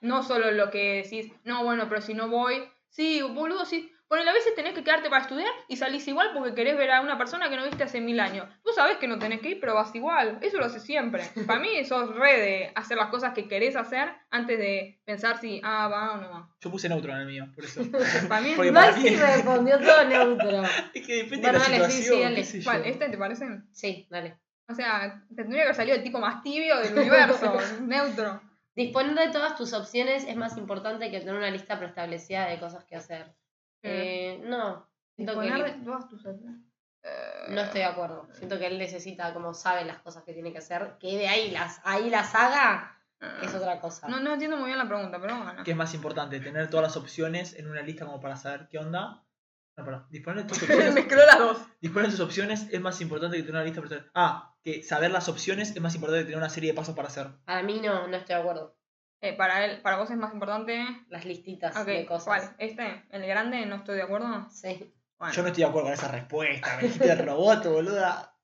No solo lo que decís, no, bueno, pero si no voy, sí, boludo, sí. Bueno, a veces tenés que quedarte para estudiar y salís igual porque querés ver a una persona que no viste hace mil años. Vos sabés que no tenés que ir, pero vas igual. Eso lo haces siempre. Para mí eso es re de hacer las cosas que querés hacer antes de pensar si, ah, va o no va. Yo puse neutro en el mío, por eso. Para mí, Porque para Maxi mí- respondió todo neutro. Es que depende Bueno, de la dale, sí, sí, situación. dale. qué sé yo. ¿cuál? ¿Este te parece? Sí, dale. O sea, te tendría que haber salido el tipo más tibio del universo, neutro. Disponer de todas tus opciones es más importante que tener una lista preestablecida de cosas que hacer. Eh, no, siento que Disponer de todas tus opciones. Eh, no estoy de acuerdo. Siento que él necesita, como sabe las cosas que tiene que hacer, que de ahí las, ahí las haga, es otra cosa. Ah. No, no entiendo muy bien la pregunta, pero bueno. ¿Qué es más importante? ¿Tener todas las opciones en una lista como para saber qué onda? No, perdón. Disponer de tus opciones. Mezcló las dos. disponer de tus opciones es más importante que tener una lista para saber- Ah, que saber las opciones es más importante que tener una serie de pasos para hacer. Para mí no, no estoy de acuerdo. Eh, para él, para vos es más importante. Las listitas Ok, de cosas. ¿cuál? ¿Este? ¿El grande? ¿No estoy de acuerdo? Sí. Bueno, Yo no estoy de acuerdo con esa respuesta. Me dijiste el robot, boluda.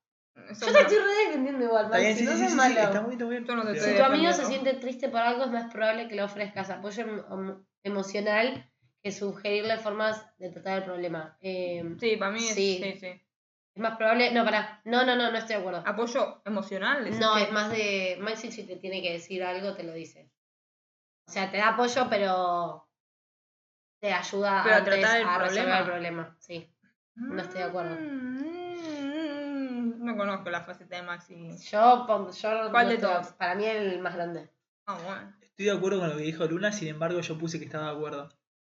eso Yo no- te estoy re defendiendo igual, Está Maxi, bien, sí, no sí, sí, seas sí, sí, malo. Está muy bien, está muy bien. Yo no te Pero- estoy Si de tu acuerdo. amigo se siente triste por algo, es más probable que le ofrezcas apoyo em- em- emocional que sugerirle formas de tratar el problema. Eh, Sí, para mí es. Sí. Sí. sí, es más probable. No, pará. No, no, no, no estoy de acuerdo. Ah, ¿Apoyo emocional? decís No, que- es más de. Maxi, si te tiene que decir algo, te lo dice. O sea, te da apoyo, pero. Te ayuda Pero a antes tratar el a resolver problema. el problema. Sí. no estoy de acuerdo. Mm, No conozco la faceta de Maxi. Yo, pon- yo ¿Cuál no de estoy- todos? Para mí, el más grande. Ah, bueno. Estoy de acuerdo con lo que dijo Luna, sin embargo yo puse que estaba de acuerdo.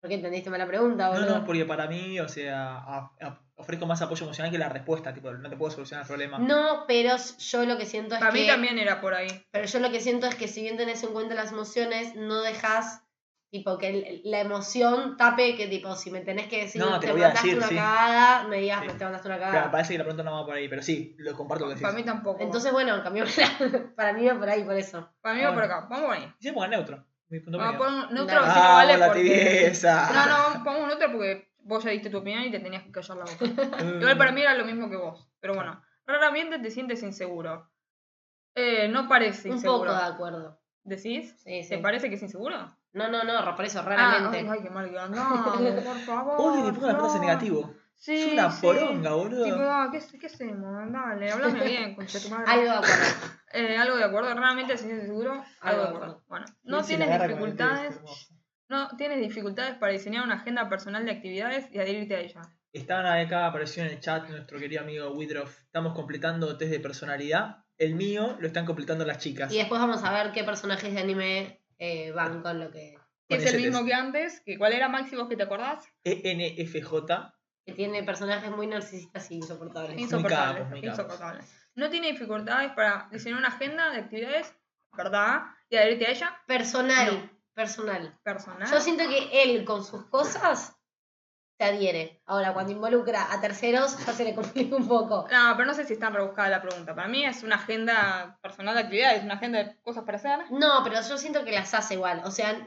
Porque entendiste mal la Ah, pregunta, No, boludo. no, porque para mí, o sea, a- a- ofrezco más apoyo emocional que la respuesta, tipo, no te puedo solucionar el problema. No, pero yo lo que siento es Para que. mí también era por ahí. Pero yo lo que siento es que si bien tenés en cuenta las emociones, no dejas tipo que el- la emoción tape que tipo si me tenés que decir No, te te, lo voy a mandaste decir, una sí. cagada, me digas Sí. me te mandaste una Claro, cagada. parece que la pregunta no va por ahí, pero sí, lo comparto lo que Para mí decís. tampoco. Entonces bueno, cambió para, para mí va por ahí, por eso. para mí va por Bueno. acá. Vamos por ahí. Sí, pongan neutro. Mi punto Vamos a medio. poner un neutro Dale. Ah, si no vale la porque... tibieza! No, no, vamos- pongamos un neutro porque vos ya diste tu opinión y te tenías que callar la boca. Igual para mí era lo mismo que vos. Pero bueno, raramente te sientes inseguro. Eh, no parece Un inseguro. poco de acuerdo. ¿Decís? Sí, sí. ¿Te parece que es inseguro? No, no, no, por eso Ah, raramente. ay, ay, qué mal que andamos, por favor. Uy, te pongo la frase no. negativo. Sí, es una sí. poronga, boludo. Tipo, ah, ¿qué, ¿qué hacemos? Dale, hablame bien, concha de tu madre. Algo de acuerdo. Eh, algo de acuerdo, raramente te sientes seguro. Algo de acuerdo. Bueno, no Sí, sí, la tienes agarra con el dedo, dificultades. es hermoso. No tienes dificultades para diseñar una agenda personal de actividades y adherirte a ella. Estaban acá, apareció en el chat nuestro querido amigo Widroff. Estamos completando test de personalidad. El mío lo están completando las chicas. Y después vamos a ver qué personajes de anime eh, van con lo que, Con es ese el mismo test. que antes. Que, ¿Cuál era, Maxi, vos que te acordás? E ENFJ. que tiene personajes muy narcisistas y insoportables. muy Insoportable. capos, muy capos. insoportable. No tiene dificultades para diseñar una agenda de actividades, ¿verdad? Y adherirte a ella Personal, No. personal. personal. Yo siento que él con sus cosas se adhiere. Ahora, cuando involucra a terceros, ya se le complica un poco. No, pero no sé si es tan rebuscada la pregunta. Para mí es una agenda personal de actividades, una agenda de cosas para hacer. No, pero yo siento que las hace igual. O sea,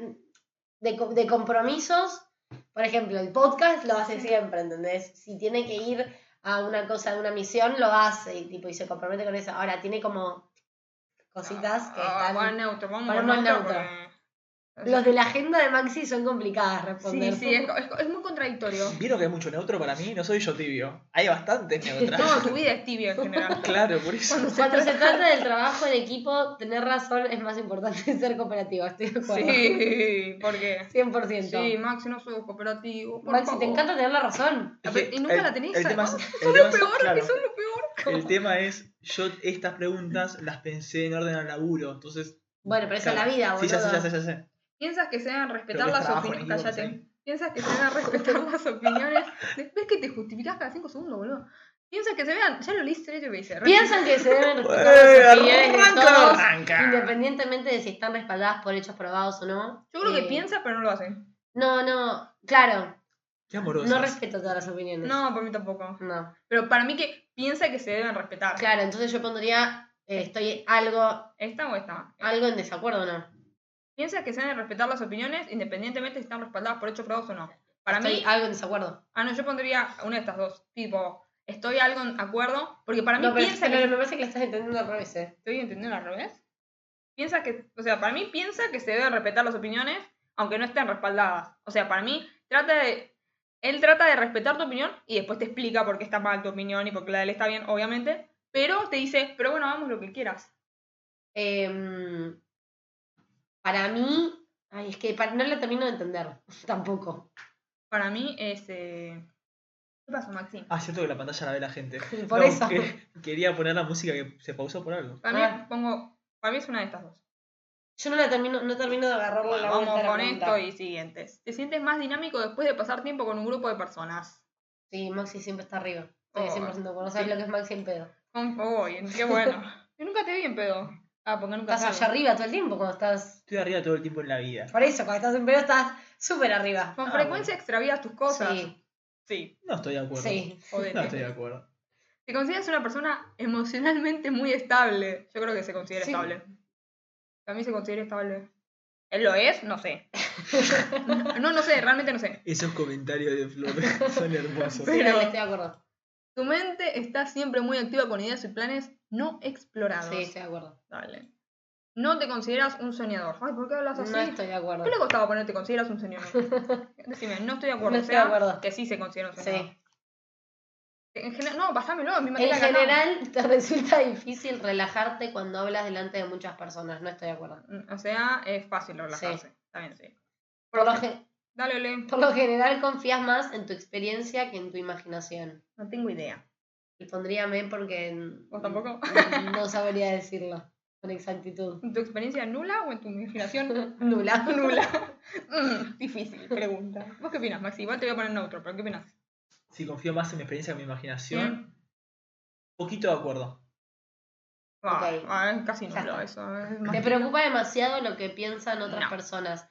de, co- de compromisos, por ejemplo, el podcast lo hace siempre, ¿entendés? Si tiene que ir a una cosa, a una misión, lo hace y, tipo, y se compromete con eso. Ahora, tiene como cositas que Ah, están... bueno, neutro, vamos para con más neutro. neutro. porque- Los de la agenda de Maxi son complicadas de Sí, responder. sí, es, es- es muy contradictorio. ¿Vieron que hay mucho neutro para mí? No soy yo tibio. Hay bastantes neutras. No, tu vida es tibia en general. Claro, por eso. Cuando se Cuando se trata- trata del trabajo en equipo, tener razón es más importante que ser cooperativa, estoy de acuerdo. Sí, porque... 100%. Sí, Maxi, no soy cooperativo. por Maxi, favor. te encanta tener la razón. Es que Ah, Y nunca el- la tenés, el tema es- además. el Son tema lo es- peor, claro. que son lo peor. El tema es, yo estas preguntas las pensé en orden al laburo, entonces... Bueno, pero esa es la claro. vida, boludo. Sí, ya sé, ya sé, ya sé. Piensas que se deben Pero respetar que es las trabajo en opiniones. equipo, Cállate. ¿sabes? Piensas que se deben respetar las opiniones. ¿Ves que te justificás cada 5 segundos, boludo? Piensas que se vean. Ya lo leí tres veces. Piensan que se deben respetar Ué, las opiniones de arranca, todos, arranca. independientemente de si están respaldadas por hechos probados o no. Yo creo que Eh, piensa, pero no lo hacen. No, no, claro, Qué amoroso. no respeto todas las opiniones. No, por mí tampoco. No. Pero para mí que piensa que se deben respetar. Claro, entonces yo pondría, eh, estoy algo, ¿Esta o esta? algo en desacuerdo, ¿no? Piensa que se deben respetar las opiniones independientemente si están respaldadas por hechos probados o no. Para Estoy mí, algo en desacuerdo. ah, no, yo pondría una de estas dos. Tipo, estoy algo en acuerdo, porque para mí No, pero, piensa que pero me parece que la estás entendiendo al revés, eh. estoy entendiendo al revés. Piensa que, o sea, para mí piensa que se deben respetar las opiniones, aunque no estén respaldadas. O sea, para mí trata de, él trata de respetar tu opinión y después te explica por qué está mal tu opinión y por qué la de él está bien, obviamente. Pero te dice, pero bueno, hagamos lo que quieras. Em, para mí, ay, es que para- no la termino de entender tampoco. Para mí es, eh, ¿qué pasó, Maxi? Ah, cierto que la pantalla la ve la gente. Por No, eso. que- quería poner la música que se pausó por algo. Para mí Ah. pongo, para mí es una de estas dos. Yo no la termino, no termino de agarrarle la vuelta Vamos a la con pregunta. esto y siguientes. Te sientes más dinámico después de pasar tiempo con un grupo de personas. Sí, Maxi siempre está arriba. Estoy Oh, 100% de acuerdo. ¿Sabes sí. lo que es Maxi en pedo? Con Fogoy, qué bueno. Yo nunca te vi en pedo. Ah, porque nunca Estás allá salgo. arriba todo el tiempo cuando estás. Estoy arriba todo el tiempo en la vida. Por eso, cuando estás en pedo estás súper arriba. Con Ah, frecuencia extravías tus cosas. Sí, Sí, No estoy de acuerdo. sí. No jodete. estoy de acuerdo. Te consideras una persona emocionalmente muy estable. Yo creo que se considera Sí. estable. También se considera estable. ¿Él lo es? No sé. no, no sé, realmente no sé. Esos comentarios de Flor son hermosos. Sí, Pero- dale, estoy de acuerdo. Tu mente está siempre muy activa con ideas y planes no explorados. Sí, estoy de acuerdo. Dale. No te consideras un soñador. Ay, ¿por qué hablas así? No estoy de acuerdo. ¿Qué le costaba poner te consideras un soñador? Decime, no estoy de acuerdo. No o estoy sea, de acuerdo. Que sí se considera un soñador. Sí. En general, no, pasámelo, a mí me En ataca acá. general, te resulta difícil relajarte cuando hablas delante de muchas personas. No estoy de acuerdo. O sea, es fácil relajarse. Está bien, sí. Por lo, ge- Dale, Ole. por lo general, confías más en tu experiencia que en tu imaginación. No tengo idea. Y pondría me porque. n- ¿Vos tampoco? n- No sabría decirlo con exactitud. ¿En tu experiencia nula o en tu imaginación Nula. nula? Mm, difícil pregunta. ¿Vos qué opinas, Maxi? Igual te voy a poner neutro, pero ¿qué opinas? Si confío más en mi experiencia que en mi Mm. imaginación, poquito de acuerdo. Ah, Ok. ah, casi Ya nulo está. eso. ¿eh? es Te más- preocupa demasiado lo que piensan otras No. personas.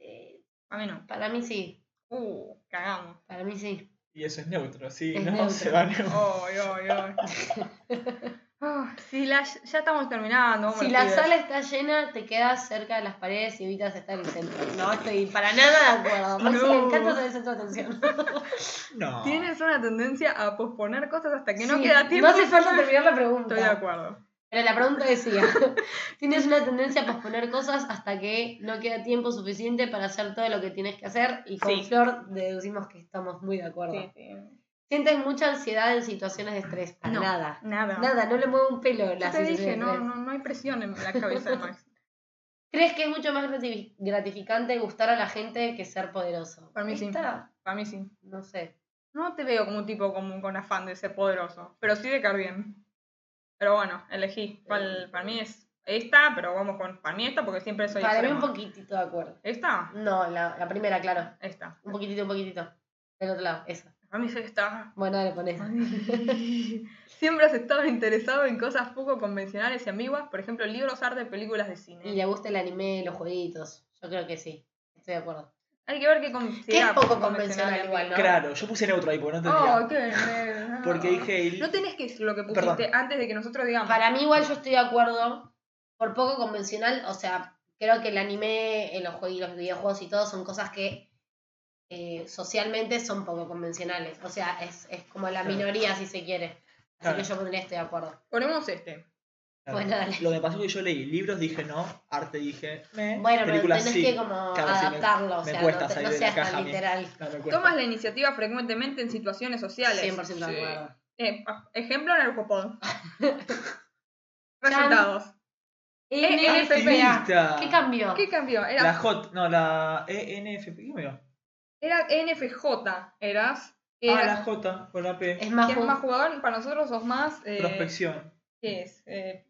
Eh, A mí no. para mí sí. Uh, cagamos. Para mí sí. Y eso es neutro, sí, Es no neutro. Oh. se va neutro. Ay, ay, ay. Ah, si la, ya estamos terminando. vamos Si los la pibes. sala está llena, te quedas cerca de las paredes y evitas estar en el centro. No estoy para nada de acuerdo. Por eso me No. encanta ser el centro de atención. No. Tienes una tendencia a posponer cosas hasta que no Sí, queda tiempo. No hace falta terminar la pregunta. Estoy de acuerdo. Pero la pregunta decía: ¿Tienes una tendencia a posponer cosas hasta que no queda tiempo suficiente para hacer todo lo que tienes que hacer? Y con Sí. Flor deducimos que estamos muy de acuerdo. Sí, sí. Sientes mucha ansiedad en situaciones de estrés. Para No. Nada. Nada. Nada, no le mueve un pelo Yo la te situación de dije, no, estrés. no, no hay presión en la cabeza de Max. ¿Crees que es mucho más gratifi- gratificante gustar a la gente que ser poderoso? Para mí sí. Esta, Para mí sí. No sé. No te veo como un tipo con, con afán de ser poderoso, pero sí de caer bien. Pero bueno, elegí. Para, mí es esta, pero vamos con. Para mí esta, porque siempre soy. Para mí un extrema. poquitito de acuerdo. ¿Esta? No, la, la primera, claro. Esta. Un poquitito, un poquitito. Del otro lado, esa. Para mí es esta. Bueno, le pones. Siempre has estado interesado en cosas poco convencionales y ambiguas, por ejemplo, libros, arte, películas de Y cine. le gusta el anime, los jueguitos. Yo creo que sí. Estoy de acuerdo. Hay que ver qué Que ah, considera es poco convencional y igual, ¿no? Claro, yo puse neutro ahí porque no entendía. Oh, qué nervio. Porque dije. el- No tenés que decir lo que pusiste Perdón. antes de que nosotros digamos. Para mí igual yo estoy de acuerdo. Por poco convencional, o sea, creo que el anime, eh, los juegos, los videojuegos y todo son cosas que eh, socialmente son poco convencionales. O sea, es, es como la Claro. minoría si se quiere. Así Claro. que yo pondría estoy de acuerdo. Ponemos este. Claro. Bueno, dale. Lo que pasó es que yo leí libros, dije no, arte dije me, Bueno, Eh, pero películas tenés sí. que como Claro, sí, me- adaptarlo, o me sea, cuesta no, te- salir no de la seas caja a tan mí. literal. No, me cuesta. Tomas la iniciativa frecuentemente en situaciones sociales. 100% de Sí. acuerdo. Eh, pa- ejemplo en el Jopón. Resultados. Ah, NFPA. Activista. ¿Qué cambió? Eh, ¿Qué cambió? La Era, J, no, la E ENFP, ¿qué me dio? era NFJ, eras. Ah, la Era, Eh, J, con la P. Es más, ¿Quién es ju- más jugador? Para nosotros sos más. eh, Prospección. ¿Qué es? Eh,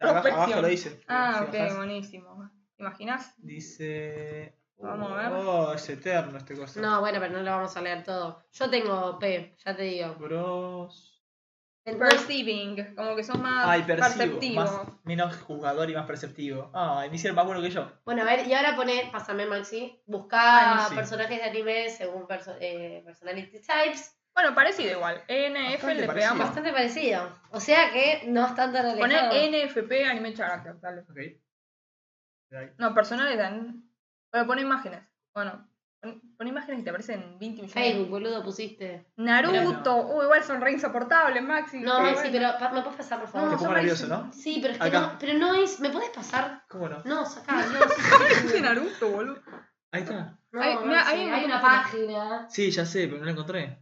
Abajo, prospección. abajo lo dice. ah, Si ok, bajás, buenísimo. ¿Te imaginas? Dice. Vamos a ver. Oh, es eterno este cosa. No, bueno, pero no lo vamos a leer todo. Yo tengo P, ya te digo. Bros. El- Perceiving, como que sos más Ay, percibo. Ah, perceptivo. Más, menos jugador y más perceptivo. Ay, me hicieron más bueno que yo. Bueno, a ver, y ahora pone, pásame Maxi, Ah, busca sí. personajes de anime según perso- eh, personality types. Bueno, parecido igual. NF Bastante le parecido. pegamos. Bastante parecido. O sea que no están tan alejados. Poné NFP Anime Character, dale. Ok. Ahí. No, personales dan. Pero pone imágenes. Bueno, Son imágenes que te aparecen 20 millones. Facebook, boludo, pusiste. Naruto. Uy, igual son re insoportables, Maxi. No, pero Maxi, bueno. pero pa- me puedes pasar, por Te favor. No. pongo son nervioso, ¿no? malísimos. Sí, pero es que Acá. no, pero no es. ¿Me podés pasar? ¿Cómo no? No, sacá, no, sí, sí, sí. Pinche Naruto, boludo. Ahí está. No, Ay, Maxi, mira, hay hay, un- una página. Sí, ya sé, pero no la encontré.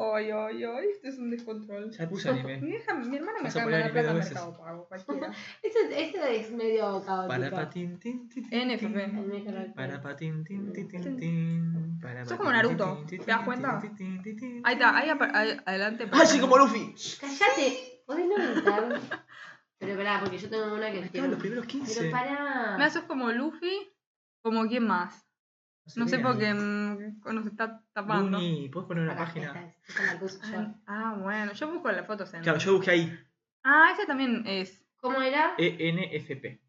Ay, ay, ay, esto es un descontrol. Ya puse anime. Mi, hija- mi hermana me Vas a acaba de poner mandar plata a anime dos Mercado Pago, cualquiera. Este, este es medio Para caótico. patín, tin, tin, tin, NFP. tin. El mejor Para actor. patín, tin, tin, tin, tin. Para Sos patín, como Naruto, tin, tin, ¿te das tin, cuenta? tin, tin, tin, tin. Ahí está, ahí apa- ahí- adelante. ¡Así Ah, como Luffy! Cállate, podés no gritar. Pero pará, porque yo tengo una que Estaba en los tiene. primeros 15. Pero pará. Me haces como Luffy, como quién más. No sé veía. por qué mm, nos está tapando. Luni, ¿puedes poner una Pará, página? esta- esta la puse yo. Ay, Ah, bueno, yo busco las fotos en. Claro, yo busqué ahí E Ah, esa también es. ¿Cómo era? Eh. ENFP.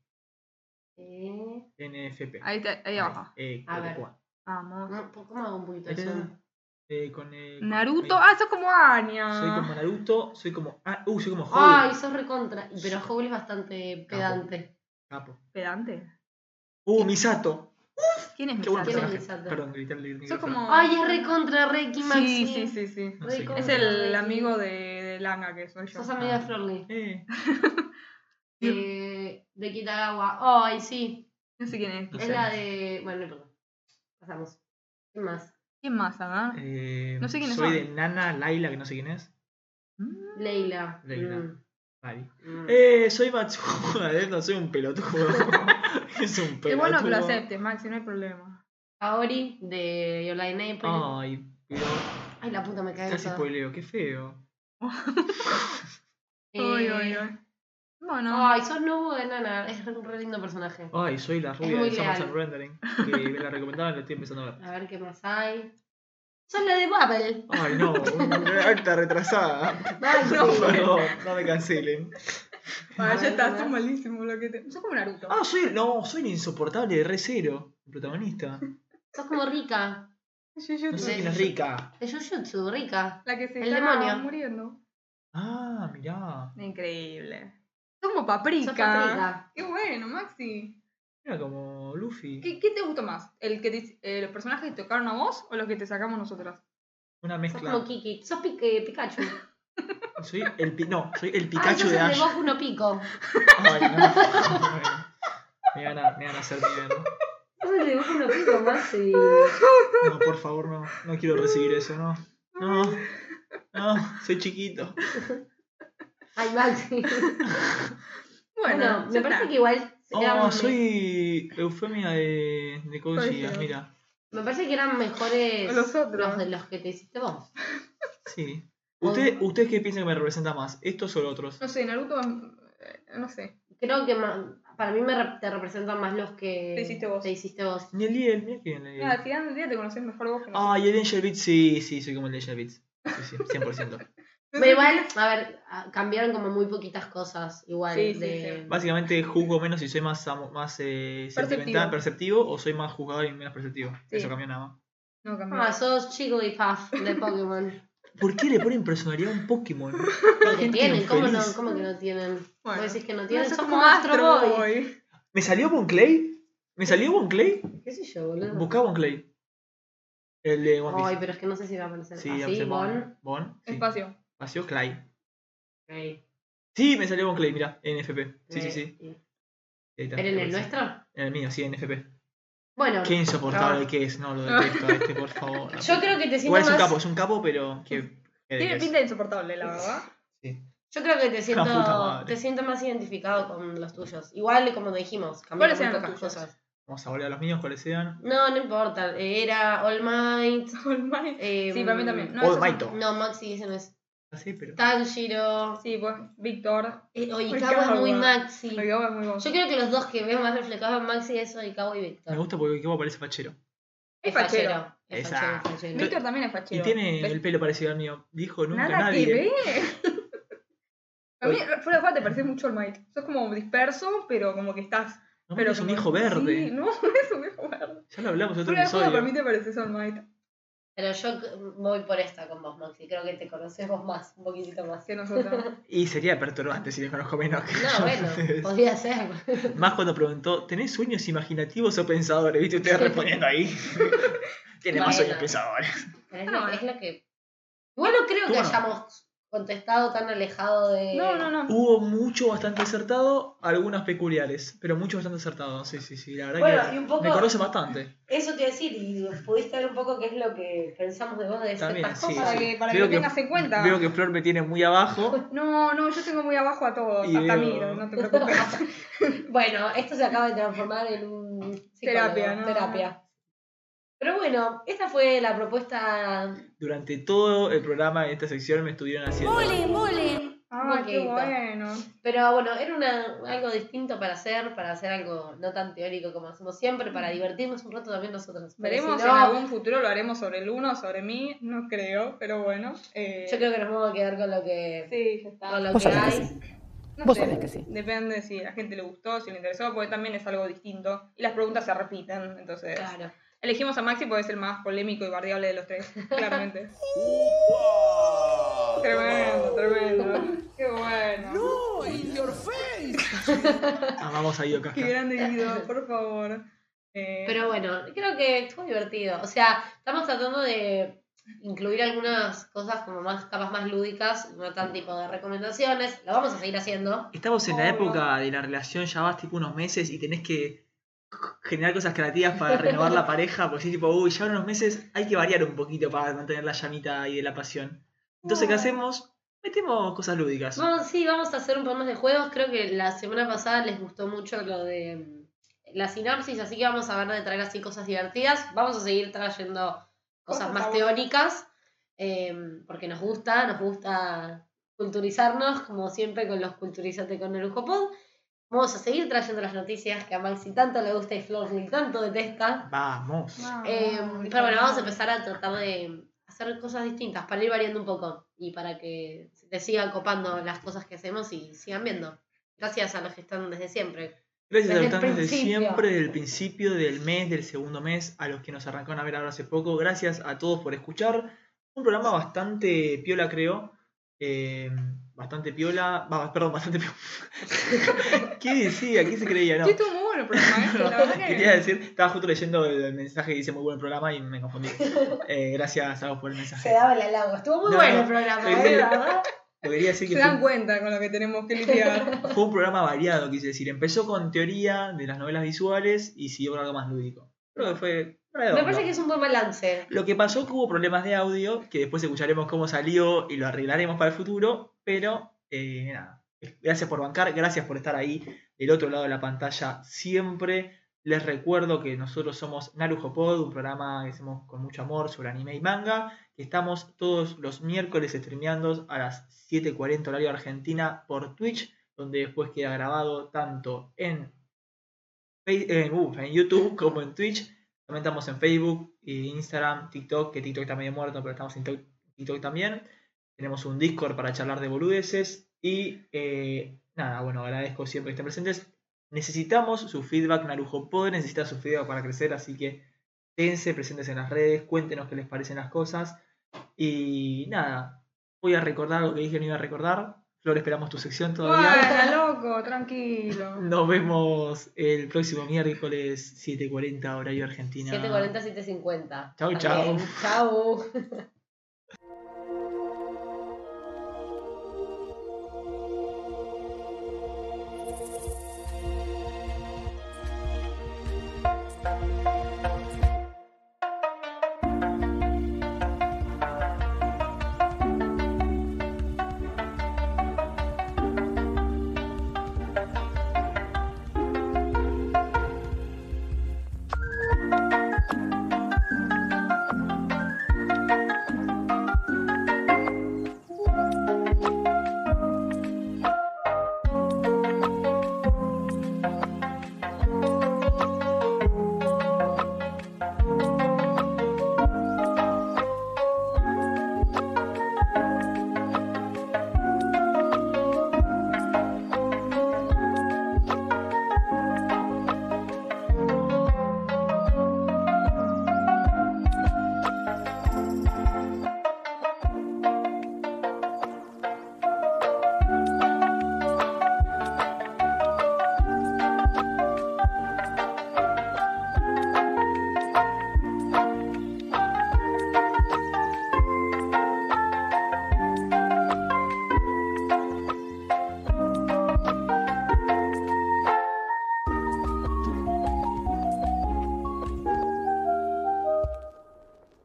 Eh, E NFP. Ahí, está, ahí abajo. Eh, A ver. Cua. Vamos. no, ¿Cómo hago un poquito Ahí de está. zoom? Eh, con, eh, con- Naruto. ahí. Ah, sos como Anya. Soy como Naruto, soy como. Ah, uh, soy como Howl. Ay, sos recontra. Pero Howl es bastante pedante. Capo. Pedante. Uh, Misato. ¿Quién es Qué buen ¿Quién es Misato? personaje. Misato? Perdón, grité el micrófono. Sos como. Ay, es recontra Reiki Ah. Maxi. sí, sí, sí, sí. No sé Rico. qué. Es el amigo de, de Langa que soy yo. Sos amiga de Florly. Eh, Eh, de Kitagawa. Ay, sí. No sé quién es. No es sé. la de. Bueno, no importa. Pasamos. ¿Qué más? ¿Quién más, ah? Ana? eh, No sé quiénes Soy son. de Nana, Laila, que no sé quién es. Mm. Leila. Leila. Mm, Vale. mm. Eh, soy Matsuda. eh, No soy un pelotudo. es un pelotudo. Qué bueno que lo aceptes, Maxi, no hay problema. Kaori de Your Lie Ah. April. Ay, pero Ay, la puta me cae. casi todo. spoileo. Qué feo. Eh, Uy, uy, uy. Bueno. Ay, sos nuevo de Nana. Es un re lindo personaje. Ay, soy la rubia muy de Summers leal. and Rendering. Que me la recomendaban, la estoy empezando a ver. A ver qué más hay. Sos la de Bubble. Ay, no, alta retrasada. Ay, No, sí. no, no me cancelen. Para Ay, Ah, ya está, ¿verdad? sos malísimo lo que te. Sos como Naruto. Ah, soy, no, soy el insoportable de Re Zero, el protagonista. Sos como rica. Jujutsu. No sé quién es rica. De Jujutsu, rica. La que se El está demonio. muriendo. Ah, mirá. Increíble. Sos como paprika. Sos paprika. Qué bueno, Maxi. Mira, como Luffy. ¿Qué, qué te gustó más? ¿El que te- eh, ¿Los personajes que tocaron a vos o los que te sacamos nosotras? Una Sos mezcla. como Kiki. Sos Pi- eh, Pikachu. Soy el, pi- no, soy el Ay, Pikachu sos de el Ash. de Boku no Pico. Ay, no. Ay, Me van, a, me van a hacer miedo. Sos el de Boku no Pico, Maxi. No, por favor, no. No quiero recibir eso, no. No. No, soy chiquito. Ay, Maxi. ya Bueno, me parece está. que igual eran, Oh, soy Eufemia de, de Code Code Geass, Geass. mira. me parece que eran mejores Los los, otros. de los que te hiciste vos. Sí. Oh. ¿Usted, ¿Usted qué piensa que me representa más? ¿Estos o los otros? No sé, Naruto. eh, No sé. Creo que ma- para mí me rep- te representan más los que Te hiciste vos. te hiciste vos. Ni el Liel, mira que bien el Liel. Mira, al final del día te conocés mejor vos que nosotros. Ah, y el Angel Beats, sí, sí, soy como el Angel Beats. Sí, sí, 100%. Pero igual, a ver, a- cambiaron como muy poquitas cosas. Igual Sí, sí, de. Básicamente juzgo menos si soy más, amo- más eh, sentimental, Perceptivo. perceptivo o soy más juzgador y menos perceptivo. Sí. Eso cambió nada más. No, cambió. Ah, sos Jigglypuff de Pokémon. ¿Por qué le ponen personalidad a un Pokémon? Porque tienen, ¿cómo, no, infeliz. ¿cómo que no tienen? Bueno. Vos decís que no tienen, sos sos como Astro Boy. Boy. ¿Me salió Bon Clay? ¿Me salió Bon Clay? ¿Qué sé yo, boludo? Buscá Bon Clay. El de One Ay, Piece. pero es que no sé si va a aparecer. pues, ah, sí, Así, aparece Bon. Bon. Bon. Sí. Espacio. Apareció Clay. Ok. Sí, me salió Bon Clay, mirá, NFP. Sí, sí, Eh, sí. Ahí está, ¿Pero en el aparece. nuestro? En el mío, sí, NFP. Bueno, Qué insoportable que es, no lo detesto a este, por favor. yo creo que te Igual siento es un más. capo, es un capo, pero que. Tiene pinta de insoportable, la verdad. Yo creo que te siento, puta madre. te siento más identificado con los tuyos. Igual, como dijimos, cambiaron ¿Cuáles muy eran los pocas tuyos? cosas. Vamos a volver a los míos, cuáles sean. No, no importa. Era All Might. All Might. eh, Sí, para mí también. No, All esos son- Might. No, Maxi, ese no es. Así, Ah, pero. Tanjiro. Sí, pues, Víctor. eh, Oikawa. Oikawa es muy Maxi. Yo Oikawa es muy bueno. creo que los dos que veo más reflejados en Maxi es Oikawa y Me Víctor. gusta porque Kiko parece fachero. Es fachero. Es Esa. fachero, es fachero. Víctor también es fachero. Y tiene Pero el pelo parecido al mío. Dijo nunca Nada nadie. que ver. A mí, fuera de juego, te pareces mucho al Mike. Sos como disperso, pero como que estás. No, pero pero es un como- hijo Sí, verde. no, es un viejo verde. Ya lo hablamos en otro ¿eh? Fuera de juego, para mí episodio. te pareces al Mike. Pero yo c- voy por esta con vos, Maxi. Creo que te conoces vos más, un poquitito más. que nosotros. Y sería perturbante si les conozco menos. que yo, No, bueno, entonces. podría ser. Más cuando preguntó, ¿tenés sueños imaginativos o pensadores? ¿Viste ustedes respondiendo ahí? Tiene más Bueno. sueños pensadores. Pero es, lo, es lo que. Igual no creo que Bueno. hayamos contestado tan alejado de. No, no, no. Hubo mucho bastante acertado, algunos peculiares, pero mucho bastante acertado. Sí, sí, sí. La verdad Bueno, que y un poco- me conoce bastante. Eso te iba a decir, y pudiste ver un poco qué es lo que pensamos de vos de También, ciertas sí, cosas. para sí. que, para que Veo lo que- tengas en cuenta. Veo que Flor me tiene muy abajo. No, no, yo tengo muy abajo a todos, Y hasta a veo- mí, no, no te preocupes. Bueno, esto se acaba de transformar en un psicólogo, Terapia, ¿no? terapia. Pero bueno, esta fue la propuesta Durante todo el programa de esta sección me estuvieron haciendo. Ah, qué Poquito. bueno. Pero bueno, era una, algo distinto para hacer, para hacer algo no tan teórico como hacemos siempre, para divertirnos un rato también nosotros. Pero Veremos si si no, en algún futuro lo haremos sobre el uno, sobre mí, no creo, pero bueno. eh, Yo creo que nos vamos a quedar con lo que, Sí, ya está. con lo Vos que sabés que hay. sí. No Vos sé, sabés que sí. Depende si a la gente le gustó, si le interesó, porque también es algo distinto. Y las preguntas se repiten, entonces. Claro. Elegimos a Maxi porque es el más polémico y bardeable de los tres, claramente. tremendo, tremendo. Qué bueno. Amamos a Ido Casca. Qué grande Guido, por favor. Eh, Pero bueno, creo que estuvo divertido. O sea, estamos tratando de incluir algunas cosas como más capas más lúdicas, no tan tipo de recomendaciones. Lo vamos a seguir haciendo. Estamos en la Obvio. época de la relación, ya vas tipo unos meses y tenés que generar cosas creativas para renovar la pareja, porque si tipo, uy, ya unos meses hay que variar un poquito para mantener la llamita ahí de la pasión. Entonces, ¿qué hacemos? Metemos cosas lúdicas. Vamos, sí, vamos a hacer un poco más de juegos. Creo que la semana pasada les gustó mucho lo de mm, la sinapsis, así que vamos a ver de traer así cosas divertidas. Vamos a seguir trayendo cosas Cosas más aburridas. teóricas, eh, porque nos gusta, nos gusta culturizarnos, como siempre con los Culturizate con el Lujo Pod. Vamos a seguir trayendo las noticias que a Maxi tanto le gusta y Flor ni tanto detesta. Vamos. Vamos, Eh, pero bueno, vamos a empezar a tratar de hacer cosas distintas para ir variando un poco y para que se te sigan copando las cosas que hacemos y sigan viendo. Gracias a los que están desde siempre. Gracias a Desde los el que están desde principio. siempre, del principio, del mes, del segundo mes, a los que nos arrancaron a ver ahora hace poco. Gracias a todos por escuchar. Un programa bastante piola, creo. Eh, bastante piola. Va, perdón, bastante piola. ¿Qué decía? ¿Qué se creía? No. Sí, estuvo muy bueno el programa, ¿eh? La verdad que- Quería decir, estaba justo leyendo el mensaje que dice muy buen programa y me confundí. Eh, gracias a vos por el mensaje. daba el halago. Estuvo muy No, bueno no. el programa, Sí, sí. ¿eh? La verdad. Lo que quería decir Se que dan fue, cuenta con lo que tenemos que lidiar. fue un programa variado, quise decir. Empezó con teoría de las novelas visuales y siguió con algo más lúdico. Creo que fue Me redondo. parece que es un buen balance. Lo que pasó que hubo problemas de audio, que después escucharemos cómo salió y lo arreglaremos para el futuro, pero eh, nada. Gracias por bancar, gracias por estar ahí del otro lado de la pantalla siempre. Les recuerdo que nosotros somos Narujo Pod, un programa que hacemos con mucho amor sobre anime y manga, que estamos todos los miércoles streameando a las 7.40 horario de Argentina por Twitch, donde después queda grabado tanto en, Fe- en- uh, en YouTube como en Twitch. También estamos en Facebook, e Instagram, TikTok, que TikTok está medio muerto, pero estamos en Tok- TikTok también. Tenemos un Discord para charlar de boludeces. Y eh, nada, bueno, agradezco siempre que estén presentes. Necesitamos su feedback, Narujo Pod necesita su feedback para crecer, así que tense presentes en las redes, cuéntenos qué les parecen las cosas. Y nada, voy a recordar lo que dije que no iba a recordar. Flor, esperamos tu sección todavía. Bueno, loco, tranquilo. Nos vemos el próximo miércoles 7.40 horario Argentina. 740, 750. Chau, También. chau. Chau.